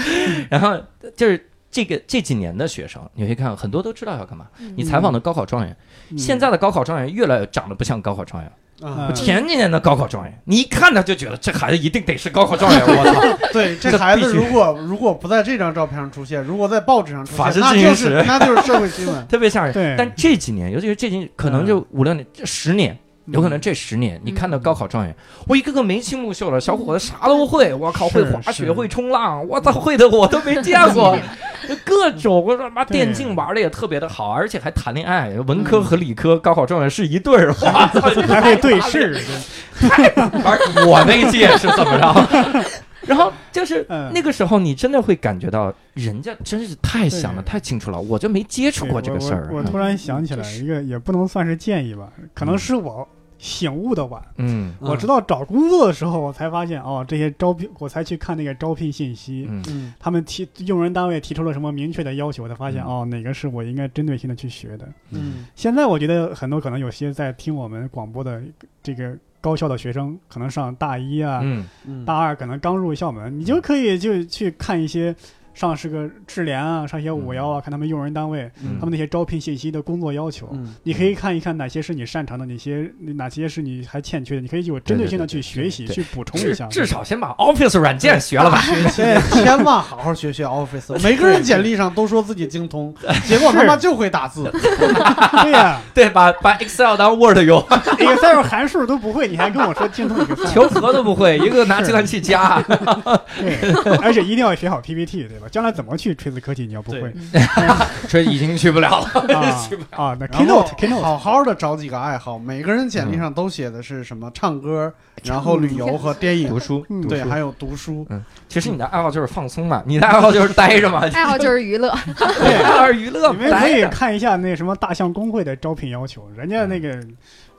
A: 然后就是这个这几年的学生，你会看很多都知道要干嘛。你采访的高考状元，
C: 嗯
A: 现在的高考状元越来越长得不像高考状元，
B: 啊，
C: 嗯
A: 前几年的高考状元，你一看他就觉得这孩子一定得是高考状元， 我操！
B: 对，
A: 这
B: 这孩
A: 必
B: 子
A: 须
B: 如果如果不在这张照片上出现，如果在报纸上出
A: 法制
B: 现，那
A: 进
B: 就
A: 行
B: 是
A: 时
B: 那就是社会
A: 。
B: 新闻嗯
A: 特别吓人。
C: 对嗯
A: 但这几年，尤其是这几年，可能就五六年、这十年。有可能这十年，你看到高考状元，
C: 嗯
A: 我一个个眉清目秀的小伙子，啥都会，我靠，会
B: 是
A: 滑雪，
B: 是
A: 会冲浪，我操，会的我都没见过，就各种我说妈
C: 嗯对嗯
A: 电竞玩的也特别的好，而且还谈恋爱，文科和理科高考状元是一对儿，哇操，
C: 还会对视，
A: 太玩我那届是怎么着？ 然后就是
C: 嗯
A: 那个时候，你真的会感觉到人家真是太想的
C: 对
A: 太清楚了，我就没接触
C: 对
A: 过这个事儿
C: 我我。我
A: 嗯
C: 突然想起来
D: 嗯
C: 一个，也不能算是建议吧，可能
A: 嗯
C: 是我醒悟的晚。
A: 嗯
B: 嗯
C: 我知道找工作的时候，我才发现哦，这些招聘，我才去看那个招聘信息，
A: 嗯
B: 嗯
C: 他们提用人单位提出了什么明确的要求，我才发现
A: 嗯
C: 哦，哪个是我应该针对性的去学的。
B: 嗯
C: 现在我觉得很多可能有些在听我们广播的这个高校的学生，可能上大一啊、
A: 嗯
B: 嗯
C: 大二，可能刚入校门，你就可以就去看一些上是个智联啊，上一些五幺啊，看他们用人单位
A: 嗯
C: 他们那些招聘信息的工作要求。
B: 嗯
C: 你可以看一看哪些是你擅长的，哪些哪些是你还欠缺的，你可以有针对性的去学习，
A: 对
C: 去补充一
A: 至
C: 下。
A: 至少先把 Office 软件学了吧。
B: 学千千万好好学学 Office，每个人简历上都说自己精通，结果他妈就会打 字。
C: 对呀、
A: 对，把把 Excel 当 Word 用，
C: e x c e l 函数都不会，你还跟我说精通 Excel？
A: 求和都不会，一个拿计算器加。
C: 对，而且一定要学好 PPT，对吧？将来怎么去锤子科技，你要不会
A: 这已经去不了了。
C: 啊啊？那
B: 然后
C: Keynote Keynote
B: 好好的找几个爱好，每个人简
A: 嗯
B: 历上都写的是什么唱歌，然后旅游和电影，
A: 书
C: 嗯
B: 对，还有读书，
A: 其实你的爱好就是放松嘛，你的爱好就是待着嘛，
D: 爱好就是娱乐，
A: 对，爱好是娱乐
C: 你
A: 嘛，
C: 们可
A: 待
C: 以
A: 着。
C: 看一下那什么大象公会的招聘要求，人家那个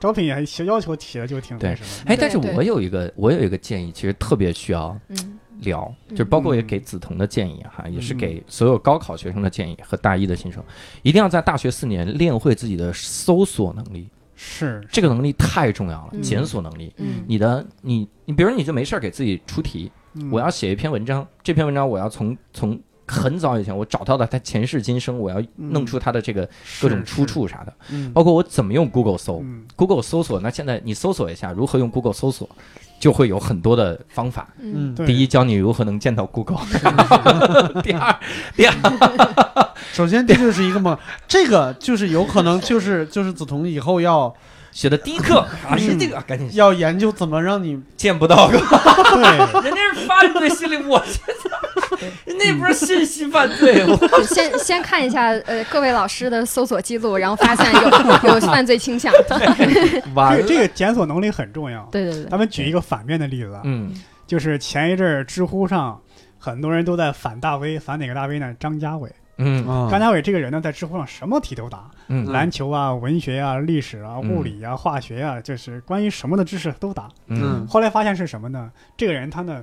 C: 招聘也还要求写的就挺那
A: 嗯对
C: 什么的。
A: 哎，但是
D: 对
A: 我有一个，我有一个建议，其实特别需要
D: 嗯，
A: 聊，
D: 嗯
A: 就是包括也给梓潼的建议哈，也是
C: 嗯
A: 给所有高考学生的建议和大一的新生，一定要在大学四年练会自己的搜索能力，
C: 是，
A: 这个能力太重要了，
D: 嗯
A: 检索能力。
D: 嗯
A: 你的你你，比如你就没事儿给自己出题，
C: 嗯
A: 我要写一篇文章，这篇文章我要从从很早以前我找到了它前世今生，我要
C: 嗯
A: 弄出它的这个各种出，处啥的，
B: 是嗯
A: 包括我怎么用 Google 搜
C: 嗯
A: ，Google 搜索。那现在你搜索一下如何用 Google 搜索，就会有很多的方法。
D: 嗯
B: 嗯，
C: 对
A: 第一，教你如何能见到 Google；第 二，
B: 首先这就是一个梦，这个就是有可能就是就是梓潼以后要
A: 学的第一 课啊是这个，赶紧
B: 要研究怎么让你
A: 见不到。
C: 对，
A: 人家是犯罪心理，我 人家不是信息犯罪， 我
D: 就先先看一下呃各位老师的搜索记录，然后发现 有有犯罪倾向。
A: 完
C: 这个这个检索能力很重要。
D: 对对对，
C: 咱们举一个反面的例子啊，
A: 嗯
C: 就是前一阵儿知乎上很多人都在反大 V，反哪个大 V 呢？张家伟。
A: 嗯
B: 啊
C: 张家伟这个人呢，在知乎上什么题都答，
A: 嗯
C: 篮球啊、文学啊、历史啊、
A: 嗯
C: 物理啊、化学啊，就是关于什么的知识都答。
A: 嗯
C: 后来发现是什么呢？这个人他呢，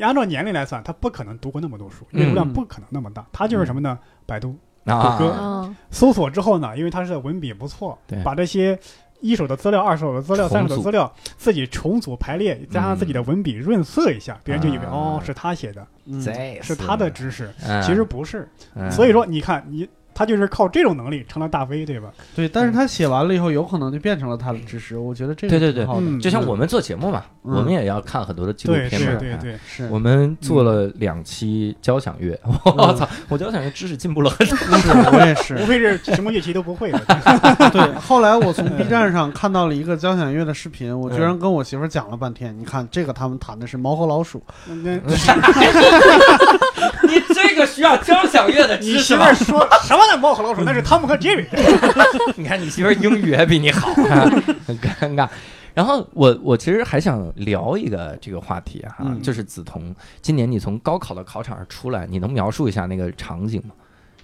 C: 按照年龄来算，他不可能读过那么多书，
A: 嗯
C: 阅读量不可能那么大。他就是什么呢？百度
A: 啊，
D: 嗯，
C: 搜索之后呢，因为他是文笔不错
A: 对，
C: 把这些一手的资料、二手的资料、
A: 重
C: 三手
A: 组嗯
C: 的资料自己重组排列，加上自己的文笔润色一下，别人就以为
A: 啊
C: 哦是他写的，
B: 嗯
A: 贼
C: 是他的知识，
A: 嗯
C: 其实不是。
A: 嗯
C: 所以说，你看你。他就是靠这种能力成了大 V，对吧？
B: 对，但是他写完了以后，有可能就变成了他的知识，我觉得这个
A: 对对对
B: 挺好的
C: 嗯
A: 就像我们做节目嘛，
B: 嗯
A: 我们也要看很多的纪录
C: 对，
A: 片
C: 对
A: 嘛。嗯
C: 对对，嗯
B: 是
A: 我们做了两期交响乐， 我操！我交响乐知识进步了很多。
B: 是我也是
C: 无非是什么乐器都不 会的。
B: 对。嗯后来我从 B 站上看到了一个交响乐的视频，我居然跟我媳妇儿讲了半天。你看这个，他们弹的是猫和老鼠，
C: 那
A: 你这个需要交响乐的
C: 你媳妇儿？说什么呢？ 猫和老鼠那是汤姆和杰瑞。
A: 你看你媳妇儿英语还比你好，啊 很尴尬。然后我我其实还想聊一个这个话题哈、
B: 嗯
A: 就是梓潼，今年你从高考的考场上出来，你能描述一下那个场景吗？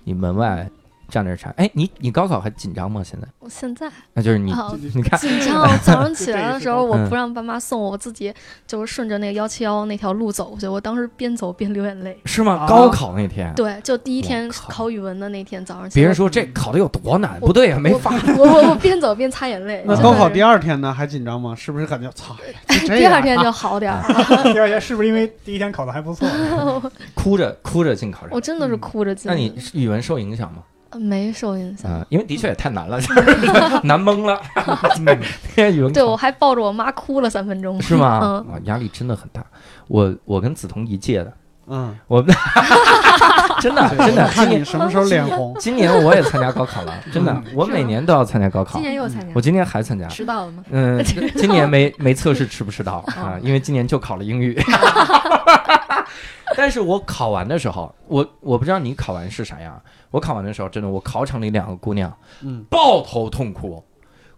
A: 你门外站着啥？哎，你你高考还紧张吗？现在？
E: 我现 在
A: 那就是你、
E: 哦
A: 你看，
E: 紧张，早上起来的时候，
A: 就 这也是高考嗯
E: 我不让爸妈送我，我自己就是顺着那个幺七幺那条路走过去。我当时边走边流眼泪。
A: 是吗？
C: 啊
A: 高考那天，
E: 对，就第一天
A: 我靠
E: 考语文的那天早上起来，
A: 别人说这考的有多难，
E: 我
A: 不对啊，没法。
E: 我我我边走边擦眼泪。
B: 那
E: 真的
B: 高考
E: 是
B: 第二天呢，还紧张吗？是不是感觉操？哎呀就这
E: 第
B: 样
E: 二天就好点儿，
C: 第二天是不是因为第一天考的还不错？
A: 嗯哭着哭着进考场。
E: 我真的是哭着进
A: 嗯那
E: 去。
A: 你语文受影响吗？
E: 呃没受影响？
A: 啊、因为的确也太 难了， 难懵了。天语文
E: 对，
A: 考
E: 我还抱着我妈哭了三分钟。
A: 是吗？
E: 嗯
A: 啊，压力真的很大。我我跟梓潼一届 的，
B: 嗯，
A: 我们真的
B: 对
A: 真的。
B: 我，看你什么时候脸红
A: 今年我也参加高考了，真 的，我每年都要参加高考
D: 今，年又参加
A: 我，今年还参加。
D: 迟到了吗？
A: 嗯，今年没没测试吃不吃到啊，因为今年就考了英语。但是我考完的时候，我我不知道你考完是啥样。我考完的时候，真的，我考场里两个姑娘
B: 嗯，
A: 抱头痛哭，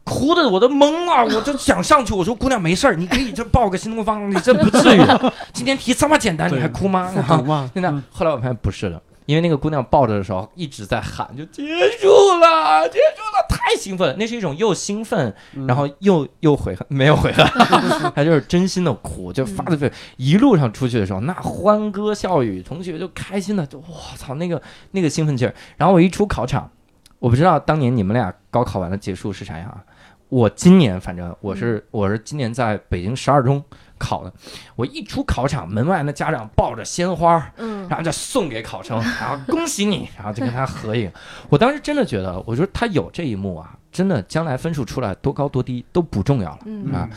A: 哭的我都懵了，我就想上去，我说姑娘没事儿，你可以就抱个新东方，你这不至于。啊今天题这么简单，你还哭吗？
B: 懂吗？
A: 真的，后来我发现不是的，因为那个姑娘抱着的时候一直在喊，就结束了，结束了，太兴奋了，那是一种又兴奋，
B: 嗯
A: 然后又又悔恨，没有悔恨， 她就是真心的哭，就发自肺，一路上出去的时候，那欢歌笑语，同学就开心的，就我操那个那个兴奋劲儿。然后我一出考场，我不知道当年你们俩高考完了结束是啥样啊？我今年反正我是、我是今年在北京十二中考的，我一出考场，门外那家长抱着鲜花儿，
D: 嗯
A: 然后就送给考 生，然后恭喜你，然后就跟他合影。我当时真的觉得，我说他有这一幕啊，真的将来分数出来多高多低都不重要了。
D: 嗯
A: 啊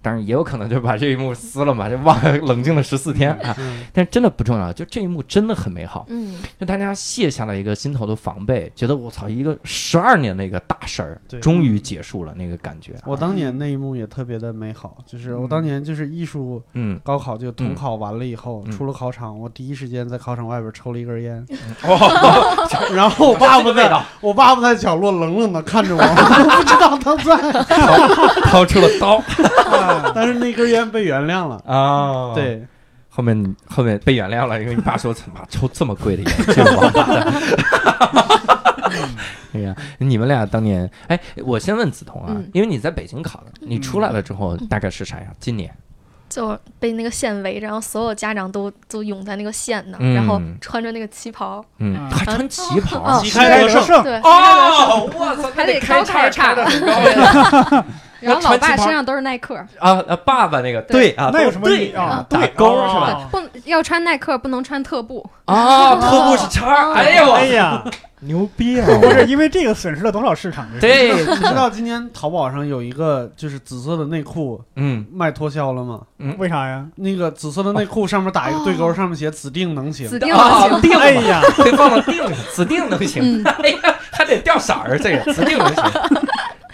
A: 当然也有可能就把这一幕撕了嘛，就忘 了冷静了十四天啊。
B: 嗯
A: 但真的不重要，就这一幕真的很美好，
D: 嗯，
A: 就大家卸下了一个心头的防备，觉得我操，一个十二年的一个大事儿
B: 对，
A: 终于结束了那个感觉。
B: 我当年那一幕也特别的美好，就是我当年就是艺术
A: 嗯，
B: 高考就统考完了以后，
A: 嗯
B: 出了考场，我第一时间在考场外边抽了一根烟，
A: 哦，
B: 然后我爸爸
A: 味道
B: 在，我爸爸在角落冷冷的看着我， 我都不知道他 在，
A: 掏出了 刀
B: 但是那根烟被原谅了。
A: 啊，
B: 对，
A: 后面后面被原谅了，因为你爸说怎么抽这么贵的烟， 这个王八蛋。哎呀，你们俩当年，哎，我先问梓潼啊
D: 嗯，
A: 因为你在北京考的，你出来了之后大概是啥样？今年
E: 就被那个线围着，然后所有家长都都涌在那个线那儿，
A: 嗯
E: 然后穿着那个旗袍，
A: 嗯，
C: 啊
A: 还穿旗袍
E: 啊
C: 哦
B: 旗开得胜，
E: 对，
A: 哦，我操，
D: 还得
A: 开
D: 高
A: 叉
D: 开叉
A: 叉的很高呀。那
F: 然后老
A: 传奇
F: 爸
A: 牌
F: 身上都是耐克，
A: 啊，呃爸爸那个
F: 对
A: 啊，
C: 那有什么
A: 对
C: 意义啊？
A: 打
C: 对，
A: 勾
C: 啊
A: 是吧？
D: 不要穿耐克，不能穿特步。
A: 啊，特步是叉，哎呀
C: 哎
A: 我
C: 呀，
A: 牛逼啊！
C: 不是因为这个损失了多少市场？这是，
A: 对，
B: 你知道今天淘宝上有一个就是紫色的内裤
A: 嗯，
B: 卖脱销了吗？
C: 为啥呀？
B: 那个紫色的内裤上面打一个对勾，上面写“指定能行
D: 哦指定能
A: 啊
D: 行，
A: 定
C: 哎
A: 了，
C: 呀，
A: 对，放到定了，指定能
D: 嗯
A: 行。哎呀，还得掉色儿，这个指定能行。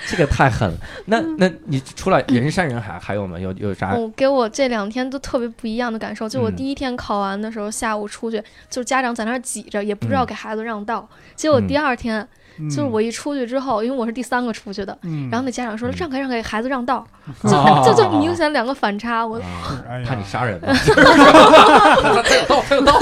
A: 这个太狠了。那
E: 嗯
A: 那你除了人山人海，还有吗？有有啥？
E: 我哦给我这两天都特别不一样的感受，就我
A: 嗯
E: 第一天考完的时候，下午出去，就是家长在那儿挤着，也不知道
A: 嗯
E: 给孩子让道。结果
A: 嗯
E: 第二天，就是
C: 嗯
E: 我，一出去之后，因为我是第三个出去的，
C: 嗯，
E: 然后那家长说
A: 嗯
E: 让给让给孩子让道，
A: 哦
E: 就 这就明显两个反差。我
A: 啊
C: 哎呀
A: 怕你杀人 吗？他有道，他有道。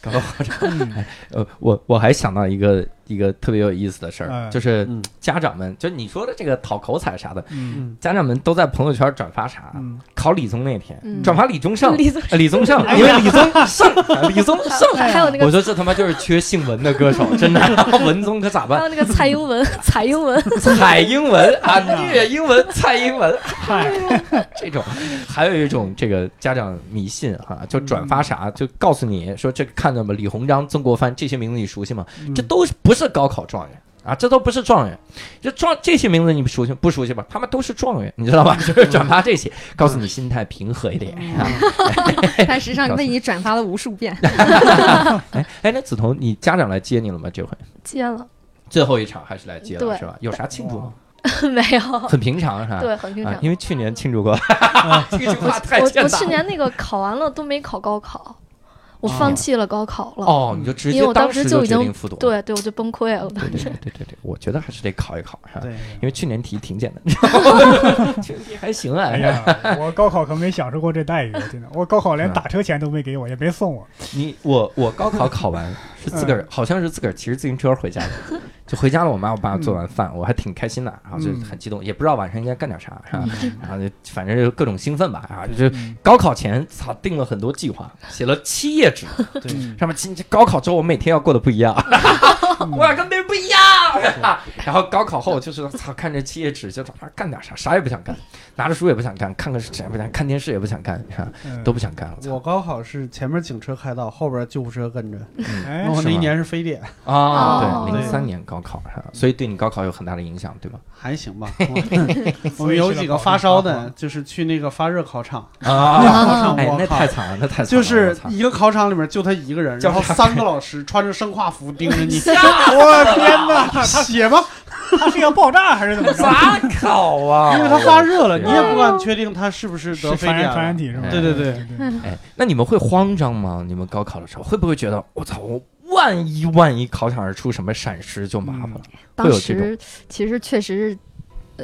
A: 搞到我这
C: 嗯
A: 呃，我我还想到一个一个特别有意思的事儿，
C: 哎
A: 就是
B: 嗯
A: 家长们，就你说的这个讨口彩啥的，
C: 嗯”。
A: 家长们都在朋友圈转发啥？
C: 嗯，
A: 考理综那天，
D: 嗯
A: 转发李宗盛，
D: 李宗
A: 呃李宗 盛，
C: 哎
A: 因为
C: 呀
A: 李宗盛，呃李宗盛。
E: 还有那
A: 我
E: 个
A: 说这他妈就是缺姓文的歌手， 真的，文综可咋
E: 还
A: 办？
E: 有那个蔡英文， 蔡英 文，
A: 蔡英文 啊，
C: 哎呀
A: 虐英文，蔡英文
C: 嗨，
A: 这种，还有一种这个家长迷信哈、就转发啥，就告诉你说这看着吗？李鸿章、曾国藩这些名字你熟悉吗？
E: 嗯
A: 这都是不是高考状元啊，这都不是状元，这状这些名字你们熟悉不熟悉吧？他们都是状元，你知道吧？ 就是转发这些，告诉你心态平和一点。
E: 嗯
A: 啊
D: 他实际上为你转发了无数遍。
A: 哎哎，那梓潼，你家长来接你了吗？这回
E: 接了
A: 最后一场还是来接了
E: 对
A: 是吧？有啥庆祝吗？
E: 没有？
A: 很平常是吧？
E: 对，很平
A: 啊
E: 常，。
A: 因为去年庆祝过，这句话太
E: 我
A: 欠
E: 我
A: 打
E: 去
A: 了。
E: 年那个考完了都没考高考，我
A: 哦
E: 放弃了高考了。
A: 哦，你就直
E: 因为
A: 接
E: 我当
A: 时
E: 时就已
A: 决
E: 经
A: 定复读了。
E: 对对，我就崩溃了。
A: 对对对对对对，我觉得还是得考一考哈，
B: 对，
A: 因为去年题挺简单，去年题还行啊
C: 哎。呀，我高考可没享受过这待遇，真的，我高考连打车钱都没给我，也没送我。
A: 你我我高考考完是自个儿，好像是自个儿骑着自行车回家的，就回家了。我妈我爸做完饭，我还挺开心的，然后就
C: 嗯
A: 很激动，也不知道晚上应该干点啥，是吧？然后就反正就各种兴奋吧，啊，
C: 嗯
A: 就是高考前操定了很多计划，写了七页纸，
C: 嗯
B: 对，
A: 上面今高考之后我每天要过得不一 样，我要跟别人不一 样。然后高考后就是操，看着七页纸就他妈干点啥，啥也不想干，拿着书也不想干，看个啥也不想，看电视也不想干， 是吧？
C: 嗯
A: 都不想干了，操
B: 我高考是前面警车开道，后边救护车跟着。
A: 嗯
C: 哎
B: 然，后
A: 是
B: 那一
A: 吗
B: 年是非典，
A: 啊，对，
B: 哦
A: 零三年高考哈，所以对你高考有很大的影响，对吗？
B: 还行吧。 我们有几个发烧的，就是去那个发热考场，
A: 啊，
B: 考场
A: 哎，
B: 我
A: 那
B: 靠
A: 太惨了，那太惨了，
B: 就是
A: 我操
B: 一个考场里面就他一个人，
A: 叫
B: 然后
A: 啥
B: 三个老师穿着生化服盯着你，
C: 我天哪，
B: 写吧，
C: 他是要爆炸还是怎 么着？
A: 咋考啊？
B: 因为他发热了，
A: 对
B: 你也不敢确定他是不是得
C: 是
B: 非
C: 传
B: 典
C: 染传
B: 了
C: 染。体是吧？
A: 对
B: 对对
C: 对
A: 哎，那你们会慌张吗？你们高考的时候会不会觉得我操，我万一万一考场上出什么闪失就麻烦了？
C: 嗯
A: 会
D: 当
A: 有这种
D: 时其实确实是，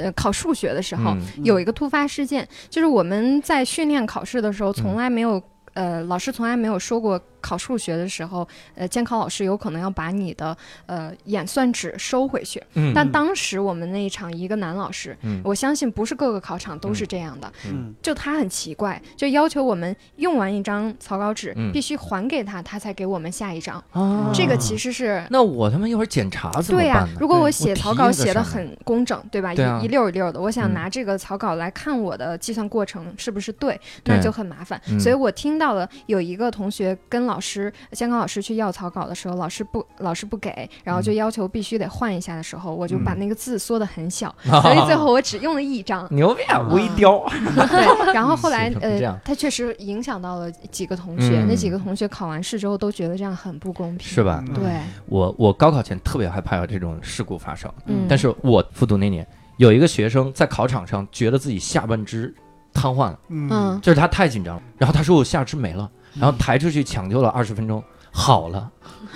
D: 呃，考数学的时候、
A: 嗯
D: 有一个突发事件，就是我们在训练考试的时候，
A: 嗯
D: 从来没有、呃，老师从来没有说过考数学的时候，呃，监考老师有可能要把你的呃演算纸收回去。
A: 嗯，
D: 但当时我们那一场一个男老师，
A: 嗯
D: 我相信不是各个考场都是这样的，
B: 嗯，
D: 就他很奇怪，就要求我们用完一张草稿纸、
A: 嗯
D: 必须还给他，他才给我们下一张。
A: 啊
D: 这个其实是。
A: 那我他妈一会儿检查怎么
D: 对呀、
A: 办呢？
D: 如果
B: 对
D: 我
A: 我
D: 写
A: 提
D: 草
A: 那
D: 稿
A: 个
D: 写
A: 上
D: 的
A: 面
D: 很工整，对吧？
A: 对啊
D: 一一溜儿一溜儿的，我想
A: 嗯
D: 拿这个草稿来看我的计算过程是不是对，那
A: 对
D: 就很麻烦。
A: 嗯
D: 所以我听到了有一个同学跟老师、监考老师去要草稿的时候，老师不老师不给，然后就
A: 嗯
D: 要求必须得换一下的时候，我就把那个字缩得很 小，所以最后我只用了一张。
A: 牛逼啊，微雕，
D: 对，然后后来
A: 写成这样
D: 呃，他确实影响到了几个同学，
A: 嗯
D: 那几个同学考完试之后都觉得这样很不公平，
A: 是？吧？
C: 嗯
D: 对，
A: 我我高考前特别害怕有这种事故发生，
D: 嗯，
A: 但是我复读那年有一个学生在考场上觉得自己下半肢瘫痪了，
C: 嗯，
D: 嗯，
A: 就是他太紧张了，然后他说我下肢没了，然后抬出去抢救了二十分钟，好了，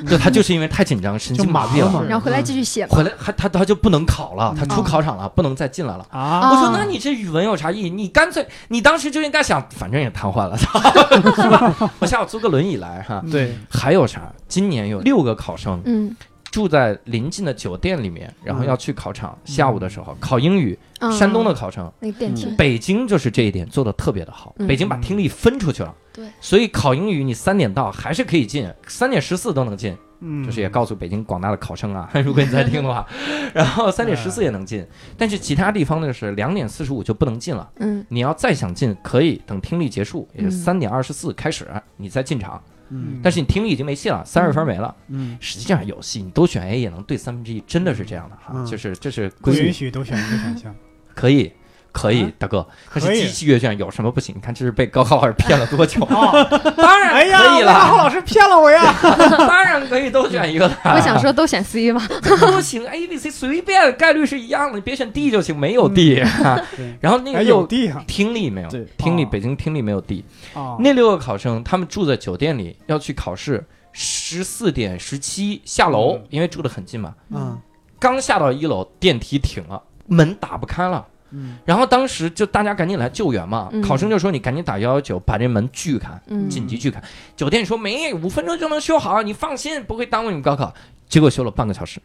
A: 就他就是因为太紧张，神经麻痹
B: 就麻
A: 了
B: 了，
D: 然后回来继续写嘛，
A: 回来还他他就不能考了，他出
D: 嗯
A: 考场了，不能再进来了。
C: 啊，
A: 我说
D: 啊
A: 那你这语文有啥意义？你干脆你当时就应该想，反正也瘫痪了， 是吧？我下午租个轮椅来哈。
B: 对，
A: 还有啥？今年有六个考生
D: 嗯
A: 住在临近的酒店里面，然后要去考场，下午的时候考英语，
D: 嗯，
A: 山东的考生，
D: 那个电梯
B: 嗯，
A: 北京就是这一点做的特别的好，
D: 嗯
A: 北京把听力分出去了，
E: 对，
A: 所以考英语你三点到还是可以进，三点十四都能进，
C: 嗯，
A: 就是也告诉北京广大的考生啊， 如果你在听的话，然后三点十四也能进，但是其他地方呢是两点四十五就不能进了。
D: 嗯
A: 你要再想进，可以等听力结束，也就
D: 嗯
A: 三点二十四开始你再进场，
B: 嗯
A: 但是你听力已经没戏了，三十分没了。
B: 嗯，
A: 实际上有戏，你都选 A 也能对三分之一，真的是这样的哈，
B: 嗯
A: 就是这是
C: 不
A: 规
C: 允
A: 律，
C: 许都选一个选项。
A: 可以。可以
C: 啊，
A: 大哥。可
C: 可
A: 是
C: 以
A: 机器阅卷有什么不行？你看这是被高考老师骗了多久？
C: 哦，
A: 当然
C: 哎呀，
A: 可以
C: 我大浩
A: 了，
C: 老师骗了我呀！
A: 当然可以都选一个了。
D: 嗯我想说都选 C 吧。
A: 都行，A、B、C 随便，概率是一样的，你别选 D 就行，没有 D。哈
C: 对
A: 然后 那
C: 哎，
A: 个
C: 有
A: 六
C: 地啊！
A: 听力没有
B: 对，
A: 听力
C: 哦
A: 北京听力没有 D。
C: 哦，
A: 那六个考生他们住在酒店里，要去考试，十四点十七下楼
C: 嗯，
A: 因为住得很近嘛。
B: 嗯
A: 刚下到一楼，电梯停了，门打不开了。
B: 嗯
A: 然后当时就大家赶紧来救援嘛，
D: 嗯
A: 考生就说你赶紧打幺幺九，把这门锯开。
D: 嗯
A: 紧急去看。酒店说没，五分钟就能修好，你放心，不会耽误你们高考。结果修了半个小时，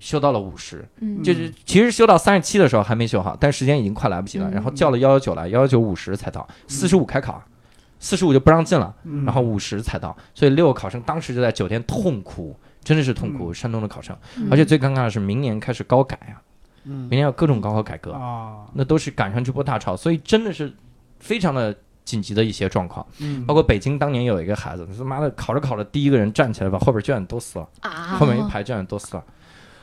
A: 修到了五十，
D: 嗯
A: 就是其实修到三十七的时候还没修好，但时间已经快来不及了。
D: 嗯
A: 然后叫了幺幺九来，幺幺九五十才到，四十五开考，四十五就不让进了，
C: 嗯
A: 然后五十才到，所以六个考生当时就在酒店痛哭。真的是痛苦，山东的考生，
D: 嗯
A: 而且最尴尬的是，明年开始高改啊，
B: 嗯
A: 明年有各种高考改革，
C: 啊，
A: 那都是赶上这波大潮，所以真的是非常的紧急的一些状况。
B: 嗯
A: 包括北京当年有一个孩子，他妈的考着考着，第一个人站起来把后边卷子都撕了，
D: 啊
A: 后面一排卷子都撕了。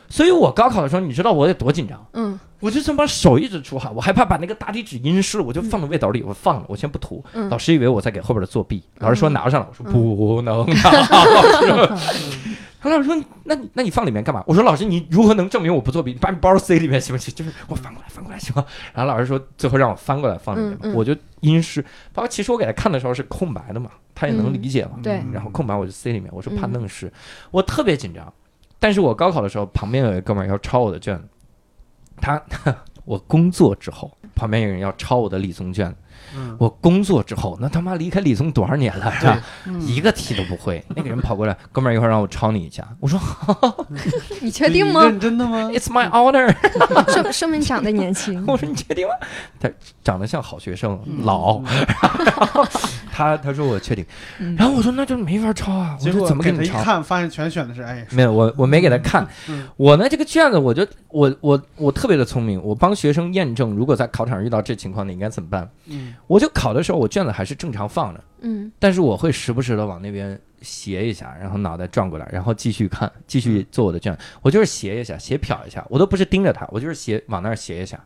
A: 所以我高考的时候，你知道我得多紧张，
D: 嗯
A: 我就这么手一直出汗，我害怕把那个答题纸阴湿了，我就放到味道里，我放了，我先不涂。
D: 嗯
A: 老师以为我在给后边的作弊，老师说
D: 嗯
A: 拿上了，我说
D: 嗯
A: 不 能拿。老师，他老师说那你那你放里面干嘛？我说老师你如何能证明我不作弊？你把你包塞里面行不行？就是我翻过来翻过来行吗？然后老师说最后让我翻过来放里面嘛，
D: 嗯嗯
A: 我就阴湿。包括其实我给他看的时候是空白的嘛，他也能
D: 嗯
A: 理解嘛。
D: 对
A: 然后空白我就塞里面，我说
D: 嗯
A: 怕弄湿，我特别紧张。但是我高考的时候，旁边有一哥们儿要抄我的卷子，他 我工作之后，旁边有人要抄我的理综卷子，
B: 嗯
A: 我工作之后，那他妈离开理综多少年了，是吧？
B: 嗯
A: 一个题都不会。那个人跑过来，哥们儿，一会儿让我抄你一下。 我说
D: 你确定吗哎
B: 你？认真的吗？
A: It's my honor。。
D: 说说明你长得年轻
A: 我说你确定吗？他长得像好学生，
B: 嗯
A: 老。 他他说我确定，
D: 嗯
A: 然后我说那就没法抄啊。我
B: 结
A: 说
B: 果
A: 怎么
B: 给
A: 给
B: 他
A: 你
B: 一
A: 抄？
B: 看，发现全选的是哎，
A: 没有，我我没给他看。
B: 嗯
A: 我呢，这个卷子，我就我我我特别的聪明，我帮学生验证，如果在考场上遇到这情况，你应该怎么办？
B: 嗯
A: 我就考的时候，我卷子还是正常放着，
D: 嗯
A: 但是我会时不时的往那边斜一下，然后脑袋转过来，然后继续看，继续做我的卷子。我就是斜一下，斜瞟一下，我都不是盯着他，我就是斜往那儿斜一下。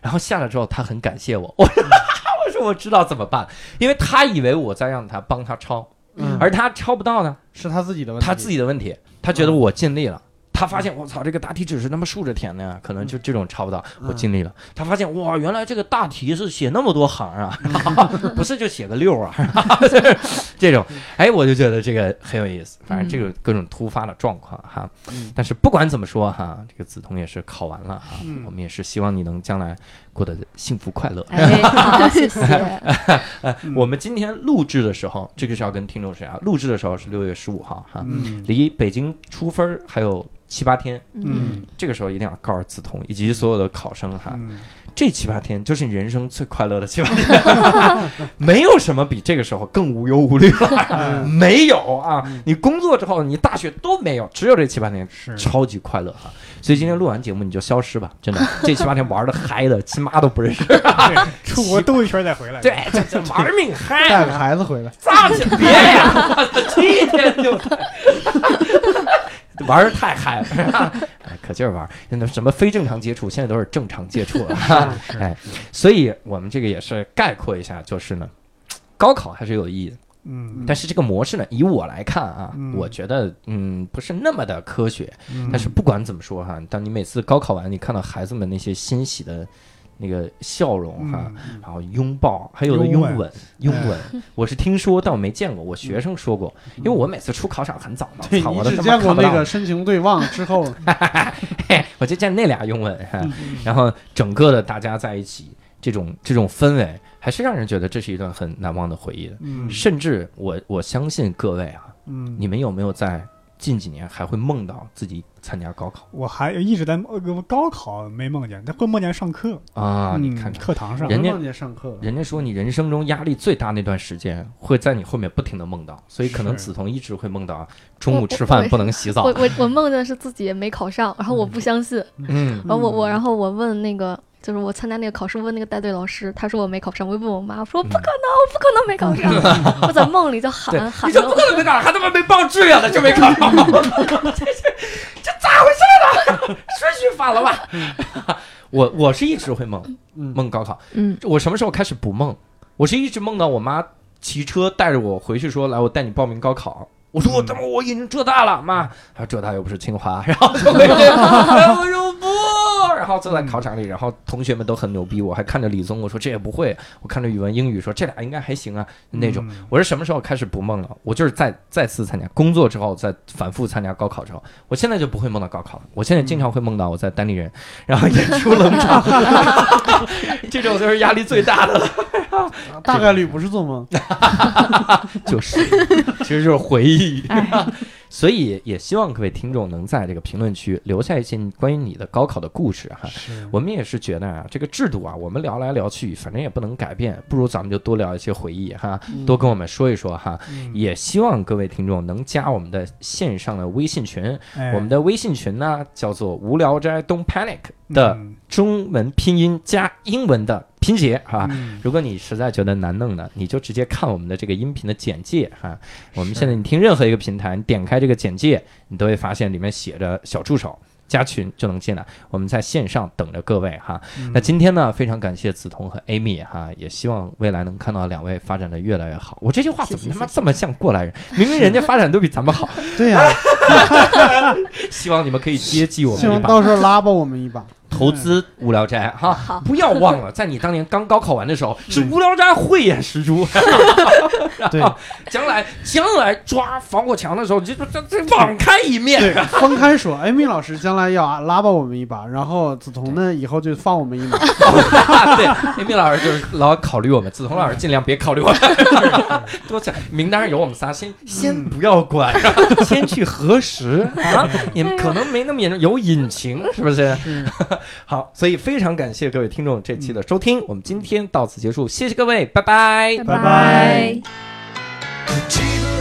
A: 然后下来之后，他很感谢我，我
B: 嗯
A: 我说我知道怎么办，因为他以为我在让他帮他抄，
B: 嗯，
A: 而他抄不到呢，
B: 是他自己的问题，
A: 他自己的问题，他觉得我尽力了。他发现我操，这个答题纸是他妈竖着填的呀，可能就这种抄不到，
B: 嗯
A: 我尽力了。他发现哇，原来这个大题是写那么多行啊， 不是就写个六啊，这种，哎，我就觉得这个很有意思。反正这个各种突发的状况哈，
B: 嗯
A: 但是不管怎么说哈，这个梓潼也是考完了哈，
C: 嗯
A: 我们也是希望你能将来过得幸福快乐。
D: 哎，好，谢谢。
C: 嗯
A: 我们今天录制的时候，这个是要跟听众说啊，录制的时候是六月十五号哈，
C: 嗯
A: 离北京出分儿还有七八天，
D: 嗯，
A: 这个时候一定要告诉梓潼以及所有的考生哈，
C: 嗯
A: 这七八天就是你人生最快乐的七八天， 没有什么比这个时候更无忧无虑了，
C: 嗯嗯
A: 没有啊！你工作之后，你大学都没有，只有这七八天
C: 是
A: 超级快乐哈、所以今天录完节目你就消失吧，真 的，这七八天玩的嗨的，亲妈都不认识，
C: 对 出国兜一圈再回来。
A: 对，这这玩命嗨啊、
B: 带个孩子回来，
A: 咋去别呀？ 七天就玩儿太嗨， 哎，可劲儿玩儿。那什么非正常接触，现在都是正常接触 了。哎，所以我们这个也是概括一下，就是呢，高考还是有意义的，
C: 嗯，
A: 但是这个模式呢，以我来看啊，
C: 嗯
A: 我觉得嗯不是那么的科学。
C: 嗯
A: 但是不管怎么说哈，当你每次高考完，你看到孩子们那些欣喜的那个笑容哈，
C: 嗯
A: 然后拥抱，还有的拥
C: 拥
A: 吻，拥吻， 我是听说，但我没见过。我学生说过，因为我每次出考场很早嘛，
B: 嗯对
A: 操，
B: 你
A: 我都
B: 只
A: 他
B: 见
A: 妈
B: 过
A: 看不
B: 那
A: 到
B: 个，深情对望之后，
A: 嘿我就见那俩拥吻，
B: 嗯
A: 哈然后整个的大家在一起，这种这种氛围，还是让人觉得这是一段很难忘的回忆的。
C: 嗯
A: 甚至我我相信各位啊，
C: 嗯，
A: 你们有没有在近几年还会梦到自己参加高考
C: 我还一直在呃高考没梦见，但会梦见上课
A: 啊，你
C: 嗯
A: 看看。
C: 课堂上
A: 人家
B: 梦见上课了，
A: 人家说你人生中压力最大那段时间会在你后面不停的梦到，所以可能
C: 是
A: 梓潼一直会梦到中午
E: 我
A: 吃
E: 我
A: 饭
E: 我
A: 不能洗
E: 我
A: 澡。
E: 我我梦见的是自己没考上，然后我不相信，
A: 嗯，
E: 哦然后我我
C: 嗯
E: 然后我问那个就是我参加那个考试问那个带队老师，他说我没考上，我又问我妈，我说我不可能，我不可能没考上，我在梦里
A: 对
E: 就喊
A: 你
E: 喊
A: 说
E: 着
A: 不。可能没考上，还他妈没报志愿呢，就没考上，这是 这咋回事呢？ 顺序反了吧？ 我我是一直会梦
B: 嗯
A: 梦高考，
D: 嗯，
A: 我什么时候开始不梦？我是一直梦到我妈骑车带着我回去说：“来，我带你报名高考。”我说：“我他妈我已经浙大了，妈！”她说：“浙大又不是清华。”然后就没然后我说不，然后坐在考场里，然后同学们都很牛逼，我还看着李宗，我说这也不会，我看着语文、英语说这俩应该还行啊那种。
C: 嗯
A: 我是什么时候开始不梦了？我就是再再次参加工作之后，再反复参加高考之后，我现在就不会梦到高考了。我现在经常会梦到我在单立人， 然后演出冷场， 这种就是压力最大的了，
B: 大概率不是做梦。
A: 就是， 其实就是回忆。
D: 哎，
A: 所以也希望各位听众能在这个评论区留下一些关于你的高考的故事啊哈。
C: 是
A: 我们也是觉得啊，这个制度啊，我们聊来聊去，反正也不能改变，不如咱们就多聊一些回忆哈，
B: 嗯
A: 多跟我们说一说哈。
C: 嗯
A: 也希望各位听众能加我们的线上的微信群，
C: 哎
A: 我们的微信群呢叫做“无聊斋 Don't Panic” 的
C: 嗯
A: 中文拼音加英文的拼写哈。
C: 嗯
A: 如果你实在觉得难弄呢，你就直接看我们的这个音频的简介哈。我们现在你听任何一个平台，你点开这个简介，你都会发现里面写着小助手。加群就能进来，我们在线上等着各位哈。
C: 嗯
A: 那今天呢，非常感谢梓潼和 Amy 哈，也希望未来能看到两位发展的越来越好。我这句话怎么他妈这么像过来人？明明人家发展都比咱们好，
B: 对呀，
A: 希望你们可以接济我
B: 希
A: 们一
B: 望
A: 把，
B: 到时候拉吧我们一 把。
A: 投资无聊斋哈。不要忘了，在你当年刚高考完的时候，是无聊斋慧眼识珠。
B: 对
A: 将来将来抓防火墙的时候，就这这网开一面。
B: 对，分开说。艾米老师将来要拉吧我们一把，然后梓潼呢以后就放我们 一马。
A: 对，Amy 老师就是老考虑我们，梓潼老师尽量别考虑我们， 多想名单上有我们仨，先先不要管， 先去核实啊，也可能没那么严重，有隐情是不是？
B: 是
A: 好，所以非常感谢各位听众这期的收听，我们今天到此结束，谢谢各位，拜拜。
D: 拜拜
E: 拜。
F: 记得